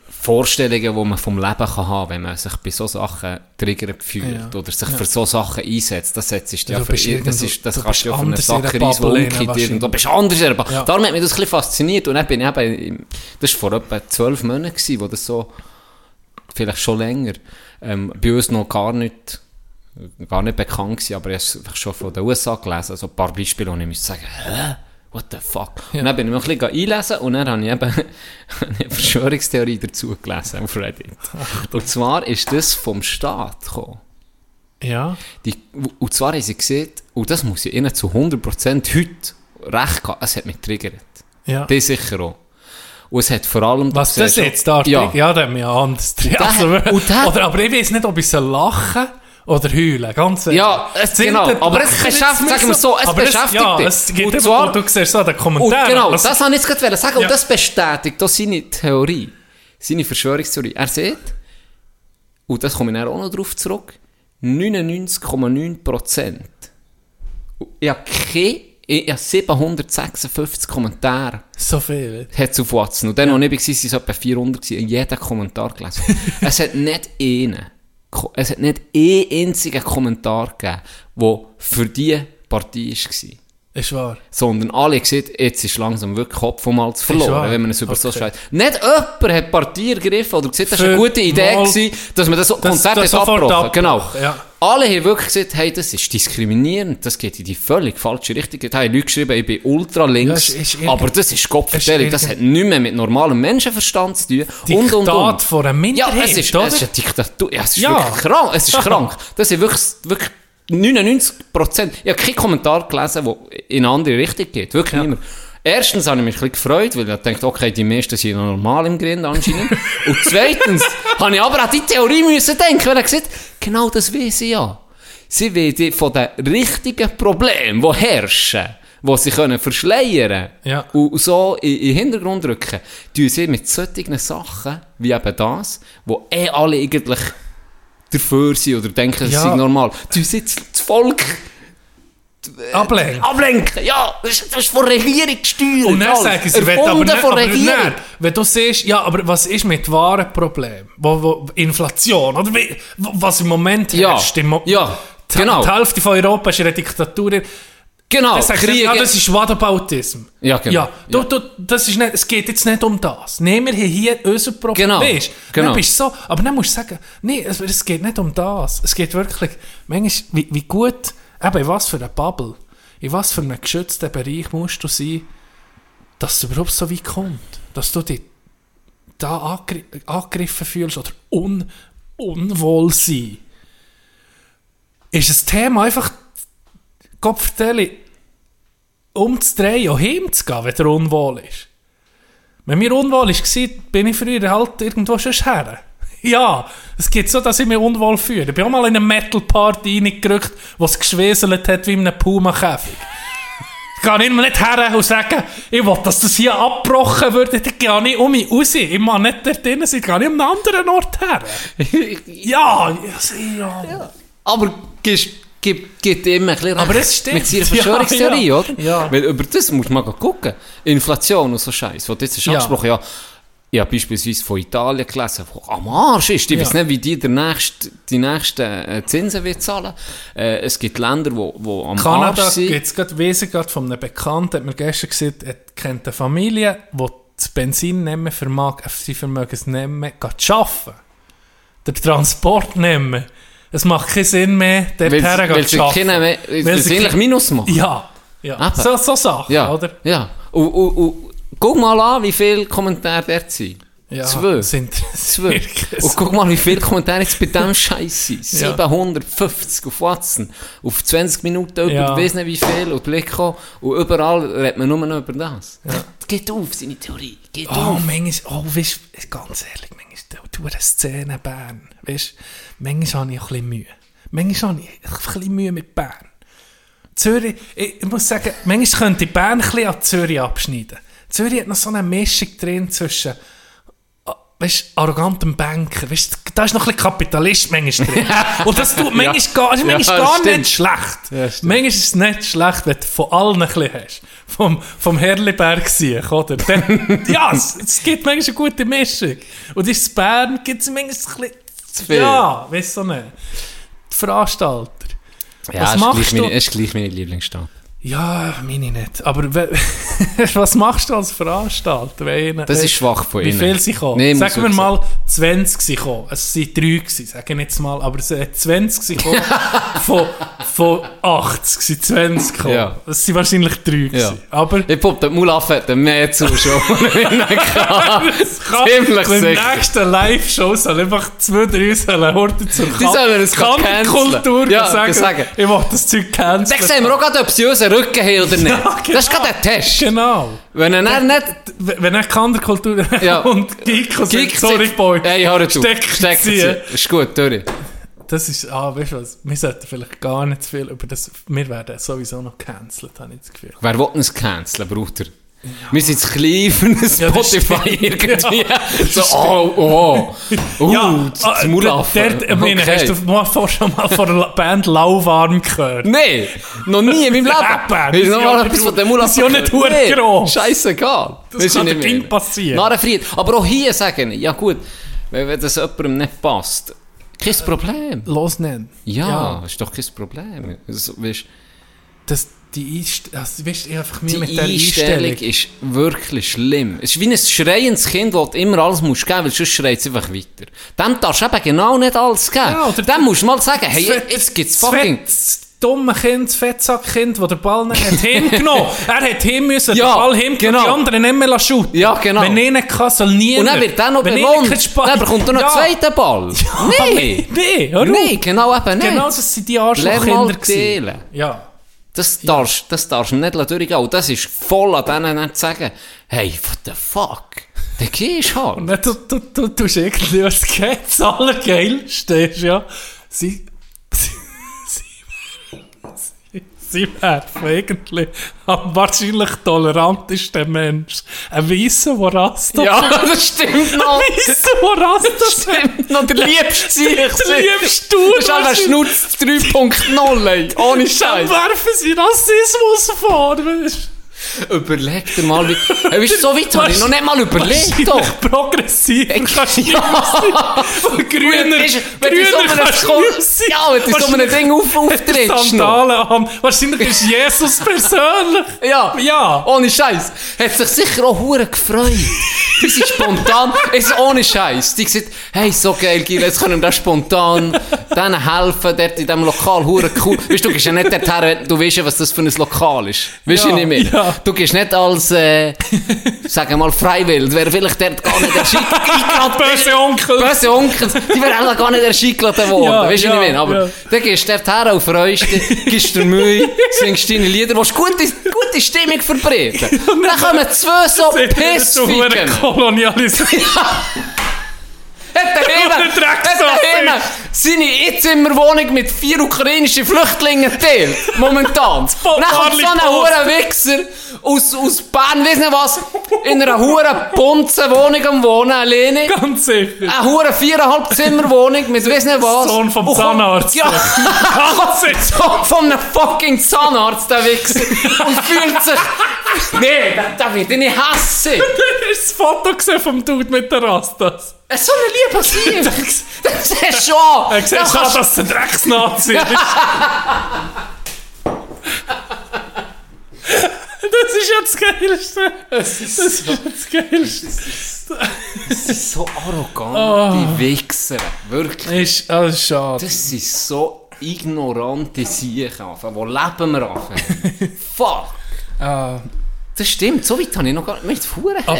S5: Vorstellungen, die man vom Leben kann haben wenn man sich bei so Sachen triggert fühlt
S6: Ja.
S5: oder sich für so Sachen einsetzt. Das setzt sich ja,
S6: du
S5: für
S6: bist
S5: ir- das,
S6: irgendwo-
S5: ist, das
S6: du
S5: kannst
S6: bist
S5: du ja für eine
S6: anders in einer
S5: Sache rein, die
S6: Bubble innen
S5: umkippt
S6: wahrscheinlich.
S5: irgendwo. Du bist anders in einer Bubble.
S6: Ja.
S5: Darum hat mich das ein bisschen fasziniert und dann bin ich eben, im- das war vor etwa zwölf Monaten, gewesen, wo das so vielleicht schon länger. Ähm, bei uns noch gar nicht, gar nicht bekannt gewesen, aber ich habe es einfach schon von den USA gelesen. Also ein paar Beispiele, und ich musste sagen, hä? What the fuck? Und dann bin ich mir ein bisschen einlesen und dann habe ich eben <laughs> eine Verschwörungstheorie dazu gelesen auf Reddit. Und zwar ist das vom Staat gekommen.
S6: Ja,
S5: Die, und zwar haben sie gesehen, Und das muss ich ihnen zu 100% heute recht geben. Es hat mich getriggert.
S6: Ja.
S5: Die sicher auch. Und es hat vor allem... du
S6: Was
S5: siehst
S6: das jetzt,
S5: auch-
S6: da?
S5: Ja.
S6: ja der hat mich ja anders. Also, <laughs>
S5: und der-
S6: oder, aber ich weiß nicht, ob ich soll lachen oder heulen, ganz ehrlich.
S5: Ja, es-
S6: Sind
S5: genau,
S6: die-
S5: aber
S6: lachen jetzt
S5: es beschäftigt-
S6: mich
S5: sagen wir so, es
S6: aber es-
S5: beschäftigt
S6: Ah, ja,
S5: dich.
S6: es gibt
S5: Und
S6: immer-
S5: zwar-
S6: du siehst so den
S5: Und
S6: Kommentar.
S5: genau,
S6: also-
S5: das habe ich jetzt gerade wollen sagen.
S6: Ja.
S5: Und das bestätigt auch seine Theorie. Seine Verschwörungstheorie. Er sieht, und das komme ich dann auch noch drauf zurück, 99,9%. Und Ich habe keine, ich habe 756 Kommentare
S6: so viel.
S5: hat auf WhatsApp. Und dann, als ich war, waren es etwa 400. gewesen. Ich habe jeden Kommentar gelesen. es hat nicht einen, Ko- es hat nicht einen einzigen Kommentar gegeben, der für die Partei war.
S6: Ist wahr.
S5: Sondern alle haben gesagt, jetzt ist langsam wirklich Kopf um Hals verloren,
S6: wahr?
S5: wenn man es über so
S6: Okay.
S5: schreibt. Nicht jemand hat Partei ergriffen oder gesagt, das war eine
S6: Für
S5: gute Idee,
S6: mal-
S5: gewesen, dass man das, das Konzert
S6: das
S5: hat
S6: sofort
S5: abgebrochen. Genau.
S6: abgebrochen, ja.
S5: Alle haben wirklich gesagt, hey, das ist diskriminierend, das geht in die völlig falsche Richtung. Da haben Leute geschrieben, ich bin ultra links,
S6: Ja, es ist irgend-
S5: aber das ist Gottverstellung,
S6: es ist
S5: das hat nichts mehr mit normalem Menschenverstand zu tun.
S6: Diktat
S5: und, und, und.
S6: von einer
S5: Ja,
S6: Minderheit,
S5: es ist,
S6: oder?
S5: es ist eine Diktatur. Ja, es ist
S6: Ja.
S5: wirklich krank. Es ist krank. Das sind wirklich, wirklich 99 Prozent. Ich habe keinen Kommentar gelesen, der in eine andere Richtung geht. Wirklich niemand. Erstens habe ich mich ein bisschen gefreut, weil ich dachte, okay, die meisten sind noch normal im Grind anscheinend. Und zweitens habe ich aber an die Theorie müssen denken, weil er gesagt genau das weiß ich ja. Sie wissen von den richtigen Problemen, die herrschen, die sie können verschleiern
S6: Ja.
S5: und so in, in den Hintergrund rücken, tun sie mit solchen Sachen, wie eben das, wo eh alle eigentlich dafür sind oder denken, es
S6: Ja.
S5: sei normal, tun sie das das Volk Eh,
S6: Ablehnen.
S5: ablenken. Ja, das ist, das ist von der Regierung gesteuert.
S6: Und dann
S5: alles.
S6: sagen sie, wenn, aber,
S5: Erfunden
S6: nicht,
S5: von
S6: aber
S5: der Regierung.
S6: nicht. wenn du siehst, ja, aber was ist mit wahren Problemen? Wo, wo, Inflation, oder wie, wo- was im Moment
S5: Ja,
S6: herrscht. Im Mo-
S5: ja,
S6: die,
S5: genau.
S6: die Hälfte von Europa ist in einer Diktatur.
S5: Genau,
S6: Dann sagst du,
S5: Kriege.
S6: ja, das ist Whataboutism.
S5: Ja, genau.
S6: Ja, du, du, das ist nicht, es geht jetzt nicht um das. Nehmen wir haben hier unser Problem.
S5: Genau,
S6: Weißt,
S5: genau.
S6: Dann bist du so, aber dann musst du sagen, nee, es, es geht nicht um das. Es geht wirklich, manchmal, wie, wie gut, eben in was für eine Bubble, in was für einem geschützten Bereich musst du sein, dass es überhaupt so weit kommt, dass du dich da angegri angegriffen fühlst oder un unwohl sein. Ist das Thema einfach Kopfteile umzudrehen und hinzugehen, wenn er unwohl ist? Wenn mir unwohl war, bin ich früher halt irgendwo sonst her. <laughs> Ja, es gibt so, dass ich mich unwohl fühle. Ich bin auch mal in eine Metal-Party reingerückt, wo es geschweselt hat wie in einem Puma-Käfig. Ich kann immer nicht her und sagen, ich will, dass das hier abgebrochen wird. Ich gehe nicht um mich raus. Ich mag nicht dort drinnen sein. Ich gehe nicht an einen anderen Ort her.
S5: <laughs>
S6: ja, ja, ja.
S5: Aber gibst- gibt, gibt immer ein bisschen
S6: Aber
S5: recht
S6: es stimmt.
S5: mit
S6: <laughs>
S5: seiner
S6: Ja,
S5: Verschwörungstheorie,
S6: ja.
S5: oder?
S6: Ja.
S5: Weil über das musst du mal gucken. Inflation und so Scheiß, was du jetzt hast
S6: Ja.
S5: angesprochen ja. Ich habe beispielsweise von Italien gelesen, wo am Arsch ist. Ich
S6: Ja.
S5: weiß nicht, wie die der nächste, die nächsten äh, Zinsen wird zahlen. Äh, es gibt Länder, die wo, wo am
S6: Kanada
S5: Arsch sind.
S6: gibt es gerade Wesen gerade von einem Bekannten, hat mir gestern gesagt, er kennt eine Familie, die das Benzin nicht mehr vermag, äh, sie vermögen es nicht mehr, geht zu arbeiten. Der Transport nicht mehr. Es macht keinen Sinn mehr, dort
S5: Weil-
S6: her
S5: weil
S6: geht
S5: sie
S6: zu arbeiten.
S5: keine mehr- weil sie eigentlich Minus machen.
S6: Ja, ja.
S5: Eben.
S6: So, so Sachen,
S5: ja,
S6: oder?
S5: ja. Und, und, und, guck mal an, wie viele Kommentare dort sind.
S6: Ja,
S5: Zwei.
S6: Sind
S5: Zwei. Und guck mal, wie viele Kommentare jetzt
S6: <laughs>
S5: bei dem Scheiß sind.
S6: Ja.
S5: 750 auf Watson. Auf 20 Minuten über,
S6: Ja.
S5: ja. weiß nicht wie viel, und Blicko. Und überall redet man nur noch über das. Geht auf, seine Theorie. Geht
S6: Oh,
S5: auf.
S6: manchmal, oh, weißt du, ganz ehrlich, manchmal, du, du eine Szene Bern, weißt du, manchmal habe ich ein bisschen Mühe. Manchmal habe ich ein bisschen Mühe mit Bern. Zürich, ich ich muss sagen, manchmal könnte ich Bern ein bisschen an Zürich abschneiden. Zürich hat noch so eine Mischung drin zwischen, ah, weisst du, arrogantem Banker, weißt du, da ist noch ein bisschen Kapitalist manchmal
S5: <laughs>
S6: drin. Und das tut manchmal gar, ist manchmal
S5: Ja,
S6: gar
S5: stimmt.
S6: nicht schlecht. manchmal ist es nicht schlecht, wenn du von allen ein bisschen hast. Vom, vom Herrliberg sieg, oder?
S5: <laughs>
S6: Dann, ja, es, es gibt manchmal eine gute Mischung. Und in Bern gibt es manchmal ein bisschen,
S5: viel.
S6: ja, weißt du nicht. Die Veranstalter.
S5: Ja,
S6: was
S5: ist
S6: machst
S5: gleich meine,
S6: du?
S5: ist gleich meine Lieblingsstadt.
S6: Ja, meine ich nicht. Aber we- <laughs> was machst du als Veranstalter? wenn einer-
S5: Das ist schwach von
S6: Wie
S5: ihnen.
S6: viel sie kommen?
S5: Nee, muss
S6: sagen wir
S5: wirklich
S6: mal, 20 sie kommen. Es sind 3 gewesen, sagen wir jetzt mal. Aber es sind 20 sie
S5: <laughs>
S6: kommen. von, von 80 sind 20 gekommen.
S5: Ja.
S6: Es sind wahrscheinlich 3 gewesen.
S5: Ja.
S6: Aber
S5: Ich glaube, der Mulaf hat
S6: <laughs>
S5: mehr Zuschauer. <laughs>
S6: es kann
S5: ziemlich
S6: beim
S5: sicher.
S6: nächsten Live-Show sollen einfach zwei, drei sollen Horten zur
S5: Die sollen es canceln.
S6: Kultur
S5: Ja,
S6: sagen,
S5: sagen.
S6: ich will das Zeug
S5: Dann
S6: canceln. <laughs>
S5: sehen wir auch gerade, ob sie unseren Rücken haben oder nicht.
S6: genau.
S5: Das ist gerade ein Test.
S6: Genau.
S5: Wenn er dann nicht...
S6: W- Wenn ich Kanderkultur <laughs>
S5: Ja.
S6: und Geeko sind,
S5: Kick-
S6: sorry Boy,
S5: Ey, hör zu.
S6: Steck
S5: Steck
S6: sie.
S5: sie. Ist gut, durch.
S6: das ist, ah, weißt du was, wir sollten vielleicht gar nicht zu viel über das, wir werden sowieso noch gecancelt, habe ich das Gefühl.
S5: Wer will uns canceln, Bruder? Wir sind zu klein für ein
S6: Ja, das
S5: Spotify
S6: stimmt.
S5: irgendwie. <laughs>
S6: Ja,
S5: so, oh, oh. Uh, das
S6: ah,
S5: Mulaffen.
S6: der, der, ich meine, hast du mal vor, schon mal von der Band Lauwarm gehört?
S5: Nein, noch nie in meinem Leben.
S6: <laughs> Eben,
S5: Ich
S6: das ist
S5: noch
S6: ja
S5: mal
S6: nicht
S5: etwas
S6: hu-
S5: von dem Mulaf.
S6: das ist ja nicht hu- gross.
S5: Scheissegal.
S6: Das kann dem Kind passieren.
S5: Narrenfried. Aber auch hier sagen, ja gut, wenn, wenn das jemandem nicht passt, kein Problem.
S6: Los nennen.
S5: Ja, ist doch kein Problem. Also, weisst,
S6: Das, die Einstellung, also, weißt du, ich einfach
S5: die
S6: mir mit der
S5: Einstellung
S6: Einstellung.
S5: ist wirklich schlimm. Es ist wie ein schreiendes Kind, das du immer alles musst geben, weil sonst schreit es einfach weiter. Dem darfst du eben genau nicht nou alles geben.
S6: Ja, oder-
S5: Dem musst du mal sagen, hey,
S6: Fett-
S5: jetzt gibt's
S6: das
S5: fucking...
S6: Fett- Das dumme Kind, das Fettsackkind, das den Ball nicht hat hingenommen. er hat hin müssen,
S5: Ja,
S6: den Ball hingenommen,
S5: genau.
S6: die anderen nicht mehr lassen shooten.
S5: Ja, genau.
S6: Wenn ich nicht kann, soll
S5: Und
S6: niemand.
S5: dann wird der noch
S6: Wenn ich
S5: belohnt.
S6: keinen Spaß-
S5: Dann bekommt er noch einen
S6: Ja.
S5: zweiten Ball. Nein!
S6: <laughs> Nee, hör auf.
S5: Nein, genau eben nicht.
S6: Genau, das sind die Arschlochkinder
S5: Lehrmal
S6: gewesen.
S5: teilen.
S6: Ja.
S5: Das darfst, das darfst du nicht durchgehen. Und das ist voll an denen nicht zu sagen, hey, what the fuck? Der gehst halt.
S6: Nein, du, du, du tust irgendwie was geht. Das Allergeilste ist ja, sie. sie- sie- Sie werfen eigentlich am wahrscheinlich tolerantesten Mensch. Ein Weißer, der Rasta <laughs>
S5: <laughs> Ja, das stimmt noch.
S6: Weißer, der Rasta
S5: <laughs> Stimmt noch. Der
S6: <laughs>
S5: liebste Sieg.
S6: Der liebst du,
S5: Das ist halt ein Schnutz
S6: <laughs>
S5: 3.0, ey. Ohne
S6: Dann
S5: Scheiß.
S6: werfen sie Rassismus vor. weisst
S5: Überleg dir mal, wie... Hey, weißt du, so weit habe ich noch nicht mal
S6: du.
S5: überlegt,
S6: Wahrscheinlich
S5: doch.
S6: progressiv. <laughs> Kannst du nicht
S5: <laughs>
S6: sein. Grüner,
S5: Ist- wenn du so
S6: grüner
S5: einem
S6: kannst du <laughs>
S5: Kon-
S6: nicht sein.
S5: Ja, wenn du so einem
S6: Wahrscheinlich- <laughs>
S5: Ding auf, auftrittst noch.
S6: Sandalen an. Wahrscheinlich ist Jesus persönlich.
S5: Ja.
S6: dus Ja.
S5: Ohne Scheiß. Hat sich sicher auch hure gefreut. Die sind spontan, es ist ohne Scheiß. Die gesagt, hey, so geil, Gil, jetzt können wir da spontan denen helfen, dort in diesem Lokal, hure cool. Weißt du, du gehst ja nicht dorthin, wenn du weißt, ja, was das für ein Lokal ist. Weißt du,
S6: Ja,
S5: nicht mehr.
S6: ja.
S5: Du gehst nicht als, äh, sagen wir mal, freiwillig. Wäre vielleicht dort gar nicht erschienen.
S6: <laughs> Böse Onkel. <laughs>
S5: Böse Onkels, die wären auch gar nicht erschickelt worden,
S6: Ja,
S5: weißt du,
S6: ja,
S5: wie ich meine? Aber
S6: ja.
S5: dann gehst du dort her und freust dich, gibst
S6: <laughs>
S5: dir Mühe, singst deine Lieder, willst gute, gute Stimmung verbreiten. Und dann kommen zwei so Pissficken. <laughs>
S6: Kolonialismus. <laughs>
S5: Hat der
S6: Und
S5: Hene,
S6: der
S5: hat
S6: Drecksau
S5: der Hene seine Einzimmerwohnung mit vier ukrainischen Flüchtlingen teilt.
S6: <laughs>
S5: Momentan. Und dann kommt so ein
S6: Marley Post.
S5: hoher Wichser aus, aus Bern, weiss nicht was, in einer hohen bunzen Wohnung am Wohnen alleine.
S6: Ganz sicher.
S5: Eine hure viereinhalb Zimmer Wohnung mit weiss nicht Ah, was.
S6: Sohn vom
S5: Und kommt-
S6: Zahnarzt. <laughs>
S5: Ja,
S6: Ganz sicher.
S5: <laughs> von einem fucking Zahnarzt, der Wichser. Und fühlt sich... Nee, da, da wird ich nicht hassen.
S6: Du hast das Foto gesehen vom Dude mit den Rastas.
S5: Es ist Äh, so ein lieber
S6: <laughs>
S5: Sieg. Das ist schon.
S6: Er sieht
S5: Da
S6: schon,
S5: kannst-
S6: dass es ein Drecksnazi <laughs> ist. Das ist ja das Geilste. Das ist, ja das Geilste.
S5: Das ist so arrogant, die Wichser. Wirklich.
S6: Ist, oh, schade.
S5: Das sind so ignorante Siechen. Von wo leben wir an? Fuck.
S6: Ah.
S5: Das stimmt, so weit habe ich noch gar nicht mehr zu
S6: Aber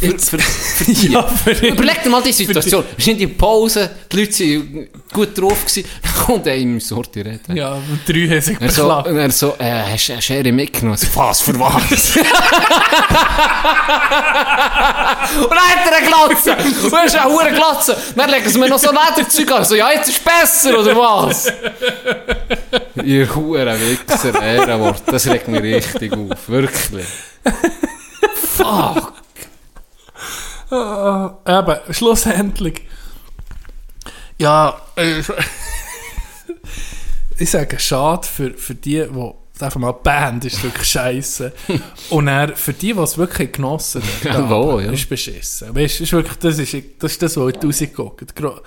S6: eben,
S5: Für, für, für die.
S6: Ja, für die.
S5: Überleg dir mal die Situation. Wir sind in der Pause, die Leute waren gut drauf, gewesen, dann kommt einer im Sorti reden.
S6: ja, drei haben sich
S5: Er so,
S6: beklagt.
S5: und er so, äh, hast du eine Schere
S6: <laughs>
S5: mitgenommen? So, Was, für <laughs> was? und dann hat er eine Glatze. Du hast eine hohe Glatze. Dann legen sie mir noch so Lederzeug an. So, ja, jetzt ist besser, oder was? Ihr hohen Wichser, Ehrenwort. Das regt mich richtig auf. Wirklich. Fuck.
S6: Eben, schlussendlich. Ja, äh, <laughs> ich sage, schade für, für die, die Sag mal, die Band ist wirklich
S5: <laughs>
S6: scheiße. Und er, für die, die es wirklich genossen haben,
S5: Jawohl, ja.
S6: ist beschissen. Weißt, ist wirklich, das, ist, das ist das, was ich rausgeguckt Gro-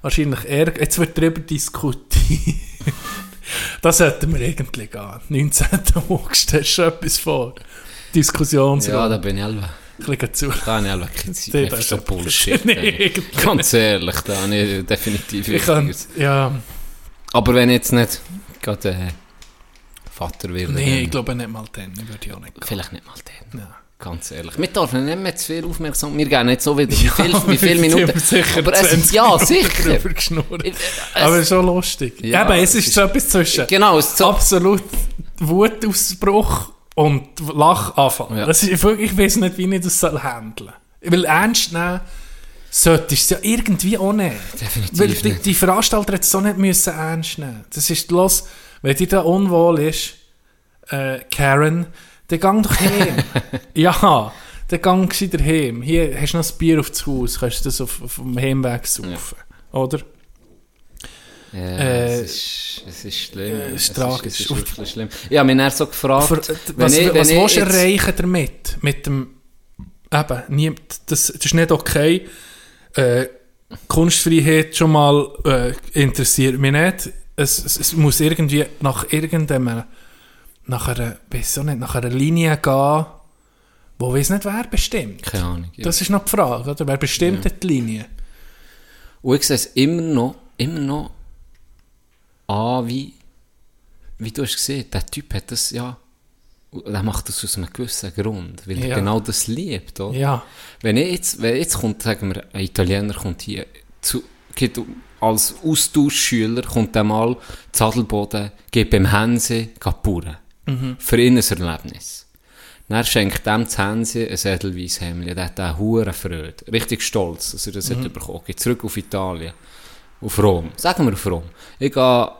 S6: Wahrscheinlich Ärger. Jetzt wird darüber diskutiert. <laughs> Das sollten wir eigentlich gehen. 19. August, hast du etwas vor?
S5: Ja, da
S6: Diskussionsrunde.
S5: bin ich selber.
S6: Ja, Klicken zu.
S5: Da habe ich selber keine Zeit
S6: Nee,
S5: mehr
S6: das
S5: für
S6: ist
S5: so
S6: etwas. <laughs>
S5: Bullshit.
S6: Nee,
S5: ey.
S6: irgendwie.
S5: Ganz ehrlich, da habe ich definitiv
S6: Ich kann,
S5: Wichtigeres.
S6: ja,
S5: Aber wenn jetzt nicht gerade äh, Vater will,
S6: nee,
S5: dann
S6: ich glaube nicht mal dann. Ich würde ja auch nicht gehen.
S5: vielleicht nicht mal den.
S6: Ja.
S5: Ganz ehrlich. Wir dürfen nicht mehr zu viel Aufmerksamkeit. Wir gehen nicht so
S6: <laughs>
S5: wieder. Wie viel, wie viele
S6: Wir
S5: Minuten?
S6: haben Sicher
S5: Aber es ist ja sicher. <laughs>
S6: Drüber geschnurrt.
S5: Ich- äh, es-
S6: Aber schon lustig.
S5: Ja,
S6: Eben, es
S5: es
S6: ist
S5: ist-
S6: so etwas zwischen
S5: Genau, es so.
S6: absolut Wutausbruch und Lachanfall.
S5: Ja.
S6: Das ist wirklich, ich weiß nicht, wie ich das soll handeln soll. Weil ernst nehmen solltest du es ja irgendwie auch nicht.
S5: Definitiv
S6: Weil die,
S5: nicht.
S6: die Veranstalter hätten es so nicht müssen ernst nehmen Das ist los, wenn dir da unwohl ist, äh, Karen, dann gang doch
S5: <laughs>
S6: heim. ja, dann gang gescheiter heim. Hier hast du noch ein Bier auf das Haus, kannst du das auf, auf dem Heimweg saufen. Oder?
S5: Ja,
S6: Äh,
S5: es, ist, es ist schlimm.
S6: es ist
S5: es, ist,
S6: tragisch.
S5: es ist wirklich schlimm. Ich habe mich dann so gefragt,
S6: Ver,
S5: wenn
S6: was
S5: ich, wenn
S6: was
S5: ich
S6: willst du
S5: jetzt-
S6: erreichen damit? Mit dem. Eben, nie, das, das ist nicht okay. Äh, Kunstfreiheit schon mal äh, interessiert mich nicht. Es, es, es muss irgendwie nach irgendeinem. Nach einer, weiss auch nicht, nach einer Linie gehen, wo weiß nicht, wer bestimmt.
S5: Keine Ahnung. ja.
S6: Das ist noch die Frage, oder? Wer bestimmt die Linie?
S5: Und ich sehe es immer noch, immer noch an, wie, wie du hast gesehen, der Typ hat das, ja, der macht das aus einem gewissen Grund, weil
S6: Ja.
S5: er genau das liebt, oder?
S6: Ja.
S5: Wenn ich jetzt, wenn jetzt kommt, sagen wir, ein Italiener kommt hier, zu, geht um, als Austauschschüler kommt er mal Zadelboden, geht beim Hänse kapuren. Für ihn ein Erlebnis. Dann schenkt dem das Hänse ein edelweiss Hemd. Der hat eine hure Freude. Richtig stolz, dass er das hat bekommen. Geht zurück auf Italien. Auf Rom. Sagen wir auf Rom. Ich gehe ein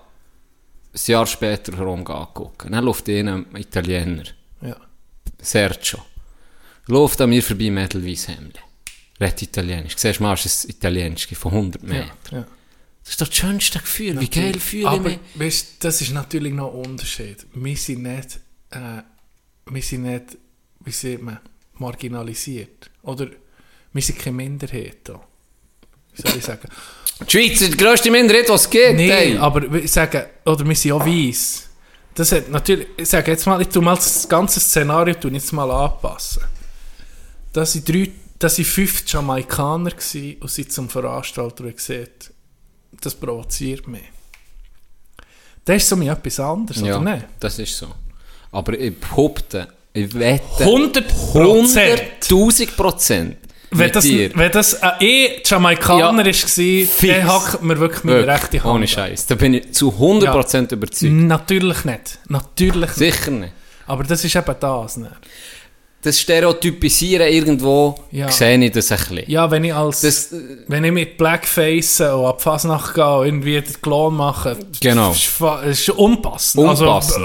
S5: Jahr später Rom angucken. Dann läuft ihnen ein Italiener.
S6: Ja.
S5: Sergio. Läuft an mir vorbei mit Edelweiss Hemd. Redet Italienisch. Siehst du mal, es ist ein Italienisch von 100 Metern.
S6: ja.
S5: Das ist doch das schönste Gefühl. Wie geil fühle ich
S6: Aber
S5: mich.
S6: weißt, das ist natürlich noch ein Unterschied. Wir sind nicht, äh, wir sind nicht, wie sagt man, marginalisiert. Oder wir sind keine Minderheit da. Wie soll ich sagen?
S5: Die Schweiz ist die grösste Minderheit, die es gibt.
S6: Nein,
S5: ey.
S6: aber wir sagen, oder wir sind auch weiss. Das hat natürlich, ich sage jetzt mal, ich tu mal das ganze Szenario tu ich jetzt mal anpassen. Das sind drei, das sind fünf Jamaikaner gewesen und sind zum Veranstalter und gesagt, das provoziert mich. Das ist so mir etwas anderes,
S5: ja,
S6: oder nicht?
S5: das ist so. Aber ich behaupte, ich wette...
S6: 100%.
S5: 100'000 Prozent.
S6: Wenn
S5: Mit
S6: das,
S5: dir.
S6: wenn das ein eh Jamaikaner war,
S5: fix.
S6: dann hackt mir wirklich meine rechte
S5: Wirklich,
S6: Hand.
S5: ohne
S6: ab.
S5: Scheiß. Da bin ich zu 100 Prozent überzeugt.
S6: Natürlich nicht. Natürlich nicht.
S5: Sicher nicht.
S6: Aber das ist eben das. Ne?
S5: Das Stereotypisieren irgendwo,
S6: Ja.
S5: sehe ich das ein bisschen.
S6: Ja, wenn ich als...
S5: Das, äh,
S6: Wenn ich mit Blackface und ab Fasnacht gehe und irgendwie den Klon mache,
S5: Genau.
S6: das ist, fa- das ist unpassend.
S5: Unpassend.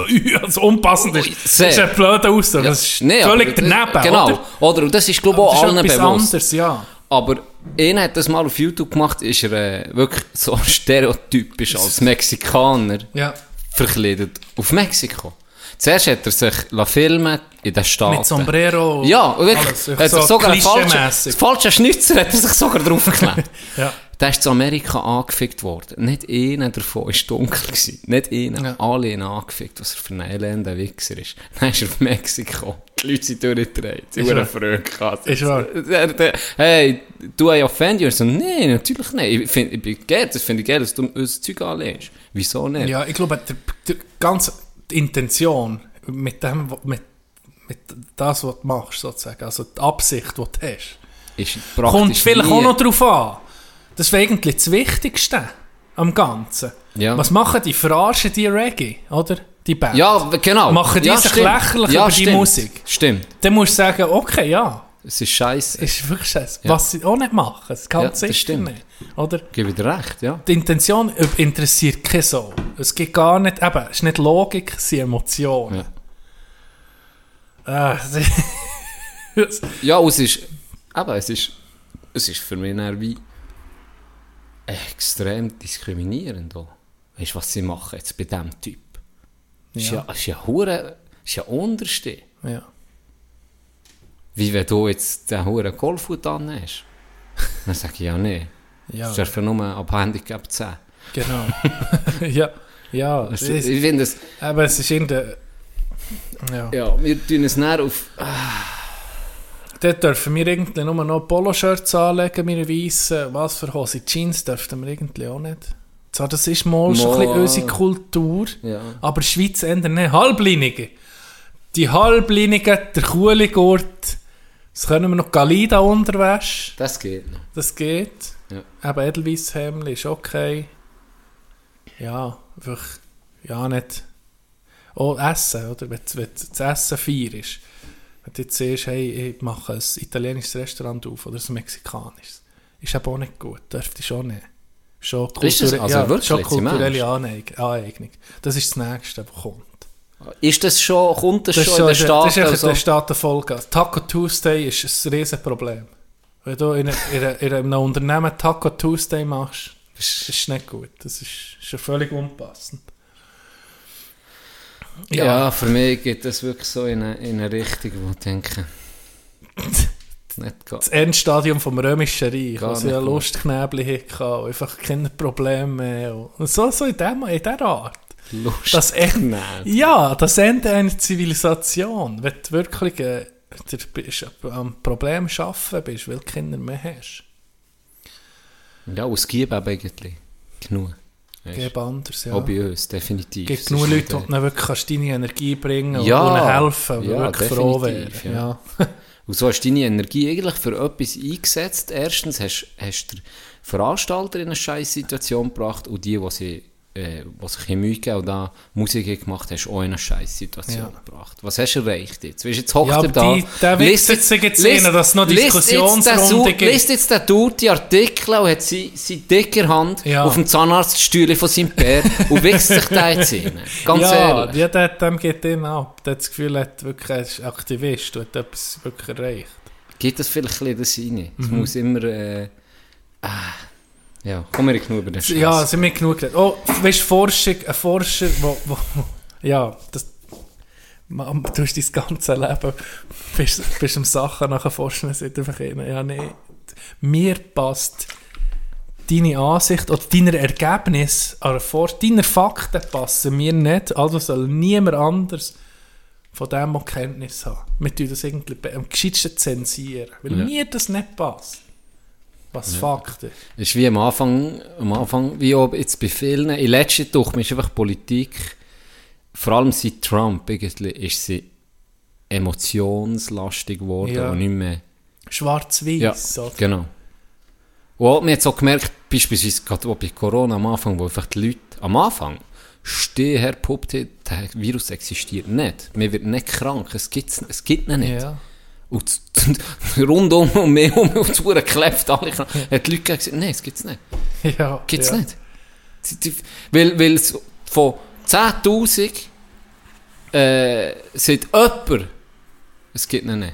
S6: <laughs> Also, also unpassend ist,
S5: Sehr.
S6: ist ein blöder Ausdruck. Das ist
S5: Nee,
S6: völlig
S5: aber-
S6: daneben,
S5: Genau.
S6: oder?
S5: Oder? Und das ist, glaube ich,
S6: Das
S5: auch
S6: ist
S5: allen
S6: etwas
S5: bewusst.
S6: anderes, ja.
S5: Aber einer hat das mal auf YouTube gemacht, ist er äh, wirklich so <laughs> stereotypisch als Mexikaner
S6: ja.
S5: verkleidet auf Mexiko. Zuerst hat er sich la filmen in den Staaten.
S6: Mit Sombrero
S5: Ja, und wirklich. Also
S6: alles.
S5: hat er
S6: So
S5: sogar einen falschen,
S6: klischeemässig.
S5: das falsche Schnitzer hat er sich
S6: <laughs>
S5: sogar draufgeklebt.
S6: Ja.
S5: Der ist zu Amerika angefickt worden. Nicht einer davon war dunkel. Gewesen. Nicht einer.
S6: Ja.
S5: Alle haben angefickt, was er für ein elender Wichser ist. <laughs> Dann ist er auf Mexiko. Die Leute sind durchgedreht. Sie
S6: Ist
S5: waren
S6: wahr.
S5: Freude gehabt.
S6: Ist wahr.
S5: Der- der- Hey, do I offend you? So, nein, natürlich nicht. Ich, find, ich bin geil, das finde ich geil, dass du uns Zeug anlehnst. Wieso nicht?
S6: Ja, ich glaube, der, der ganze die Intention mit dem, wo- mit, mit das, was du machst, sozusagen, also die Absicht, die du hast,
S5: Ist
S6: kommt
S5: praktisch
S6: vielleicht
S5: nie-
S6: auch noch drauf an. Das wäre eigentlich das Wichtigste am Ganzen.
S5: Ja.
S6: Was machen die? Verarschen die Reggae, oder? Die Band.
S5: Ja, genau.
S6: Machen die
S5: ja,
S6: sich
S5: stimmt.
S6: lächerlich
S5: ja,
S6: über die
S5: stimmt.
S6: Musik?
S5: Stimmt.
S6: Dann musst du sagen, okay, ja,
S5: Es ist scheiße.
S6: ist wirklich scheiße.
S5: Ja.
S6: Was sie auch nicht machen, das kann
S5: Ja,
S6: ja,
S5: das
S6: sicher
S5: stimmt.
S6: nicht. Oder?
S5: Ich gebe dir recht, ja.
S6: Die Intention ob- interessiert keine so. Es geht gar nicht, eben, es ist nicht Logik, es sind Emotionen. Ah, <laughs> das-
S5: Ja, und es ist, aber es ist, es ist für mich dann wie extrem diskriminierend auch. Weißt du, was sie machen jetzt bei diesem Typ? Ja. Ist ja, ist ja hure, ist ja unterste.
S6: ja.
S5: Wie wenn du jetzt den hure Golfhut annimmst. <laughs> Dann sag ich ja, nee.
S6: ja,
S5: Das ist ja für nur ab Handicap 10.
S6: genau. <laughs> ja. Ja,
S5: Weißt
S6: es
S5: du,
S6: ist,
S5: Ich finde es...
S6: aber es ist irgendein... Ja.
S5: Ja, wir tun es näher auf...
S6: Dort dürfen wir irgendwie nur noch Poloshirts anlegen, wir weissen, was für Hose. Jeans dürften wir irgendwie auch nicht. So, das ist mal schon ein
S5: Mal.
S6: bisschen unsere Kultur.
S5: Ja.
S6: Aber Schweiz ändern nicht. Halblinige. Die Halblinige, der Kuhligurt. Das können wir noch Galida unterwäsche.
S5: Das geht noch.
S6: Das geht.
S5: Ja.
S6: Aber Edelweiss Hemd ist okay. Ja, einfach, ja nicht. Oh, Essen, oder? Wenn, wenn das Essen feier ist. Wenn du jetzt siehst, hey, ich mache ein italienisches Restaurant auf oder ein mexikanisches. Ist eben auch nicht gut, dürfte ich auch nicht. Schon
S5: Ist das-
S6: kulturell-
S5: also wirklich,
S6: schon
S5: jetzt
S6: kulturelle
S5: im
S6: Aneig- Aneignung. Das ist das Nächste, was kommt.
S5: Ist das schon... Kommt das,
S6: Das ist,
S5: schon
S6: so,
S5: in den Staat?
S6: das ist echt
S5: also?
S6: der Staat Vollgas. Taco Tuesday ist ein Riesenproblem. Wenn du in, einer- in, einer- in einem Unternehmen Taco Tuesday machst, das ist nicht gut. Das ist, ist ja völlig unpassend.
S5: ja.
S6: Ja,
S5: für mich geht das wirklich so in eine, in eine Richtung, wo ich denke... nicht geht.
S6: das Endstadium vom Römischen Reich,
S5: Gar
S6: wo sie
S5: nicht
S6: ja
S5: gut.
S6: Lustknäbel hatten und einfach keine Probleme mehr. Und so, so in, dem, in dieser Art.
S5: Lust.
S6: Das Ende-
S5: Nein.
S6: Ja, das Ende einer Zivilisation. Wenn du wirklich äh, der, bist, äh, am Problem arbeiten bist, weil du Kinder mehr hast.
S5: Ja, aus Gieb eben eigentlich. Genug. Weißt
S6: Gib anders, ja.
S5: Auch bei uns, definitiv.
S6: Gibt
S5: Es
S6: genug
S5: ist
S6: Leute,
S5: nicht,
S6: die ihnen wirklich kannst deine Energie bringen
S5: Ja,
S6: und ihnen helfen, die
S5: ja,
S6: wirklich froh wären.
S5: definitiv,
S6: Ja.
S5: ja. Und so hast du deine Energie eigentlich für etwas eingesetzt. Erstens hast, hast du den Veranstalter in eine scheiß Situation gebracht und die, die sie äh, was sich Mühe gegeben und da Musik gemacht hast, auch in eine scheiß Situation
S6: Ja.
S5: gebracht. Was hast du erreicht jetzt? Weißt, du, jetzt hockt
S6: Ja,
S5: er
S6: aber
S5: da.
S6: die- der
S5: liest
S6: wichst jetzt
S5: liest-
S6: irgendeiner, dass es noch
S5: liest jetzt der
S6: Diskussionsrunde
S5: Sau-
S6: gibt.
S5: Liest jetzt der Dude die Artikel und hat seine, seine dicke Hand
S6: Ja.
S5: auf dem Zahnarztstühle von seinem Pär und wächst sich da jetzt rein. <laughs> Ganz
S6: ja,
S5: ehrlich.
S6: ja der, dem geht dem ab. Der hat das Gefühl, er hat wirklich, er ist Aktivist und hat etwas wirklich erreicht.
S5: Geht das vielleicht ein bisschen das rein? Es
S6: Mhm.
S5: muss immer. Äh, ah, ja, kommen wir genug über den Scheiß.
S6: Ja, sind wir genug geredet. Oh, weißt du, Forschung, ein Forscher, wo, wo <laughs> ja, das, Mann, du hast dein ganze Leben, bist, bist am Sachen nachher forschen, es wird einfach einer, ja, nee, mir passt deine Ansicht oder deiner Ergebnis, an Forsch deiner Fakten passen mir nicht, also soll niemand anders von dem auch Kenntnis haben. Wir tun das irgendwie be- am geschicktesten zensieren, weil
S5: Ja.
S6: mir das nicht passt. Was Fakt ist.
S5: Es ist wie am Anfang, am Anfang, wie ob jetzt bei vielen, in letzter Durch ist einfach Politik, vor allem seit Trump, irgendwie, ist sie emotionslastig geworden
S6: Ja.
S5: und nicht mehr.
S6: Schwarz-Weiß, oder?
S5: genau. Und auch, man hat so gemerkt, beispielsweise gerade auch bei Corona am Anfang, wo einfach die Leute am Anfang stehen herpuppt haben, der Virus existiert nicht. Man wird nicht krank, es, gibt's, es gibt ihn nicht.
S6: Ja. <laughs>
S5: Und z- z- <laughs> rundum um mich um auf die Uhr geklebt, alle krank. Hat die Leute gesagt, nein, das gibt's nicht.
S6: Ja.
S5: Gibt's
S6: ja.
S5: nicht. Sie- sie- Weil, weil es von 10.000 äh, sagt jemand, es gibt ihn nicht.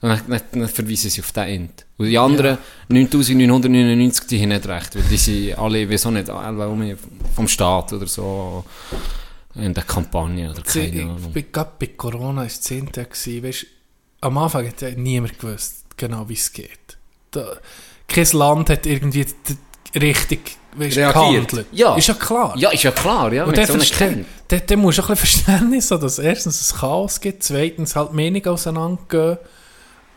S5: Und dann, dann, dann verweisen sie auf den End. Und die anderen 9.999, die haben nicht recht, weil die sind alle, wieso nicht, alle um- vom Staat oder so, in der Kampagne oder
S6: Sie-
S5: keine Ahnung.
S6: Ich bin gerade bei Corona ist Zehnte gsi, weißt, am Anfang hat ja niemand gewusst, genau wie es geht. Da, kein Land hat irgendwie d- d- richtig, weißt, gehandelt.
S5: Ja.
S6: Ist ja klar.
S5: Ja, ist ja klar, ja.
S6: Und
S5: wenn
S6: dann,
S5: so einen
S6: verste-
S5: kennt.
S6: dann, dann musst du auch ein bisschen Verständnis haben, dass erstens es Chaos gibt, zweitens halt die Meinungen auseinandergehen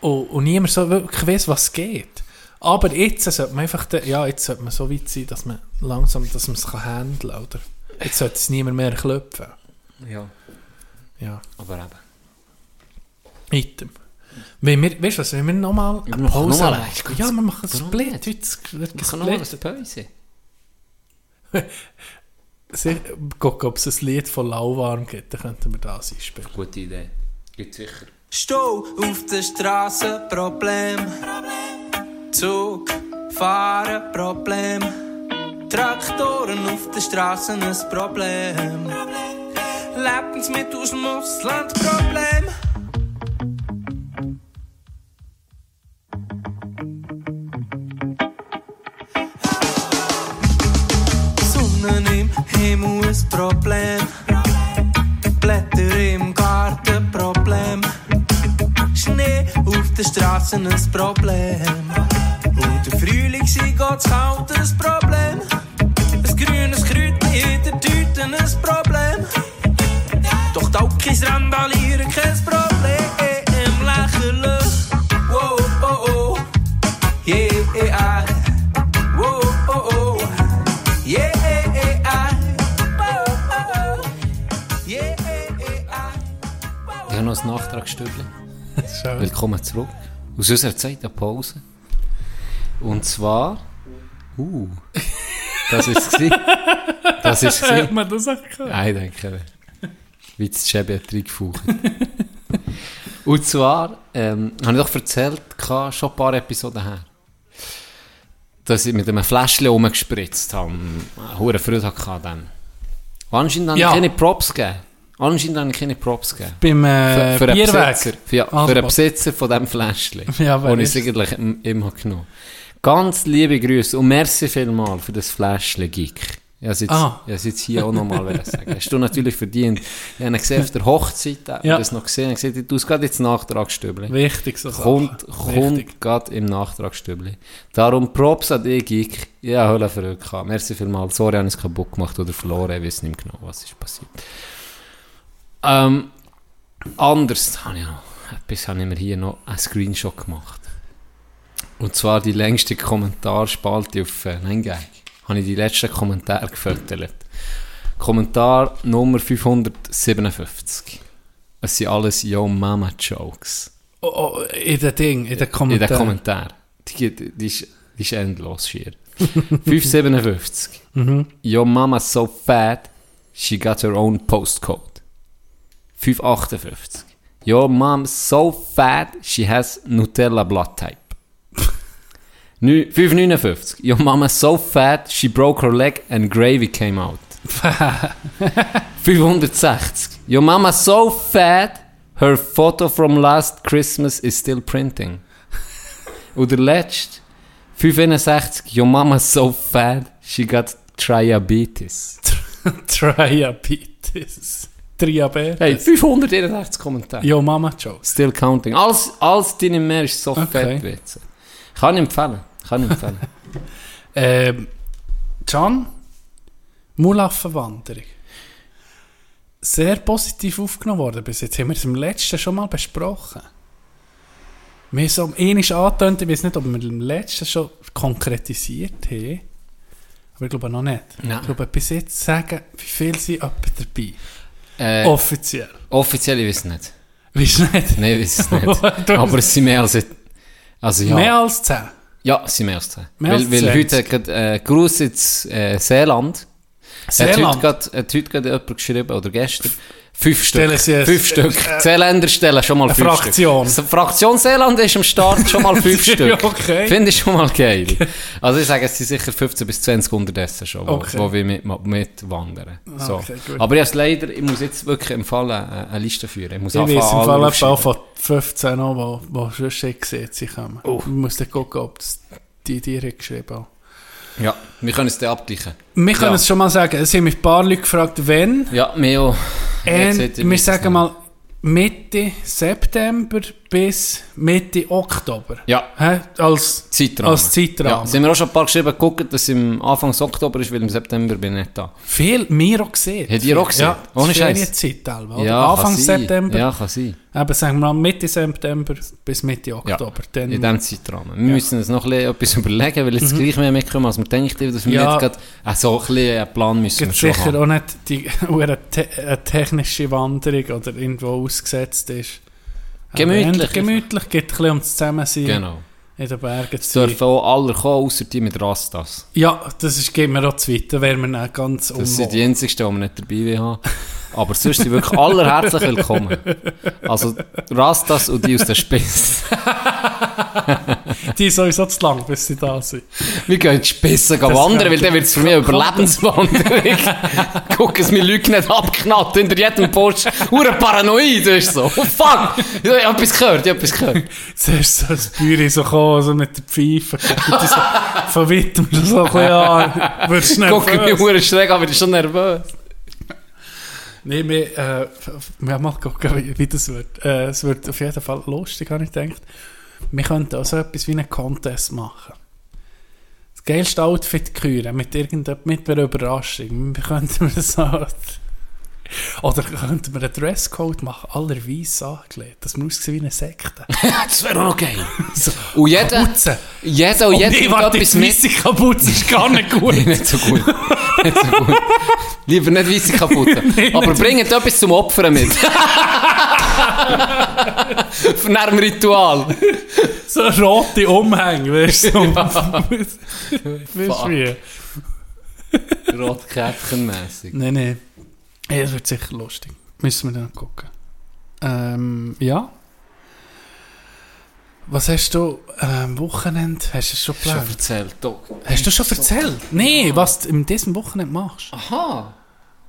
S6: und, und niemand so wirklich weiß, was geht. Aber jetzt sollte man einfach, den- ja, jetzt sollte man so weit sein, dass man langsam, dass man es kann handeln kann, oder? Jetzt sollte es niemand mehr klopfen.
S5: Ja,
S6: Ja.
S5: aber eben.
S6: Item. Wenn wir, weißt du was, wenn wir nochmal
S5: Wir
S6: eine
S5: machen
S6: Pause
S5: noch mal
S6: machen.
S5: eins.
S6: Ja, wir machen einen
S5: Warum
S6: Split.
S5: nicht?
S6: Heute wird
S5: Ich kann noch mal eine
S6: gesplittet.
S5: Pause.
S6: Sicher- Guck, ob es ein Lied von Lauwarm gibt, dann könnten wir das einspielen.
S5: Gute Idee. Gibt sicher.
S9: Stau auf der Straße, Problem. Zug fahren, Problem. Traktoren auf der Straße, ein Problem. Lebensmittel aus dem Ausland, Problem. Sonne im Himmel, ein Problem. Blätter im Garten, Problem. Schnee auf den Straßen ein Problem. Und der Frühling sei ganz kalt ein Problem. Ein grünes Kräutchen in der Tüte Drogen ein Problem. Doch Daukis randalieren kein Problem. Lächerlich. Wow, oh, oh. Yeah, ah. wow, oh, oh. Yeah, ah. wow, oh, oh. Yeah,
S5: Ich habe noch ein Nachtragsstückchen.
S6: Schau.
S5: Willkommen zurück. Aus unserer Zeit der Pause. Und zwar. Uh. Das ist es. gewesen.
S6: <laughs>
S5: Das ist es.
S6: Hat
S5: gewesen.
S6: man das auch gehört?
S5: Nein, denke nicht. Wie das Chebe hat reingefaucht. <laughs> Und zwar, ähm, habe ich doch erzählt, gehabt, schon ein paar Episoden her, dass ich mit einem Fläschchen rumgespritzt habe. Eine hohe Freude hatte an dem. Und anscheinend habe
S6: Ja.
S5: ich keine Props gegeben. Anscheinend habe ich keine Props gegeben.
S6: Beim äh,
S5: Für, für, einen Besitzer,
S6: Bierweg.
S5: für, ja,
S6: Also,
S5: für einen Besitzer von diesem Fläschchen.
S6: <laughs> Ja, wer
S5: wo ich
S6: ist
S5: es eigentlich im- immer genommen Ganz liebe Grüße und merci vielmal für das Fläschchen, Geek. Ich habe
S6: Ah.
S5: es jetzt hier auch nochmal sagen. Hast du natürlich verdient. Ich habe ihn gesehen auf der Hochzeit, ich habe
S6: Ja.
S5: das noch gesehen, ich habe gesagt, du hast gerade jetzt Nachtragstöbli.
S6: Wichtig, so
S5: Kommt,
S6: Sachen. Wichtig.
S5: kommt gerade im Nachtragstöbli. Darum Props an dich, Geek. Ja, Hölle verrückt. Merci vielmals. Sorry, habe ich es kaputt gemacht oder verloren. Ich weiß nicht mehr genau, was ist passiert. Ähm, anders habe ich noch. Etwas habe ich mir hier noch einen Screenshot gemacht. Und zwar die längste Kommentarspalte auf äh, Nengang. Habe ich die letzten Kommentare gefüttert. Kommentar Nummer 557. Es sind alles Yo Mama Jokes.
S6: Oh, oh, in den Ding, in den
S5: In den
S6: Kommentaren.
S5: Kommentaren. Die, geht- die, ist, die ist endlos <laughs> hier. 557. Your mama's so fat, she got her own postcode. 558. Your mom's so fat, she has Nutella blood type. Nü- 559. Your mama's so fat, she broke her leg and gravy came out. 560. Your mama's so fat, her photo from last Christmas is still printing. Und der letzte, 561, your mama's so fat, she got triabetes.
S6: eh, <laughs> Triabetes. Triabetes.
S5: Hey, 581 Kommentare.
S6: Yo, Mama Jokes.
S5: Still counting. Alles, alles deine mehr ist so
S6: Okay.
S5: fett jetzt. Kann ich empfehlen. Kann ich
S6: <laughs>
S5: empfehlen.
S6: Ähm, Can, Mulaffenwanderung. Sehr positiv aufgenommen worden bis jetzt. Haben wir es im letzten schon mal besprochen? Wir haben so ähnlich angetönt, ich weiß nicht, ob wir im letzten schon konkretisiert haben. Aber ich glaube noch nicht.
S5: Nein.
S6: Ich glaube, bis jetzt sagen, wie viel sind etwa dabei.
S5: äh,
S6: Offiziell.
S5: offiziell, ich weiß nicht.
S6: Weißt du nicht?
S5: Nein, ich weiß
S6: <laughs>
S5: es nicht. Aber es sind mehr als... Also ja.
S6: Mehr als 10.
S5: Ja, es sind mehr als 10.
S6: Mehr als
S5: weil, weil
S6: 20.
S5: heute gerade äh, Gruß ins äh, Seeland.
S6: Seeland.
S5: Hat heute gerade- hat heute gerade jemand geschrieben, oder gestern, fünf
S6: Stellen
S5: Stück.
S6: Sie es- Äh,
S5: Fünf Stück. Die Seeländer stellen schon mal
S6: eine
S5: fünf
S6: Fraktion.
S5: Stück. Die Fraktion Seeland ist am Start schon mal
S6: <laughs>
S5: fünf
S6: Ja,
S5: Stück.
S6: okay.
S5: Finde ich schon mal geil. Also ich sage, es sind sicher 15 bis 20 unterdessen schon, wo,
S6: Okay.
S5: wo wir mit, mitwandern. So.
S6: Okay, gut.
S5: Aber ich hab's leider, ich muss jetzt wirklich im Fall eine, eine Liste führen. Ich muss
S6: Ich weiß im
S5: anfangen,
S6: Fall
S5: alle
S6: etwa auch
S5: aufschreiben.
S6: von 15 an, wo, wo schon schick gesehen sie kommen. Ich muss dann gucken, ob das die dir hat geschrieben haben.
S5: Ja, wir können es dann abgleichen.
S6: Wir können
S5: Ja.
S6: es schon mal sagen, es haben mich ein paar Leute gefragt, wenn.
S5: Ja, Meo. Jetzt
S6: Und
S5: hätte ich
S6: Ähm, wir
S5: mich
S6: sagen
S5: jetzt
S6: mal Mitte September bis Mitte Oktober.
S5: Ja.
S6: Hä? Als
S5: Zeitrahmen.
S6: Als Zeitrahmen.
S5: Ja, sind wir auch schon ein paar geschrieben, gucken, dass es im Anfang Oktober ist, weil im September bin ich nicht da.
S6: viel mehr auch gesehen.
S5: Habt ihr auch gesehen?
S6: Ja,
S5: Ohne
S6: die
S5: Scheiß.
S6: Ferienzeit teilweise. oder?
S5: Ja,
S6: Anfang
S5: kann sein.
S6: September.
S5: Ja, kann sein.
S6: Eben sagen wir mal Mitte September bis Mitte
S5: Ja,
S6: Oktober. Dann Mhm.
S5: in diesem Zeitrahmen. Wir müssen uns noch ein bisschen etwas <laughs> überlegen, weil jetzt gleich mehr mitkommen, als wir denken, dass wir
S6: Ja.
S5: jetzt gerade äh, so ein bisschen einen Plan müssen wir
S6: Gibt
S5: schon
S6: sicher
S5: haben.
S6: auch nicht die, <laughs> wo eine, te eine technische Wanderung oder irgendwo ausgesetzt ist. Aber
S5: Gemütlich
S6: eher Gemütlich geht ein bisschen ums Zusammensein
S5: Genau.
S6: in den Bergen
S5: Es
S6: zu sein.
S5: dürfen auch alle kommen, außer die mit Rastas.
S6: Ja, das ist, geht mir auch zu weit. Da wären wir dann ganz um
S5: Das sind die
S6: unwohl.
S5: einzigsten, die wir nicht dabei will haben. Aber sonst sind wirklich alle herzlich willkommen. Also Rastas und die aus der Spitze.
S6: Die sind sowieso zu lang, bis sie da sind. <laughs>
S5: Wir gehen jetzt Spissen gehen wandern, weil dann wird es für mich eine
S6: <laughs>
S5: Überlebenswanderung. Guck, dass mir Leute nicht abknallt hinter jedem Post. Hure paranoid, das ist so. Oh fuck! Ich hab etwas gehört, ich hab etwas gehört.
S6: Zuerst so das Büri so kommen, so mit der Pfeife. Gucken die so von weitem so ein bisschen
S5: <laughs>
S6: an. Wirst
S5: Guck, mir
S6: nervös.
S5: hure schräg an, ich schon nervös.
S6: Nee, wir, äh, wir haben mal gucken, wie, wie das wird. Äh, es wird auf jeden Fall lustig, habe ich gedacht. Wir könnten auch so etwas wie einen Contest machen. Es geilste Outfit küren mit irgendeiner mit einer Überraschung. Wie könnten wir das halt. Oder könnten wir einen Dresscode machen, aller weiss angelegt, dass wir aussehen wie eine
S5: <laughs>
S6: Sekte.
S5: Das wäre auch noch geil. Und jeder,
S6: Kapuze!
S5: jeder und
S6: Oh
S5: jeder
S6: nee, warte,
S5: nimmt
S6: jetzt
S5: etwas mit.
S6: weisse Kapuze ist gar nicht gut.
S5: <laughs> nicht so gut. Nicht so gut. Lieber nicht weisse kaputt.
S6: <laughs>
S5: Aber bringt etwas zum Opfern mit. Von einem Ritual.
S6: so rote Umhänge, weißt du. <laughs> weißt du wie?
S5: Rotkäppchenmässig.
S6: Nein, nein. Ey, das wird sicher lustig. Müssen wir dann gucken. Ähm, ja. Was hast du ähm, Wochenende? Hast du es schon
S5: Schon
S6: geplant?
S5: erzählt, Doc.
S6: Hast du schon erzählt? Nein, was du in diesem Wochenende
S5: Ah,
S6: machst.
S5: Aha.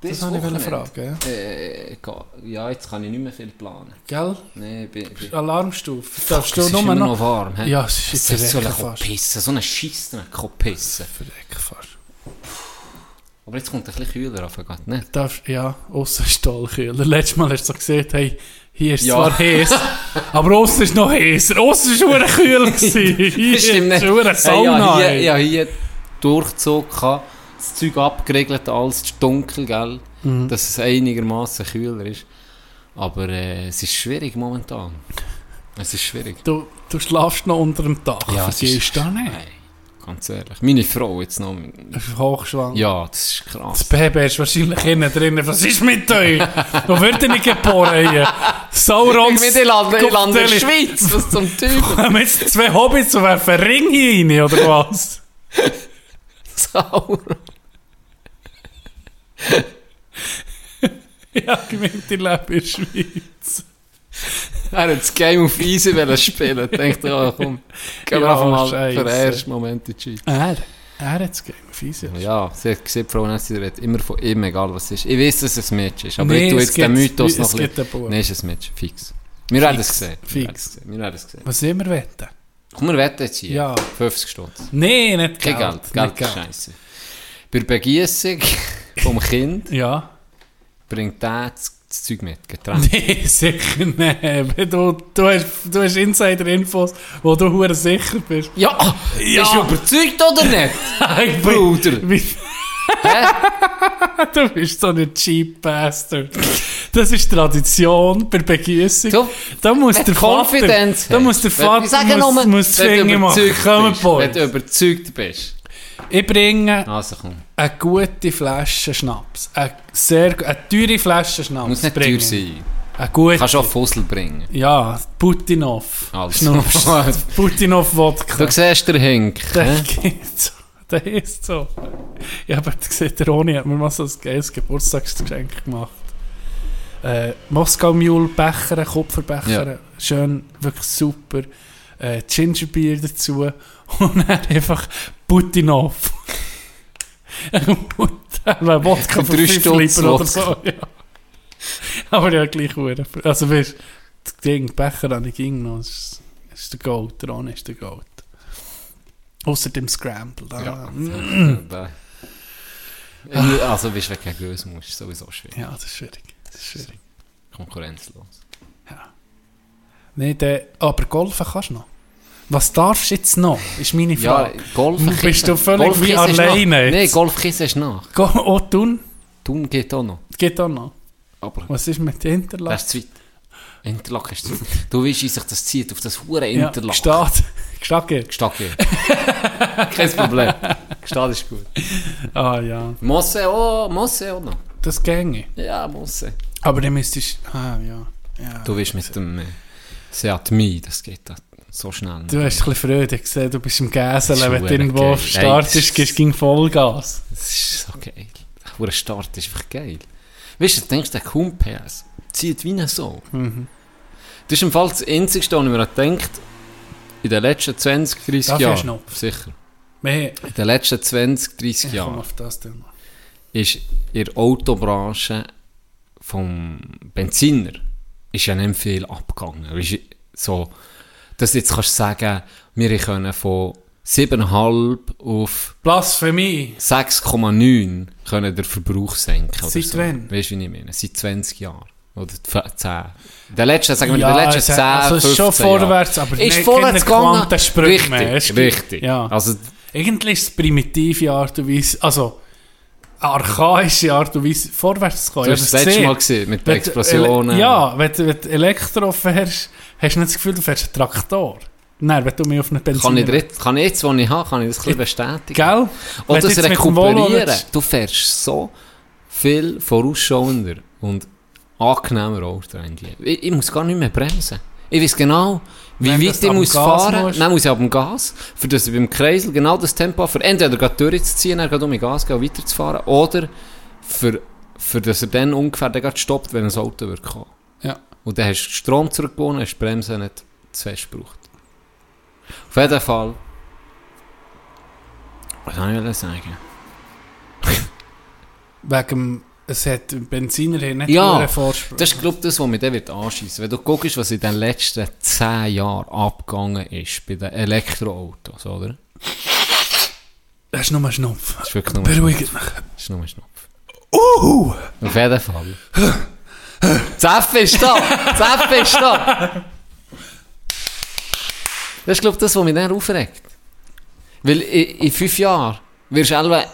S6: das
S5: Das
S6: wollte ich
S5: Wochenende.
S6: fragen. Ja.
S5: Äh, ga- ja, jetzt kann ich nicht mehr viel planen.
S6: Gell?
S5: Nee, ich bin, bin,
S6: Alarmstufe. Darfst
S5: es
S6: du
S5: ist
S6: nur
S5: immer noch,
S6: noch...
S5: warm. hä?
S6: Ja, es ist
S5: Jetzt
S6: jetzt
S5: soll ich
S6: verrecken
S5: auch
S6: fast.
S5: pissen. So einen Schiss dann kann ich pissen.
S6: Verrecken fast.
S5: Aber jetzt kommt ein bisschen kühler auf, geht nicht?
S6: Darfst, ja, aussen ist toll kühler. Letztes Mal hast du so gesagt, hey, hier ist
S5: Ja.
S6: zwar
S5: <laughs>
S6: heiß, aber aussen ist noch heißer. Aussen ist verdammt kühl
S5: <laughs>
S6: gewesen. Hier
S5: Stimmt
S6: <laughs> ist
S5: nicht.
S6: verdammt
S5: Hey,
S6: Sauna.
S5: ja, hier,
S6: ey.
S5: ja, hier durchgezogen, gehabt, das Zeug abgeregelt, alles ist dunkel, gell?
S6: Mhm.
S5: dass es einigermaßen kühler ist. Aber äh, es ist schwierig momentan. Es ist schwierig.
S6: Du, du schläfst noch unter dem Dach.
S5: Ja, es
S6: Vergisst
S5: ist-
S6: du das nicht?
S5: Hey, ganz ehrlich. Meine Frau jetzt noch.
S6: Du bist hochschwanger.
S5: Ja, das ist
S6: Das
S5: krass.
S6: Baby ist wahrscheinlich innen drin. Was ist mit euch? Wo wird denn nicht geboren hier? Saurons
S5: Irgendwie, die landen- die landen in der
S6: Cocktail.
S5: Schweiz. Was zum
S6: <laughs>
S5: Teufel?
S6: Haben wir jetzt zwei Hobbits und werfen einen Ring hier rein, oder was? <laughs>
S5: Sauron.
S6: ja, gemeint, ich lebe in der Schweiz.
S5: Er hat das Game auf Easy wollen spielen. Denkt er, ja, komm, gehen wir
S6: Ja,
S5: einfach mal
S6: scheisse.
S5: für den ersten Moment in die Schweiz.
S6: Er? Er hat es gegen fies.
S5: Ja, sie hat gesagt, Frau Nessi redet immer von ihm, egal was es ist. Ich weiß, dass es ein Mädchen ist, aber
S6: Nee,
S5: ich tue
S6: es
S5: jetzt den
S6: gibt-
S5: Mythos
S6: es
S5: noch ein
S6: gibt einen
S5: bisschen.
S6: Bauer.
S5: Nein, es ist ein Mädchen, fix. Wir werden es sehen. Wir
S6: fix.
S5: werden es sehen, Wir werden es sehen.
S6: Was immer wetten?
S5: Komm, wir wetten jetzt hier.
S6: Ja.
S5: 50 Stunden.
S6: Nein, nicht
S5: Kein
S6: Geld.
S5: Geld.
S6: Nicht
S5: Geld ist scheisse. Bei der Begießung <laughs> vom Kind
S6: Ja. <laughs>
S5: bringt der das, das Zeug mit, Getränk.
S6: Nein, sicher nicht. Du, du hast, du hast Insider-Infos, wo du hure sicher bist.
S5: Ja, ja! Bist du überzeugt oder nicht?
S6: Ich <laughs>
S5: Bruder!
S6: Wie- du bist so ein cheap Bastard. Das ist Tradition bei Begüssung.
S5: Du,
S6: da <laughs> muss
S5: Wenn
S6: der
S5: du Confidence
S6: Vater, da muss der
S5: hast. Wenn-
S6: Vater
S5: ich sage
S6: muss,
S5: nur,
S6: muss die
S5: wenn du
S6: Finger machen.
S5: überzeugt
S6: Komm,
S5: bist,
S6: Boy.
S5: Wenn du überzeugt bist.
S6: Ich bringe
S5: Also komm.
S6: eine gute Flasche Schnaps. Eine sehr gu- eine teure Flasche Schnaps.
S5: Muss nicht
S6: bringe
S5: teuer
S6: ich.
S5: sein.
S6: Eine gute.
S5: Kannst auch Fussel bringen.
S6: ja, Putinov.
S5: Also. <laughs>
S6: Putinov Wodka.
S5: Du siehst
S6: <laughs>
S5: den Hink.
S6: Der
S5: hä?
S6: geht so. Der ist so. Ja, aber du siehst, der Roni hat mir mal so ein geiles Geburtstagsgeschenk gemacht. Äh, Moskau Mule Becher, Kupferbecher, schön, wirklich super. Äh, Gingerbier dazu <laughs> und dann einfach Putinov. <laughs> Ein Wodka für
S5: Drei
S6: 5
S5: Stutz
S6: Liter oder so.
S5: Wodka.
S6: Ja. Aber ja, gleich gut. Also, weißt du, das Ding, Becher habe ich ging noch. Das ist- das ist der Gold, der Ron ist der Gold. Außer dem Scramble. Da. Ja.
S5: Da. Äh, Also bist du wegen Gös musst, ist sowieso schwierig.
S6: das ist schwierig. Das ist schwierig.
S5: Konkurrenzlos.
S6: Nee, der, aber golfen kannst du noch. Was darfst du jetzt noch? Ist meine
S5: Ja,
S6: Frage.
S5: Golfkissen.
S6: Bist du völlig wie alleine jetzt?
S5: Nein, Golfkissen ist nach.
S6: Ja. Oh, tun?
S5: Thun geht auch noch.
S6: Geht auch noch.
S5: Aber
S6: Was ist mit den Hinterlagen?
S5: das ist zu weit. Interlaken ist zu weit. Du weißt, wie sich das zieht auf das hure
S6: Ja, <laughs>
S5: Interlaken.
S6: gestaat. Gestaat geht.
S5: Gestacke. <laughs> Kein Problem. Gestad ist gut.
S6: Ah ja,
S5: Mosse, oh, Mosse auch noch.
S6: das ginge.
S5: Ja, Mosse.
S6: Aber dann müsstest du... Ah ja. ja.
S5: Du weißt mit dem äh, Seat Mii, das geht da so schnell.
S6: Du hast ein bisschen Freude gesehen, du bist im Gäseln,
S5: Das ist
S6: wenn du
S5: verdammt
S6: irgendwo
S5: geil. Nein,
S6: startest,
S5: das-
S6: gehst du gegen Vollgas.
S5: Das ist so geil. Der Start ist einfach geil. Weißt du, du denkst, der kommt PS. Zieht wie ein so.
S6: Mhm.
S5: Das ist im Fall das Einzige, was ich mir gedacht in den letzten 20, 30
S6: Darf ich einen
S5: Jahren.
S6: Schnaps?
S5: Sicher.
S6: Mehr.
S5: In den letzten 20, 30
S6: Ich komme
S5: Jahren
S6: auf das Thema.
S5: ist in der Autobranche vom Benziner ist ja nicht viel abgegangen. Weißt, so, dass du jetzt kannst sagen, wir können von 7,5 auf
S6: Blasphemie.
S5: 6,9 können der Verbrauch senken. oder
S6: Seit
S5: so.
S6: wann?
S5: Weißt du, wie ich meine? Seit 20 Jahren. Oder fe- 10. Der letzte, sagen wir,
S6: Ja,
S5: der letzte
S6: es hat-
S5: 10,
S6: also es ist
S5: 15
S6: schon vorwärts,
S5: Jahre.
S6: aber
S5: ist
S6: nicht
S5: vorwärts
S6: keine
S5: gegangen.
S6: Quantensprünge
S5: Richtig,
S6: mehr. Es gibt-
S5: richtig.
S6: ja.
S5: Also,
S6: Irgendwie ist es primitive Art und Weise, also eine archaische Art und Weise, vorwärts zu kommen.
S5: Du
S6: Ich
S5: hast
S6: hab
S5: das letzte
S6: gesehen.
S5: Mal gesehen, mit den
S6: Wenn du
S5: Explosionen.
S6: Ele- eh, Ja, wenn, du- wenn du Elektro fährst, hast du nicht das Gefühl, du fährst einen Traktor. Nein, wenn du mich auf eine Benzin...
S5: Kann ich, direkt- kann ich jetzt, wo ich habe, kann ich das ein bisschen bestätigen.
S6: Gell?
S5: Oder
S6: Wenn du
S5: das
S6: jetzt mit dem Volo
S5: Rekuperieren.
S6: willst-
S5: Du fährst so viel vorausschauender und angenehmer Auto eigentlich. Ich, ich muss gar nicht mehr bremsen. Ich weiß genau, wie
S6: Wenn du
S5: weit
S6: das
S5: ich
S6: ab dem
S5: muss
S6: Gas
S5: fahren muss.
S6: musst.
S5: Dann muss ich ab dem Gas, für das ich beim Kreisel genau das Tempo habe, für entweder gerade durchzuziehen, dann gerade um Gas gehen, und weiterzufahren, oder für, für das er dann ungefähr dann gerade stoppt, wenn ein Auto wird kommen.
S6: Ja.
S5: Und dann hast du Strom zurückgewonnen, hast die Bremse nicht zu fest gebraucht. Auf jeden Fall. Was soll ich wollte sagen?
S6: Wegen, dem- es hat im Benziner hier nicht
S5: Ja,
S6: einen Vorsprung.
S5: Das ist, glaube ich, das, was mich dann wird anschiessen Wenn du guckst, was in den letzten 10 Jahren abgegangen ist bei den Elektroautos, oder?
S6: Das ist nur ein Schnupf.
S5: Das ist wirklich nur ein Schnupf.
S6: Beruhigt mich.
S5: Das ist nur ein Schnupf. Uhu! Auf jeden Fall. Zeff ist da! Zeff ist da! Das ist, glaube ich, das, was mich dann aufregt. Weil in, in fünf Jahren wirst du alle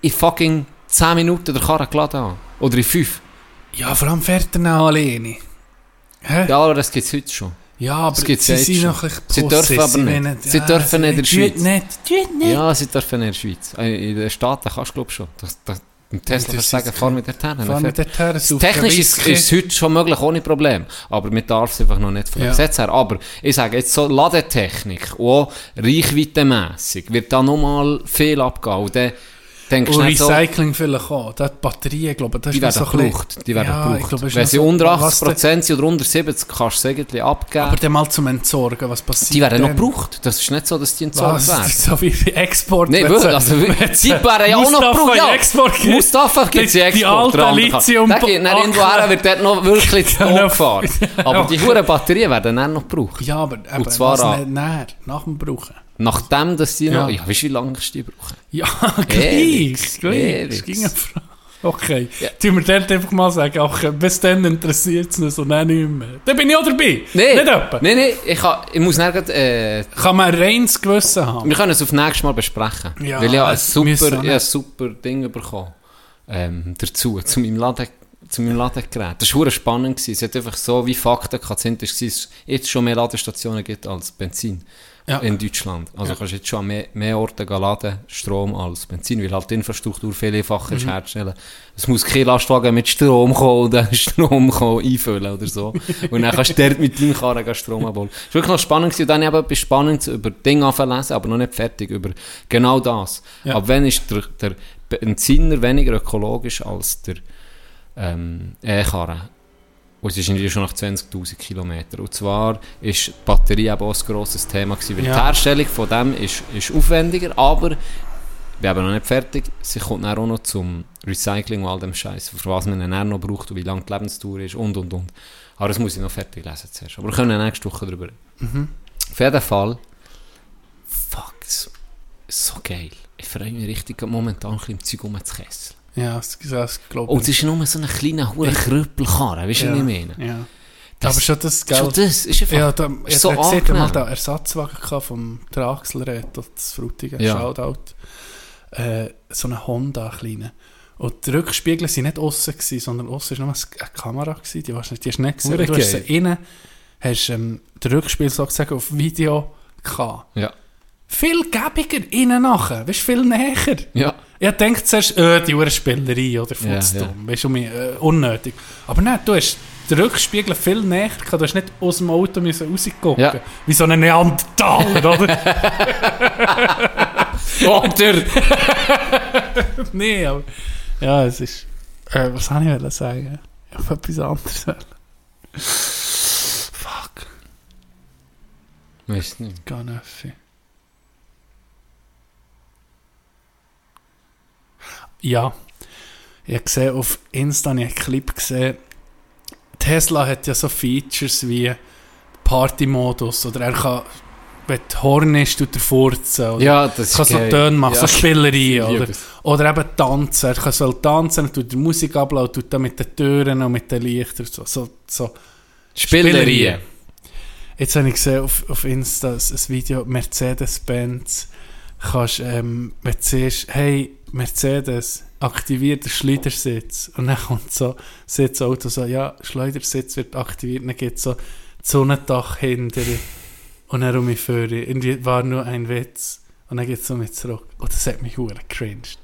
S5: in fucking 10 Minuten der Karre geladen haben. Oder in fünf.
S6: Ja, vor allem fährt er noch alleine. Hä? Ja,
S5: Ja, aber das gibt es heute schon.
S6: aber
S5: Das gibt's
S6: sie
S5: ja jetzt
S6: sind
S5: schon.
S6: noch ein bisschen
S5: Sie
S6: pussy,
S5: dürfen aber
S6: wollen
S5: nicht. Sie dürfen nicht in der
S6: sie- tut
S5: Schweiz.
S6: nicht, tut nicht.
S5: Ja, sie dürfen in der Schweiz. Äh, In den Staaten kannst du glaube schon. Das, das, Im Tesla
S6: Das
S5: kannst
S6: ist
S5: du sagen,
S6: jetzt-
S5: fahr mit der Terne.
S6: Vor allem mit der Terrasse auf der
S5: Technisch ist,
S6: Whisky.
S5: ist es heute schon möglich, ohne Problem. Aber man darf es einfach noch nicht vom
S6: Ja.
S5: Gesetz her. Aber ich sage jetzt so, Ladetechnik, und auch reichweitenmässig, wird da nochmal viel abgehen. Und dann denkst du
S6: Und
S5: nicht so,
S6: Recycling vielleicht auch. Da die Batterien, glaube ich, das
S5: die
S6: ist
S5: werden
S6: noch so ein bisschen-
S5: gebraucht. Die werden
S6: ja, ich
S5: gebraucht.
S6: glaube, es ist
S5: Wenn
S6: noch
S5: sie
S6: so-
S5: unter
S6: was
S5: 80% sind oder unter 70%, kannst du es irgendwie
S6: da-
S5: abgeben.
S6: Aber dann mal zum Entsorgen, was passiert
S5: die werden noch
S6: dann?
S5: gebraucht. Das ist nicht so, dass die entsorgt
S6: Was? Das
S5: werden.
S6: ist <laughs> so wie bei Export.
S5: Nein,
S6: wenn
S5: wirklich,
S6: sie-
S5: also
S6: wenn sie-
S5: Zeitbar ja auch noch
S6: Mustafa
S5: gebraucht.
S6: in
S5: Ja,
S6: Export gibt.
S5: Mustafa gibt es
S6: Die-
S5: ja
S6: die
S5: Export.
S6: alten Lithium-
S5: Da geht dann irgendwo her, wird dort noch wirklich
S6: <laughs>
S5: zu
S6: Ja,
S5: Tod gefahren. Aber die
S6: Ja.
S5: hohen Batterien werden dann noch gebraucht.
S6: Ja, aber eben,
S5: Und zwar
S6: was
S5: an-
S6: nicht näher, nach dem Brauchen.
S5: Nachdem, dass die noch...
S6: Ja.
S5: Ja, weißt du, wie lange ist die brauchen?
S6: Ja, gleich,
S5: Ewigs,
S6: gleich.
S5: ewigs.
S6: Es ging eine Frage. Okay, tun wir dort einfach mal sagen, okay, bis dann interessiert es uns und dann nicht mehr. Dann bin ich auch dabei. Nicht etwa.
S5: Nein, nein, ich, kann, ich muss nicht... Äh,
S6: Kann man ein reines Gewissen haben?
S5: wir können es auf nächstes Mal besprechen.
S6: Ja,
S5: weil ich habe ein
S6: es müssen
S5: super,
S6: auch
S5: ich habe ein
S6: nicht.
S5: super Ding bekommen. Ähm, dazu, zu meinem Laden zu meinem Ladegerät. Das war verdammt spannend. gewesen. Es hat einfach so wie Fakten gehabt. Es war, dass es jetzt schon mehr Ladestationen gibt als Benzin.
S6: Ja.
S5: in Deutschland. Also kannst du jetzt schon an mehr, mehr Orten gehen laden, Strom als Benzin, weil halt die Infrastruktur viel einfacher
S6: Mhm.
S5: ist herzustellen. Es muss kein Lastwagen mit Strom kommen und dann <laughs> Strom kommen, einfüllen
S6: <laughs>
S5: oder so. Und dann kannst du dort mit deinem Karren gehen Strom abholen. Es war wirklich noch spannend. gewesen. Und dann habe ich etwas Spannendes über Dinge angefangen zu lesen, aber noch nicht fertig, über genau das.
S6: Ja.
S5: Ab wann ist der, der Benziner weniger ökologisch als der ähm, E-Karren? Und es ist irgendwie schon nach 20.000 Kilometern. Und zwar ist die Batterie eben auch ein grosses Thema gewesen, weil
S6: Ja.
S5: die Herstellung von dem ist, ist aufwendiger, aber wir haben noch nicht fertig. Sie kommt dann auch noch zum Recycling und all dem Scheiß, für was man ihn dann noch braucht und wie lange die Lebensdauer ist und und und. Aber das muss ich noch fertig lesen zuerst. Aber wir können nächste Woche darüber reden. Auf jeden Fall, fuck, das ist so geil. Ich freue mich richtig, momentan ein bisschen im Zeug rumzukesseln.
S6: Ja, das, das glaube ich.
S5: Und es Oh, ist nur so ein kleiner, hoher Krüppelkarren, weißt du,
S6: ja.
S5: was ich meine?
S6: Ja.
S5: Das-
S6: aber schon das, gell?
S5: Schon das ist einfach...
S6: Ja, da, ich
S5: so
S6: so gesehen, da
S5: angenehm.
S6: mal den Ersatzwagen gehabt vom Traxelrät, das Frutigen,
S5: Ja.
S6: Shoutout. Äh, so einen Honda kleinen. Und die Rückspiegel waren nicht aussen, gewesen, sondern aussen war nur eine Kamera, gewesen, die, hast du nicht, die hast du nicht gesehen.
S5: Hure
S6: Du hast sie
S5: geil.
S6: innen, hast ähm, den Rückspiegel sozusagen auf Video gehabt.
S5: Ja.
S6: Viel gäbiger innen nachher, weißt du, viel näher.
S5: Ja.
S6: Ich denke zuerst, äh, die Uhrenspielerei oder Futzdumm,
S5: Ja,
S6: yeah,
S5: ja.
S6: weißt du, mir, äh, unnötig. Aber nein, du hast den Rückspiegel viel näher gehabt, du hast nicht aus dem Auto müssen rausgucken
S5: Ja.
S6: wie so ein Neandertaler, oder?
S5: Oder!
S6: <laughs> nee, aber, ja, es ist, äh, was soll ich wollen sagen? Ich hab etwas anderes wollen. Fuck,
S5: Weißt nicht.
S6: gar nicht viel. Ja, ich habe gesehen auf Insta, ich habe einen Clip gesehen, Tesla hat ja so Features wie Partymodus oder er kann, wenn du Horn ist, tut er furzen. Oder
S5: Ja, das
S6: kann
S5: ist
S6: so
S5: geil.
S6: Töne machen,
S5: <laughs> Ja.
S6: so Spielereien.
S5: Ich liebe
S6: Oder,
S5: es.
S6: oder eben tanzen. Er kann soll tanzen, er tut die Musik ablaufen, tut dann mit den Türen und mit den Lichtern. So, so, so.
S5: Spielerie.
S6: Jetzt habe ich gesehen auf, auf Insta ein ein Video Mercedes-Benz kannst, ähm, wenn du siehst, hey, Mercedes, aktiviert den Schleudersitz. Und dann kommt so, Sitzauto so, ja, Schleudersitz wird aktiviert, dann geht so, das Sonnendach hinter und dann um mich vor. Irgendwie war nur ein Witz. Und dann geht es so mit zurück. Und das hat mich hure gecringed.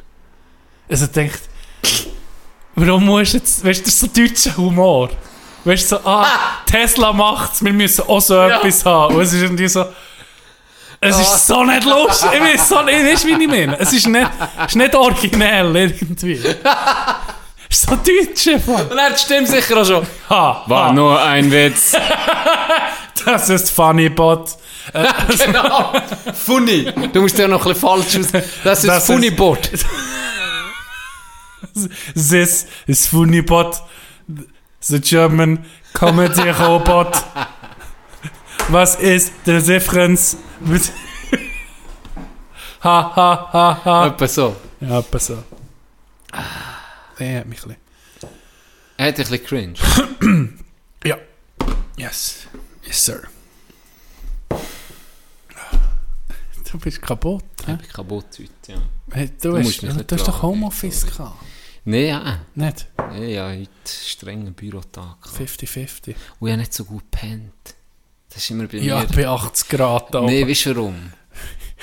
S6: Also ich dachte, warum musst du jetzt, weißt du, das ist so deutscher Humor. Weißt du, so, ah, Tesla macht's, wir müssen auch so etwas haben. Und es ist irgendwie so, es ist so nicht lustig. Ich weiß so nicht, weißt du, wie ich meine? Es ist nicht, es ist nicht originell irgendwie. Es ist so deutsch einfach.
S5: Und er stimmt sicher auch schon.
S6: Ha,
S5: War
S6: ha,
S5: nur ein Witz.
S6: <laughs> das ist Funny Bot.
S5: <laughs> genau. Funny. Du musst ja noch ein bisschen falsch aus. Das ist
S6: Das ist- <laughs>
S5: Funny Board.
S6: This is Funny Bot. The German Comedy Robot. Was ist the difference? with- ha, ha, ha, ha.
S5: Etwa so.
S6: Ja, etwa so. Der hat mich ein bisschen.
S5: Er hat ein bisschen cringe.
S6: Ja. Yes. Yes, sir. Du bist kaputt. hä?
S5: Ich bin kaputt heute, ja.
S6: Hey, du,
S5: Du
S6: hast,
S5: musst mich
S6: du
S5: nicht
S6: hast doch
S5: tragen,
S6: Homeoffice gehabt.
S5: Nein, ja.
S6: Nicht?
S5: Ich ja, heute strengen Bürotag. gehabt.
S6: 50-50.
S5: Und ich habe nicht so gut gepennt. Das ist immer bei
S6: Ja,
S5: mir.
S6: bei 80 Grad da
S5: Nein,
S6: oben.
S5: weißt du warum?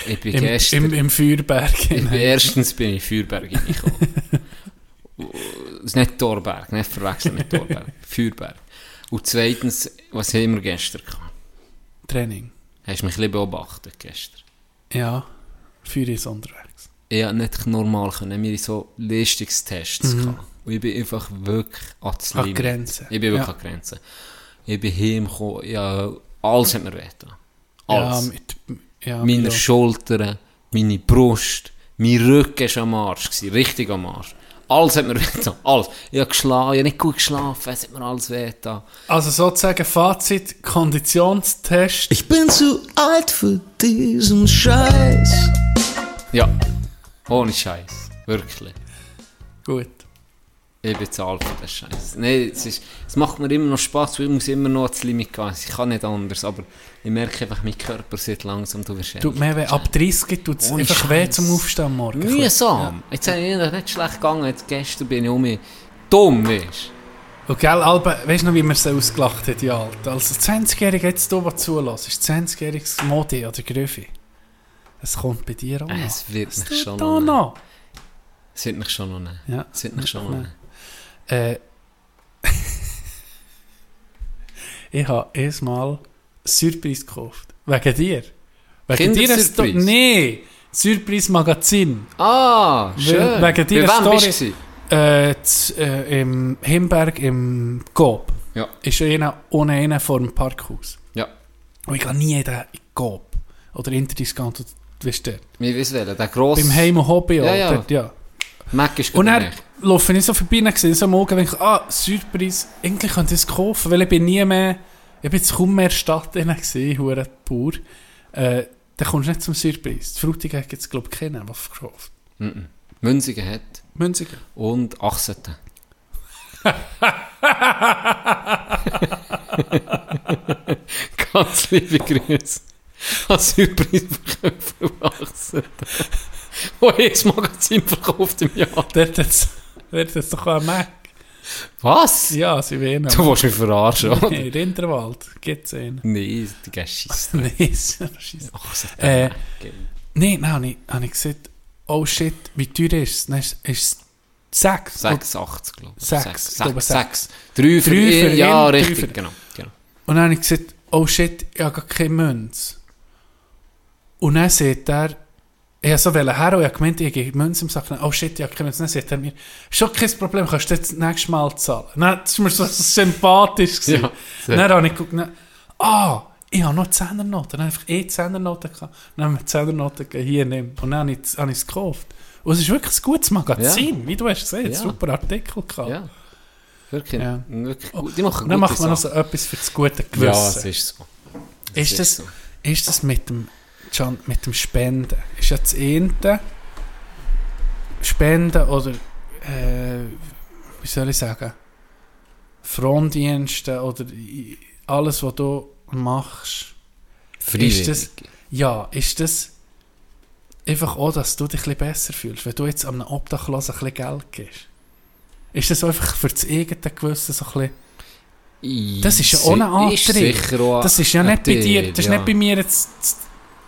S5: Ich bin
S6: Im,
S5: gestern...
S6: im, Im Feuerberg.
S5: ich bin,
S6: hinein.
S5: erstens bin ich in Feuerberg reingekommen. Es ist nicht Torberg, nicht verwechseln mit Torberg. Feuerberg. Und zweitens, was haben wir gestern gehabt?
S6: Training.
S5: Hast du mich ein bisschen beobachtet gestern?
S6: Ja. Feuer ist unterwegs.
S5: Ich konnte nicht normal, können. wir hatten so Leistungstests. Mhm. Und ich bin einfach wirklich an das
S6: An
S5: Limit.
S6: Grenzen.
S5: Ich bin wirklich
S6: Ja.
S5: an Grenzen. Ich bin heimgekommen, ja, alles hat mir wehgetan.
S6: Ja,
S5: Alles.
S6: mit, ja,
S5: meine
S6: mit-
S5: Schultern, meine Brust, mein Rücken war am Arsch, gewesen, richtig am Arsch. Alles hat mir wehgetan, alles. Ich habe geschlafen, ich habe nicht gut geschlafen, es hat mir alles wehgetan.
S6: Also sozusagen Fazit, Konditionstest.
S9: Ich bin zu alt für diesen Scheiß.
S5: Ja, ohne Scheiß, wirklich.
S6: Gut.
S5: Ich bezahle für den Scheiß. Nein, es, ist, es macht mir immer noch Spass, weil ich muss immer noch ans Limit gehen. Ich kann nicht anders, aber ich merke einfach, mein Körper sieht langsam, du wirst
S6: Tut mehr weh. Ab 30 tut es
S5: Ohne
S6: einfach weh
S5: Scheiß.
S6: zum Aufstehen am Morgen.
S5: Mühsam. Jetzt habe ich nicht schlecht gegangen, jetzt gestern bin ich um mich dumm, weißt
S6: Und gell, Alba, weißt du noch, wie man es ausgelacht hat, ja, Alter? Also, 20-Jährige jetzt hier, was zulässt, ist 20-Jähriges Modi oder Grüffi. Es kommt bei dir auch
S5: du.
S6: noch.
S5: Es wird
S6: Es
S5: mich Äh, schon
S6: tut auch noch.
S5: Es wird mich schon noch nehmen.
S6: Ja.
S5: Es wird mich schon noch nehmen.
S6: Äh, ich habe erstmal Surprise gekauft. Wegen dir. Wegen dir
S5: Kindersurprise?
S6: Sto- Nee, Surprise Magazin.
S5: Ah,
S6: Weil-
S5: schön.
S6: wegen deiner
S5: Bei wem
S6: Story-
S5: bist du? gewesen?
S6: Äh, z- äh, Im Himberg, im Gob.
S5: Ja.
S6: Ist ja einer ohne einen vor dem Parkhaus.
S5: Ja,
S6: Und ich gehe nie in den Gob. Oder Interdiscount, oder weißt du, dort.
S5: wir wissen welchen. Der grosse...
S6: Beim Heim und Hobby,
S5: Ja,
S6: oder?
S5: ja.
S6: Dort, ja.
S5: Mac ist
S6: Und
S5: gut
S6: dann
S5: nicht.
S6: laufe ich so vorbei und sehe so am Morgen, denke ich, ah, Surprise, eigentlich könnte ich es kaufen, weil ich bin nie mehr, ich bin jetzt kaum mehr in der Stadt drin gewesen, hure pur. Äh, dann kommst du nicht zum Surprise. Die Frutigen gibt es, glaube ich, keinen, der verkauft.
S5: Mhm. Münzigen hat.
S6: Münzigen. <laughs>
S5: Und Achseten. Ganz liebe Grüße. Als Übereinverkäufer von Achseten. Wo jedes Magazin verkauft im Jahr.
S6: Dort hat <laughs> es doch auch einen Mac.
S5: Was?
S6: Ja, sie wählen.
S5: Du willst mich
S6: <laughs>
S5: verarschen, oder?
S6: In Rinderwald gibt es <laughs> einen.
S5: Nee, du gehst scheiss.
S6: <laughs> Nein, scheiße.
S5: Achseten.
S6: Äh, Nein, dann habe ich, habe ich gesagt, oh shit, wie teuer ist es? Dann ist es 6.
S5: 86, glaube ich.
S6: Sechs, ich glaube,
S5: sechs. sechs. Drei für ihn.
S6: für
S5: Ja,
S6: ihn, drei
S5: richtig,
S6: für-
S5: genau. genau.
S6: Und dann habe ich gesagt, oh shit, ich habe gar keine Münze. Und dann sagt er, ich habe so wollte her und ich habe gemeint, ich gebe Münze im Sack. Dann, Oh shit, ich habe keine Münze. Dann sagt er mir, schon kein Problem, kannst du jetzt nächstes Mal zahlen. Dann, das war mir so <laughs> sympathisch. gewesen.
S5: Ja, sehr.
S6: dann habe ich geguckt, dann, ah, ich habe noch 10er Noten. Dann habe ich einfach eh 10er Noten gehabt. Dann haben wir 10er Noten gegeben, hier nehmen. Und dann habe ich es- habe ich es gekauft. Und es ist wirklich ein gutes Magazin, wie du hast gesehen,
S5: Ja.
S6: super Artikel gehabt.
S5: Ja. Wirklich,
S6: Ja.
S5: wirklich gut. Die machen
S6: Und dann
S5: gute
S6: macht man noch so
S5: Sachen.
S6: etwas für das gute Gewissen.
S5: Ja, es ist so. Es
S6: Ist das,
S5: so.
S6: ist das mit dem, John, mit dem Spenden? Ist ja das eine Spenden oder, äh, wie soll ich sagen, Frondienste oder i- alles, was du machst.
S5: Freiwillig.
S6: das- Ja, ist das einfach auch, dass du dich ein bisschen besser fühlst, wenn du jetzt einem Obdachlosen ein bisschen Geld gibst. Ist das einfach für das eigene Gewissen so ein bisschen... Das ist ja auch ein Antrieb.
S5: sicher auch
S6: Das ist ja
S5: ein
S6: nicht bei dir,
S5: Ding,
S6: das ist
S5: ja.
S6: nicht bei mir jetzt... z-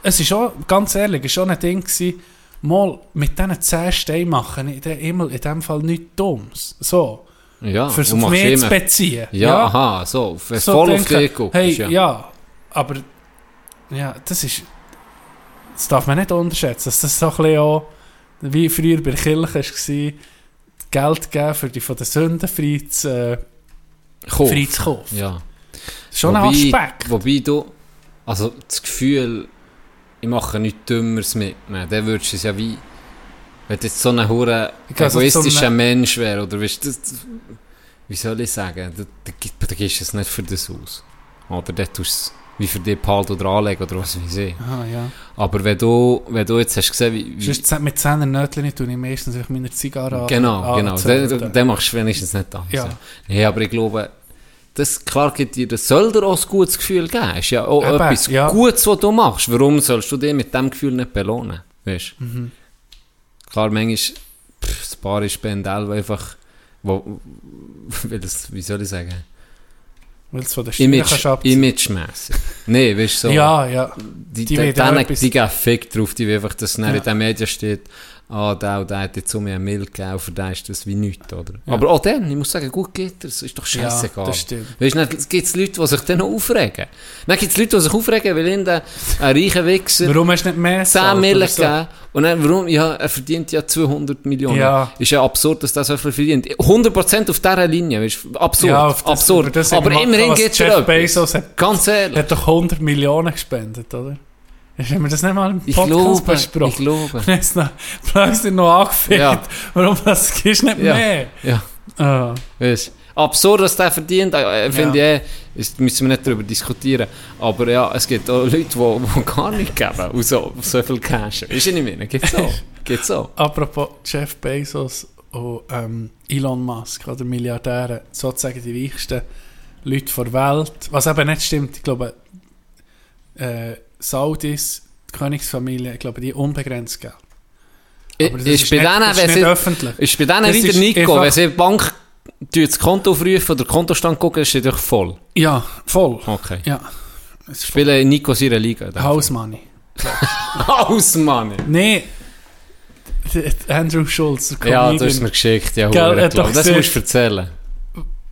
S6: Es ist auch, ganz ehrlich, es ist auch ein Ding gewesen, mal mit diesen 10 Steinen machen, in dem, immer in dem Fall nichts Dummes. So,
S5: Ja,
S6: fürs
S5: und
S6: auf
S5: Ah, machst
S6: mich zu
S5: immer-
S6: beziehen.
S5: Ja, aha, so, auf- wenn
S6: So
S5: voll auf
S6: denken,
S5: dich guckst.
S6: Hey,
S5: ja.
S6: ja. aber ja, das ist, das darf man nicht unterschätzen, dass das so ein bisschen auch, wie früher bei der Kirche war, Geld geben, für die von den Sünden frei zu, äh,
S5: Kauf.
S6: frei zu kaufen.
S5: Ja.
S6: Schon ein
S5: Wobei-
S6: Aspekt.
S5: Wobei du, also das Gefühl, ich mache nichts Dümmeres mitnehmen, dann würdest du es ja wie, wenn du jetzt so ein hure
S6: Ich kann so
S5: egoistischer
S6: zum-
S5: Mensch wäre, oder weißt du, das- wie soll ich sagen, du, du, gib- du gibst es nicht für das aus. Oder dann tust du es wie für dich behalten oder anlegen oder was weiß ich.
S6: Aha, ja.
S5: Aber wenn du, wenn du jetzt hast gesehen, wie... wie
S6: Sonst mit 10 Nötchen tue ich meistens einfach meine Zigarre an-
S5: genau, genau,
S6: anzünden.
S5: dann, dann machst du wenigstens nicht anders.
S6: Ja.
S5: Nee, aber ich glaube, das, klar gibt dir, das soll dir auch ein gutes Gefühl geben. Ist ja auch
S6: Eben,
S5: etwas
S6: ja.
S5: Gutes, was du machst. Warum sollst du dich mit diesem Gefühl nicht belohnen? Weißt?
S6: Mhm.
S5: Klar, manchmal, pff, ein paar ist Spendel, die einfach, wo, <laughs> weil das, wie soll ich sagen,
S6: Weil du es von den Steuern kannst
S5: Image,
S6: abziehen.
S5: imagemässig. Nein, weißt du, so,
S6: Ja, ja. die
S5: die, die,
S6: wollen
S5: die,
S6: ja
S5: denen-
S6: etwas-
S5: die geben Fick drauf, die wollen einfach, dass ja.
S6: Ja.
S5: in den Medien steht, ah, der und der hat jetzt um mich eine Milch gegeben, und für den ist das wie nichts, oder? Aber auch dann, ich muss sagen, gut geht das, ist doch scheißegal.
S6: Ja, das stimmt.
S5: Weißt du, dann gibt es Leute, die sich dann noch aufregen. Dann gibt es Leute, die sich aufregen, weil ihnen der- ein reicher Wichser
S6: Warum hast du nicht mehr gezahlt
S5: 10
S6: oder
S5: Millionen
S6: so?
S5: gegeben und dann, warum, ja, er verdient ja 200 Millionen.
S6: Ja.
S5: Ist ja absurd, dass der so viel verdient. 100% auf dieser Linie, weißt du, absurd,
S6: Ja, auf das- über
S5: absurd.
S6: das haben
S5: Aber
S6: wir mal-
S5: immerhin
S6: was
S5: gibt es
S6: Jeff Bezos hat-
S5: Ganz ehrlich.
S6: Er hat doch 100 Millionen gespendet, oder? Haben wir das nicht mal im
S5: Ich
S6: Podcast besprochen?
S5: glaube, ich
S6: <laughs>
S5: glaube.
S6: Und jetzt noch, plötzlich noch angefickt.
S5: Ja.
S6: Warum das gibst du nicht
S5: Ja.
S6: mehr?
S5: Ja.
S6: Ah,
S5: Weißt, absurd, dass der verdient, äh, äh, finde ich, eh, ist, müssen wir nicht darüber diskutieren. Aber ja, es gibt auch Leute, die, die <laughs> gar nicht geben und so, so viel Cash. Ist ja nicht mehr, gibt's auch. <laughs> Gibt's auch.
S6: apropos Jeff Bezos und ähm, Elon Musk, oder Milliardäre, sozusagen die reichsten Leute der Welt. Was eben nicht stimmt, ich glaube, äh, Saudis, die Königsfamilie, ich glaube, die haben unbegrenzt Geld. Aber das
S5: ist, bei
S6: nicht,
S5: denen,
S6: das
S5: wenn
S6: ist
S5: sie-
S6: nicht öffentlich.
S5: ist bei denen
S6: Das
S5: wieder
S6: ist
S5: Nico,
S6: einfach-
S5: wenn sie die Bank tut das Konto aufrufen oder den Kontostand gucken, ist sie doch voll.
S6: Ja, voll.
S5: Okay.
S6: Ja,
S5: Spielen Nico seine Liga.
S6: House Money.
S5: <laughs> Haus, Mann!
S6: Nee. D- d- Andrew Schulz, der
S5: Ja,
S6: Comedian.
S5: du hast mir geschickt, ja,
S6: Gell,
S5: Gell,
S6: hat doch
S5: das
S6: gesehen.
S5: musst du erzählen.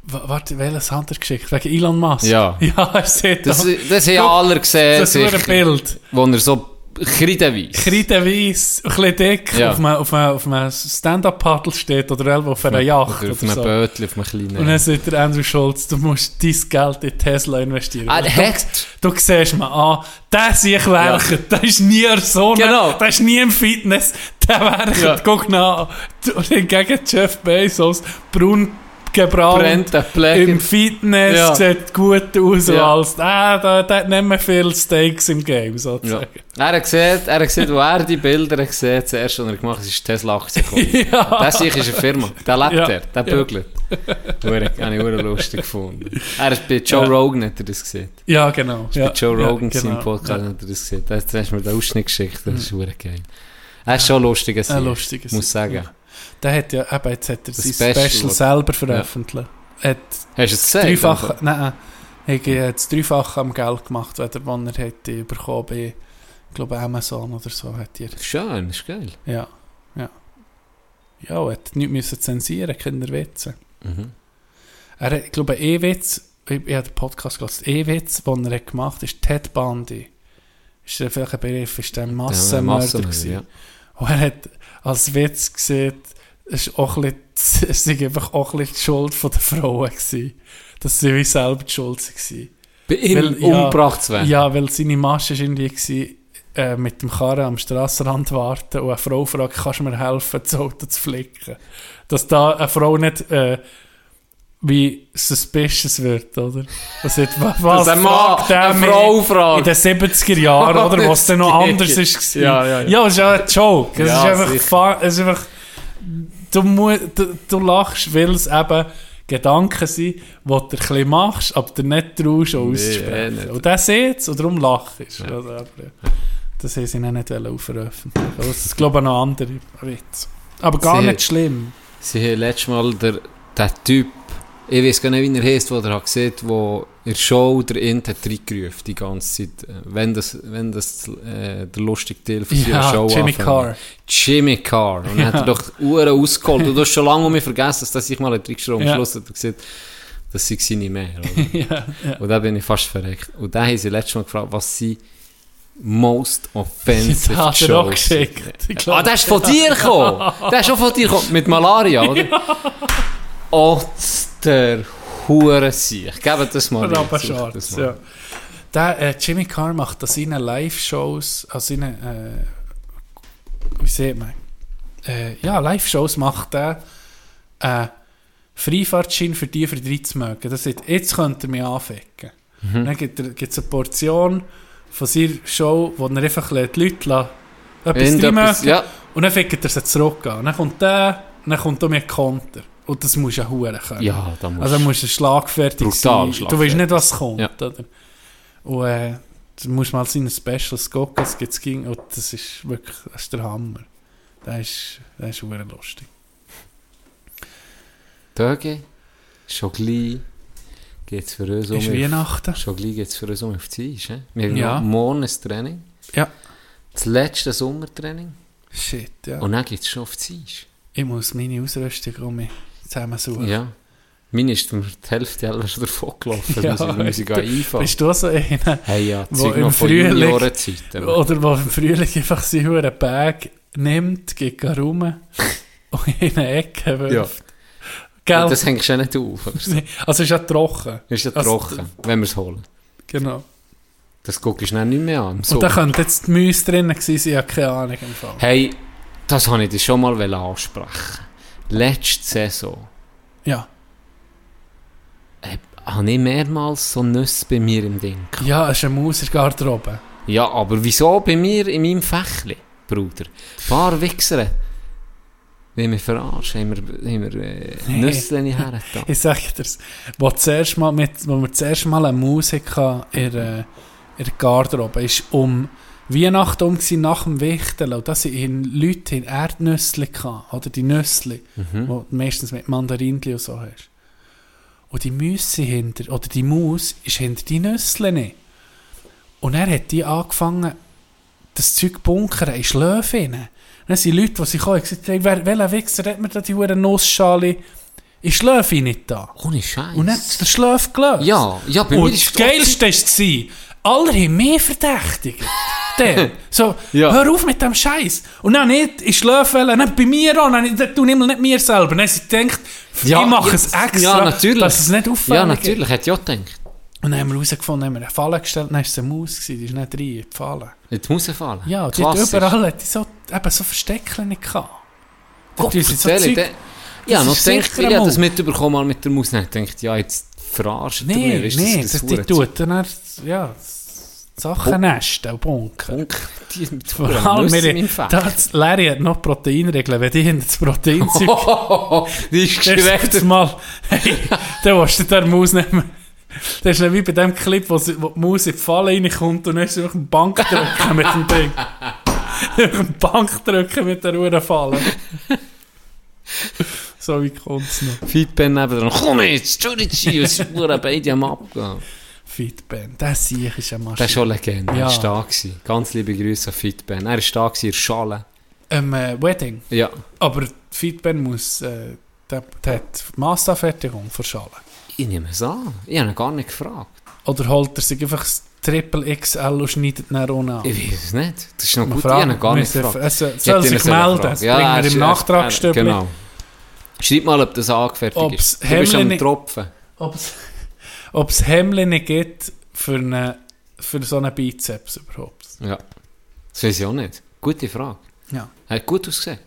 S6: W- Warte, welches hat er geschickt? Wegen Elon Musk?
S5: Ja.
S6: <laughs> Ja, er sieht
S5: Das,
S6: das. Das
S5: das haben
S6: Guck,
S5: alle gesehen,
S6: ist nur ein
S5: sicher,
S6: Bild.
S5: wo er so kreideweiss.
S6: Kreideweiss, ein bisschen dick,
S5: Ja.
S6: auf einem, auf einem, auf einem Stand-Up-Paddle steht oder irgendwo auf einer Yacht
S5: Oder
S6: oder
S5: auf einem
S6: so.
S5: Bötli, auf einem
S6: Und
S5: kleinen.
S6: dann sagt der Andrew Schulz, du musst dein Geld in Tesla investieren.
S5: Ah,
S6: Und du,
S5: hat-
S6: du siehst mal an, der sich werket, der ist nie in der Sonne,
S5: Genau.
S6: der ist nie im Fitness, der werket,
S5: Ja.
S6: guck nach. Und hingegen Jeff Bezos, braun gebrannt,
S5: Brennt der Pläger.
S6: im Fitness,
S5: Ja.
S6: sieht gut aus und
S5: Ja.
S6: alles. Ah, der, der hat nicht mehr viele Stakes im Game, sozusagen.
S5: Er hat gesehen, er hat gesehen, wo er die Bilder gesehen das erste, was er gemacht hat, ist Tesla Aktien gekommen.
S6: <laughs> Ja.
S5: Das sicher ist eine Firma. Der lebt
S6: Ja.
S5: er, der bügelt. Hure- Habe ich hure lustig gefunden. Er ist bei Joe
S6: Ja.
S5: Rogan, hat er das gesehen.
S6: Ja, genau. Ja.
S5: Bei Joe
S6: ja,
S5: Rogan,
S6: genau.
S5: seinem Podcast, dus hat er das gesehen. Da hast du mir den Ausschnitt geschickt, das ist hure geil. Er ist schon lustig,
S6: Ja. Ein
S5: ein
S6: lustiger
S5: muss sagen.
S6: Der hat ja, eben, jetzt hat er
S5: Das
S6: sein
S5: Special,
S6: Special,
S5: oder?
S6: selber veröffentlicht. Hat
S5: Hast du es gesehen?
S6: dreifach, nein, äh, ich habe das Dreifache am Geld gemacht, wenn er, wann er hätte bekommen bei, ich glaube, Amazon oder so, hat er,
S5: Schön, ist geil.
S6: ja, ja. Ja, und hat nichts müssen zensieren, keine Witze.
S5: Mhm.
S6: Er hat, ich glaube, ein Witz, ich, ich habe den Podcast gehört, ein Witz, den er hat gemacht hat, ist Ted Bundy. Ist er vielleicht ein Begriff, ist der ein Massenmörder gewesen.
S5: ja.
S6: Und er hat als Witz gesehen, es ist auch ein bisschen, <laughs> es ist einfach auch ein bisschen die Schuld von der Frauen gewesen. Dass sie wie selber die Schuld waren.
S5: Bei ihm
S6: Weil, ja,
S5: umgebracht zu werden.
S6: Ja, weil seine Masche war irgendwie gewesen, äh, mit dem Karren am Strassenrand warten und eine Frau fragt, kannst du mir helfen, das Auto zu flicken? Dass da eine Frau nicht äh, wie suspicious wird, oder? Das sagt, wa- <laughs> was
S5: Dass ein Mann
S6: fragt der
S5: eine
S6: mich
S5: Frau fragt.
S6: In den 70er Jahren,
S5: <laughs>
S6: oder? Was dann noch anders ist.
S5: Ja, ja, ja.
S6: ja es ist ja ein Joke. Es
S5: Ja,
S6: ist einfach,
S5: sicher.
S6: fa- es ist einfach du, mu- du, du lachst, weil es eben Gedanken sind, die du ein bisschen machst, aber dir nicht traust,
S5: Nee,
S6: auszusprechen.
S5: eh nicht.
S6: und das sieht es und darum lachst du. Also, aber, ja. Das haben sie dann nicht wollen veröffentlichen. Aber es glaube ich, noch andere Witz. Aber gar
S5: Sehr.
S6: nicht schlimm.
S5: Sie haben letztes Mal der, der Typ, ich weiß gar nicht, wie er heißt, den er hat gesehen wo in der Show der Int hat reingerufen, die ganze Zeit. äh, Wenn das, wenn das äh, der lustige Teil von seiner
S6: Ja,
S5: Show
S6: Jimmy
S5: anfängt. <laughs>
S6: Carr.
S5: Jimmy Carr. Und dann hat er doch Uhren ausgeholt. Und du hast schon lange um mich vergessen, dass das ich mal einen Trickstrom am
S6: Ja.
S5: Schluss hat er gesagt, das sei seine mehr.
S6: <laughs> ja, ja.
S5: Und da bin ich fast verreckt. Und da haben sie letztes Mal gefragt, was sie most offensive
S6: <laughs> Das hat er auch
S5: Shows sind.
S6: geschickt. Ich
S5: Ah,
S6: glaub,
S5: der ist von dir gekommen. Der ist auch von dir gekommen. Mit Malaria, oder? Oster Hurensieg. Geben das Genau, mal her. Sucht das
S6: Rabenschwarz,
S5: mal.
S6: ja. Der, äh, Jimmy Carr macht an seinen Live-Shows, an seinen, äh, wie sieht man, äh, ja, Live-Shows macht er äh, Freifahrtschein für die, für drei zu mögen. Das sagt, jetzt könnt ihr mich anficken.
S5: Mhm.
S6: Dann gibt es eine Portion von seiner Show, wo er einfach lässt, die Leute lassen, etwas
S5: Irgendetwas-
S6: drin mögen.
S5: ja.
S6: Und dann fickt er sie zurück an. Dann kommt der, und dann kommt auch mehr Konter. Und das musst du ja huren können.
S5: Ja, da musst
S6: Also du musst schlagfertig
S5: Brutal
S6: sein. Du weißt
S5: schlagfertig.
S6: nicht, was kommt.
S5: Ja.
S6: Oder? Und äh, du musst mal seine Specials gucken, es gibt ging und das ist wirklich das ist der Hammer. Das ist, das ist verdammt lustig.
S5: Tage, schon gleich geht es für uns um.
S6: ist Weihnachten.
S5: Schon gleich geht es für uns um auf die Eis. hä? Wir haben
S6: Ja.
S5: noch morgen ein Training.
S6: Ja.
S5: Das letzte Sommertraining.
S6: Shit, ja.
S5: Und dann geht es schon auf die Eis.
S6: Ich muss meine Ausrüstung um mich zusammensuchen.
S5: Ja. Meine ist mir die Hälfte selber schon davon gelaufen.
S6: Ja,
S5: Ja, muss ich
S6: du- <laughs>
S5: einfallen.
S6: Bist du so einer?
S5: Hey, ja,
S6: wo
S5: Zeug
S6: im
S5: noch von
S6: Frühling- Oh,
S5: Juniorenzeiten.
S6: Oder der im Frühling einfach seinen hohen Bag nimmt, geht rum und in eine Ecke wirft. Gell?
S5: Das hängst du ja nicht auf. oder?
S6: <laughs> also ist ja trocken.
S5: Ist ja
S6: Also-
S5: trocken, wenn wir es holen.
S6: Genau.
S5: Das guckst du dann nicht mehr an. So.
S6: Und da könnte jetzt die Mäuse drin gewesen sein, ich habe keine Ahnung im Fall.
S5: Hey, das wollte ich dir schon mal wollen ansprechen. Letzte Saison
S6: Ja.
S5: habe ich mehrmals so Nüsse bei mir im Ding. gehabt.
S6: Ja, es ist eine Maus in der Garderobe.
S5: Ja, aber wieso bei mir in meinem Fächli, Bruder? Ein paar Wichser, wenn wir verarschen, haben wir, haben wir äh, Nüsse hergetan.
S6: <laughs> Ich sage dir's. Wo, zuerst mal mit, wo wir zuerst mal eine Maus hatten in der, in der Garderobe, ist um Weihnachten um gewesen, nach dem Wichteln. Und da sind Leute in Erdnüsse gehabt, oder die Nüsse, die du meistens mit Mandarinchen und so hast. Und die Müsse hinter, oder die Maus ist hinter die Nüsse nicht. Und er hat die angefangen, das Zeug bunkern in Schläfe rein. Dann sind Leute, die sich kommen, gesagt haben, wer, welcher Wichser hat mir da die hohe Nussschale in Schläfe nicht da?
S5: Ohne Scheiß.
S6: Und dann hat der Schläfe gelöst.
S5: Ja, ja, bei mir
S6: Und
S5: ist
S6: das Geilste war, alle haben mich
S5: <laughs>
S6: verdächtigt. Dann. So,
S5: Ja.
S6: hör auf mit dem Scheiß. Und dann nicht in Schläfe, nicht bei mir an, dann nicht- du nimmst nicht mir selber. Dann haben sie gedacht, ich mache es
S5: ja,
S6: extra,
S5: ja, natürlich.
S6: dass es nicht auffällt.
S5: Ja, natürlich, hätte ich auch gedacht.
S6: Und dann haben wir herausgefunden, haben wir eine Falle gestellt, dann war es eine Maus, gewesen, die ist nicht rein, in die Falle.
S5: In die Hose fallen.
S6: Ja, und die hat
S5: Klassisch.
S6: überall hat die so, eben so Versteckchen nicht gehabt. Da
S5: Gott,
S6: tun sie so
S5: erzähle,
S6: Zeug-
S5: der- ja,
S6: das
S5: noch
S6: ist
S5: denkt,
S6: sicher
S5: ich habe das
S6: einmal.
S5: mitbekommen mal mit der Maus. Ich denkt, ja, jetzt verarscht er
S6: Nee,
S5: mir. Ist
S6: nee, das,
S5: das, das
S6: die
S5: Hurenzeug?
S6: tut dann erst, ja, Sachen nesten und bunken.
S5: Punk,
S6: <laughs>
S5: die mit
S6: Vor
S5: Vor
S6: allem,
S5: allem in meinem
S6: wir,
S5: Fett.
S6: das, Larry hat noch Proteinregeln, wenn die hinter das Proteinzeug
S5: <laughs> Die ist
S6: Das ist
S5: geschreckt.
S6: mal, hey, dann willst du der Maus nehmen. Das ist dann wie bei dem Clip, wo, sie, wo die Maus in die Falle reinkommt und dann ist sie auf den
S5: <laughs>
S6: Bankdrücken mit dem Ding. auf den Bankdrücken mit der Uhrenfalle. so wie kommt es noch.
S5: Feedpen neben dran. Komm jetzt, Giudici, es <laughs> ist Huren beide am Abgehen.
S6: Fitband, der Sieg ist eine
S5: Der
S6: Maschine.
S5: ist schon Legende.
S6: Ja.
S5: Er war da. gewesen. Ganz liebe Grüße an Feedpen. Er war da gewesen in der Schale.
S6: Ähm, äh, Wedding.
S5: Ja.
S6: Aber Fitband muss, äh, der, der hat die Massenfertigung verschallen.
S5: Ich nehme es an. Ich habe ihn gar nicht gefragt.
S6: Oder holt er sich einfach das Triple XL und schneidet ihn auch an.
S5: Ich weiß es nicht. Das ist noch
S6: Man
S5: gut. Ich habe ihn
S6: fragt,
S5: gar nicht
S6: müssen-
S5: gefragt.
S6: Es soll
S5: Ich hätte
S6: soll
S5: ihn
S6: sich
S5: sollen
S6: melden,
S5: fragen.
S6: das bringen wir
S5: es
S6: im
S5: ist-
S6: Nachtragsstübli.
S5: Genau. Schreib mal, ob das angefertigt
S6: Ob's
S5: ist. Du bist
S6: Hemmli
S5: am
S6: nicht-
S5: Tropfen.
S6: Ob es Hemmli nicht gibt für, eine, für so einen Bizeps überhaupt.
S5: Ja. Das weiß ich auch nicht. Gute Frage.
S6: Ja.
S5: Hat gut ausgesehen.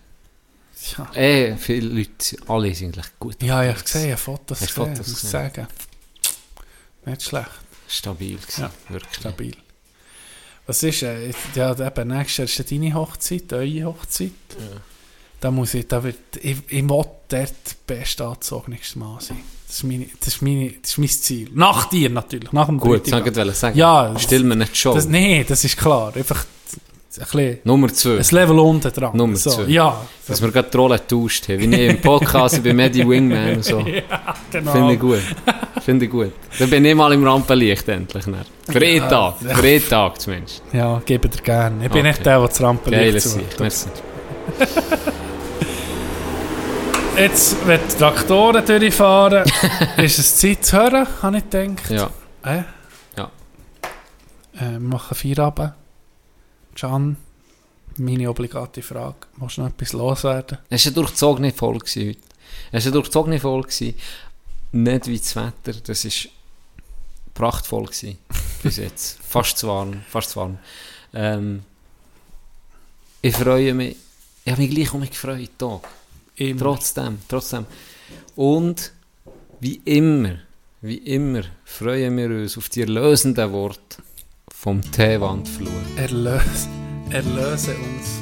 S6: Ja,
S5: Eh, viele Leute, alle sind eigentlich gut.
S6: ja ich habe gesehen, ich habe Fotos
S5: Hast du
S6: gesehen,
S5: Fotos
S6: muss ich
S5: gesehen?
S6: sagen. Nicht schlecht,
S5: Stabil gewesen.
S6: Ja.
S5: Wirklich.
S6: stabil. Was ist, äh, jetzt- ja eben, nächstes Jahr ist ja deine Hochzeit, eure Hochzeit. Da muss ich, da wird, ich, ich will dort best angezogenes Mann sein. Das ist, meine, das, ist meine, das ist mein Ziel. Nach dir natürlich, nach dem
S5: Gut, das
S6: Bräutigam.
S5: wollte ich sagen.
S6: Ja,
S5: Still mir nicht schon.
S6: Das, nee, das ist klar. Einfach ein,
S5: Nummer 2.
S6: bisschen, ein Level unten dran.
S5: Nummer
S6: so,
S5: zwei.
S6: Ja,
S5: Dass wir gerade die Rolle getauscht haben. Wie ich im Podcast bei Medi Wingman
S6: <laughs>
S5: und so.
S6: genau.
S5: Finde ich gut. Finde ich gut. Dann bin ich mal im Rampenlicht endlich. dann. Für einen Tag. Für einen Tag zumindest.
S6: Ja, gebe dir gerne. Ich bin
S5: Okay.
S6: nicht der, der das Rampenlicht
S5: Geiles
S6: zu.
S5: Sicht. Merci.
S6: Jetzt, wenn die Traktoren
S5: <laughs>
S6: durchfahren, ist es Zeit zu hören, habe ich gedacht.
S5: Ja.
S6: Äh?
S5: Ja.
S6: Äh, wir machen Feierabend. Can, meine obligate Frage. Musst du noch etwas loswerden?
S5: Es war eine durchzogene Folge gewesen heute. Es war eine durchzogene Folge. gewesen. Nicht wie das Wetter. Das war prachtvoll gewesen. <laughs> bis jetzt. Fast zu warm. Fast zu warm. Ähm, ich freue mich. Ich habe mich gleich um mich gefreut. Tag.
S6: Immer.
S5: Trotzdem. Trotzdem. Und wie immer, wie immer freuen wir uns auf die erlösenden Worte vom Teewandflur.
S6: Erlöse, erlöse uns.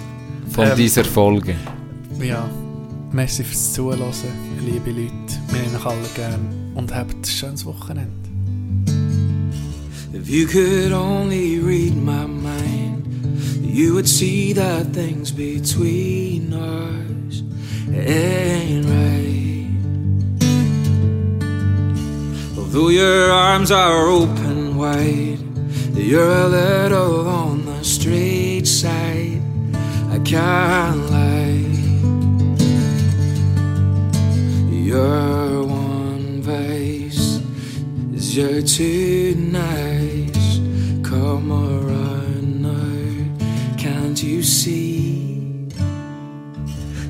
S5: Von
S6: Ähm.
S5: dieser Folge.
S6: Ja, merci fürs Zuhören, liebe Leute. Wir haben euch alle gern und habt ein schönes Wochenende.
S9: If you could only read my mind, you would see that things between us ain't right. Although your arms are open wide, you're a little on the straight side. I can't lie. Your one vice is you're too nice. Come around now, can't you see?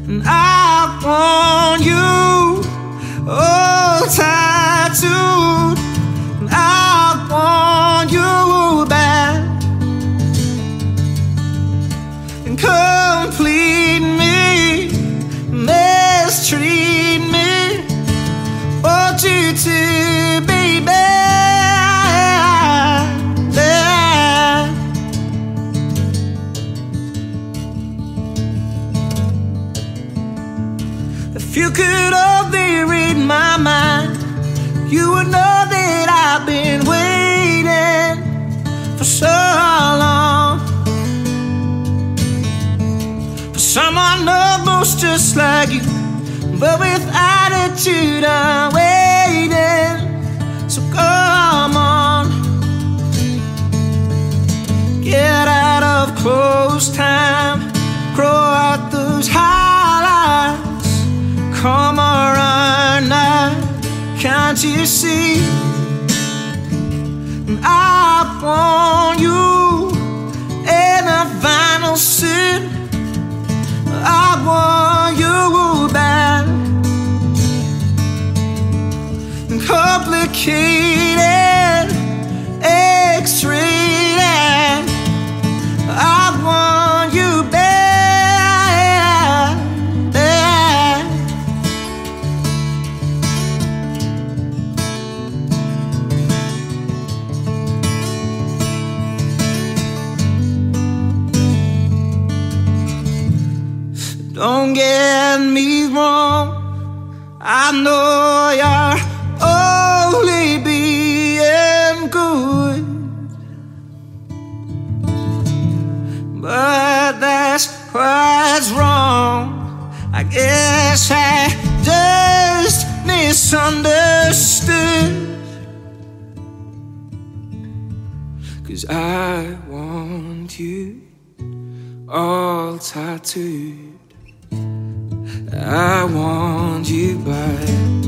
S9: And I want you oh tattooed. And I want you back and complete me, mistreat me want you to be there. If you could only read my mind, you would know that I've been waiting for so long. For someone almost just like you but with attitude I'm waiting. So come on, get out of close time, grow out those highlights. Come around now, can't you see? And I want you in a vinyl suit. I want you back. Complicated, extreme. I want you back. back. Don't get me wrong, I know you're only being good, but that's what's wrong. I guess I just misunderstood. Cause I want you all tattooed. I want you back.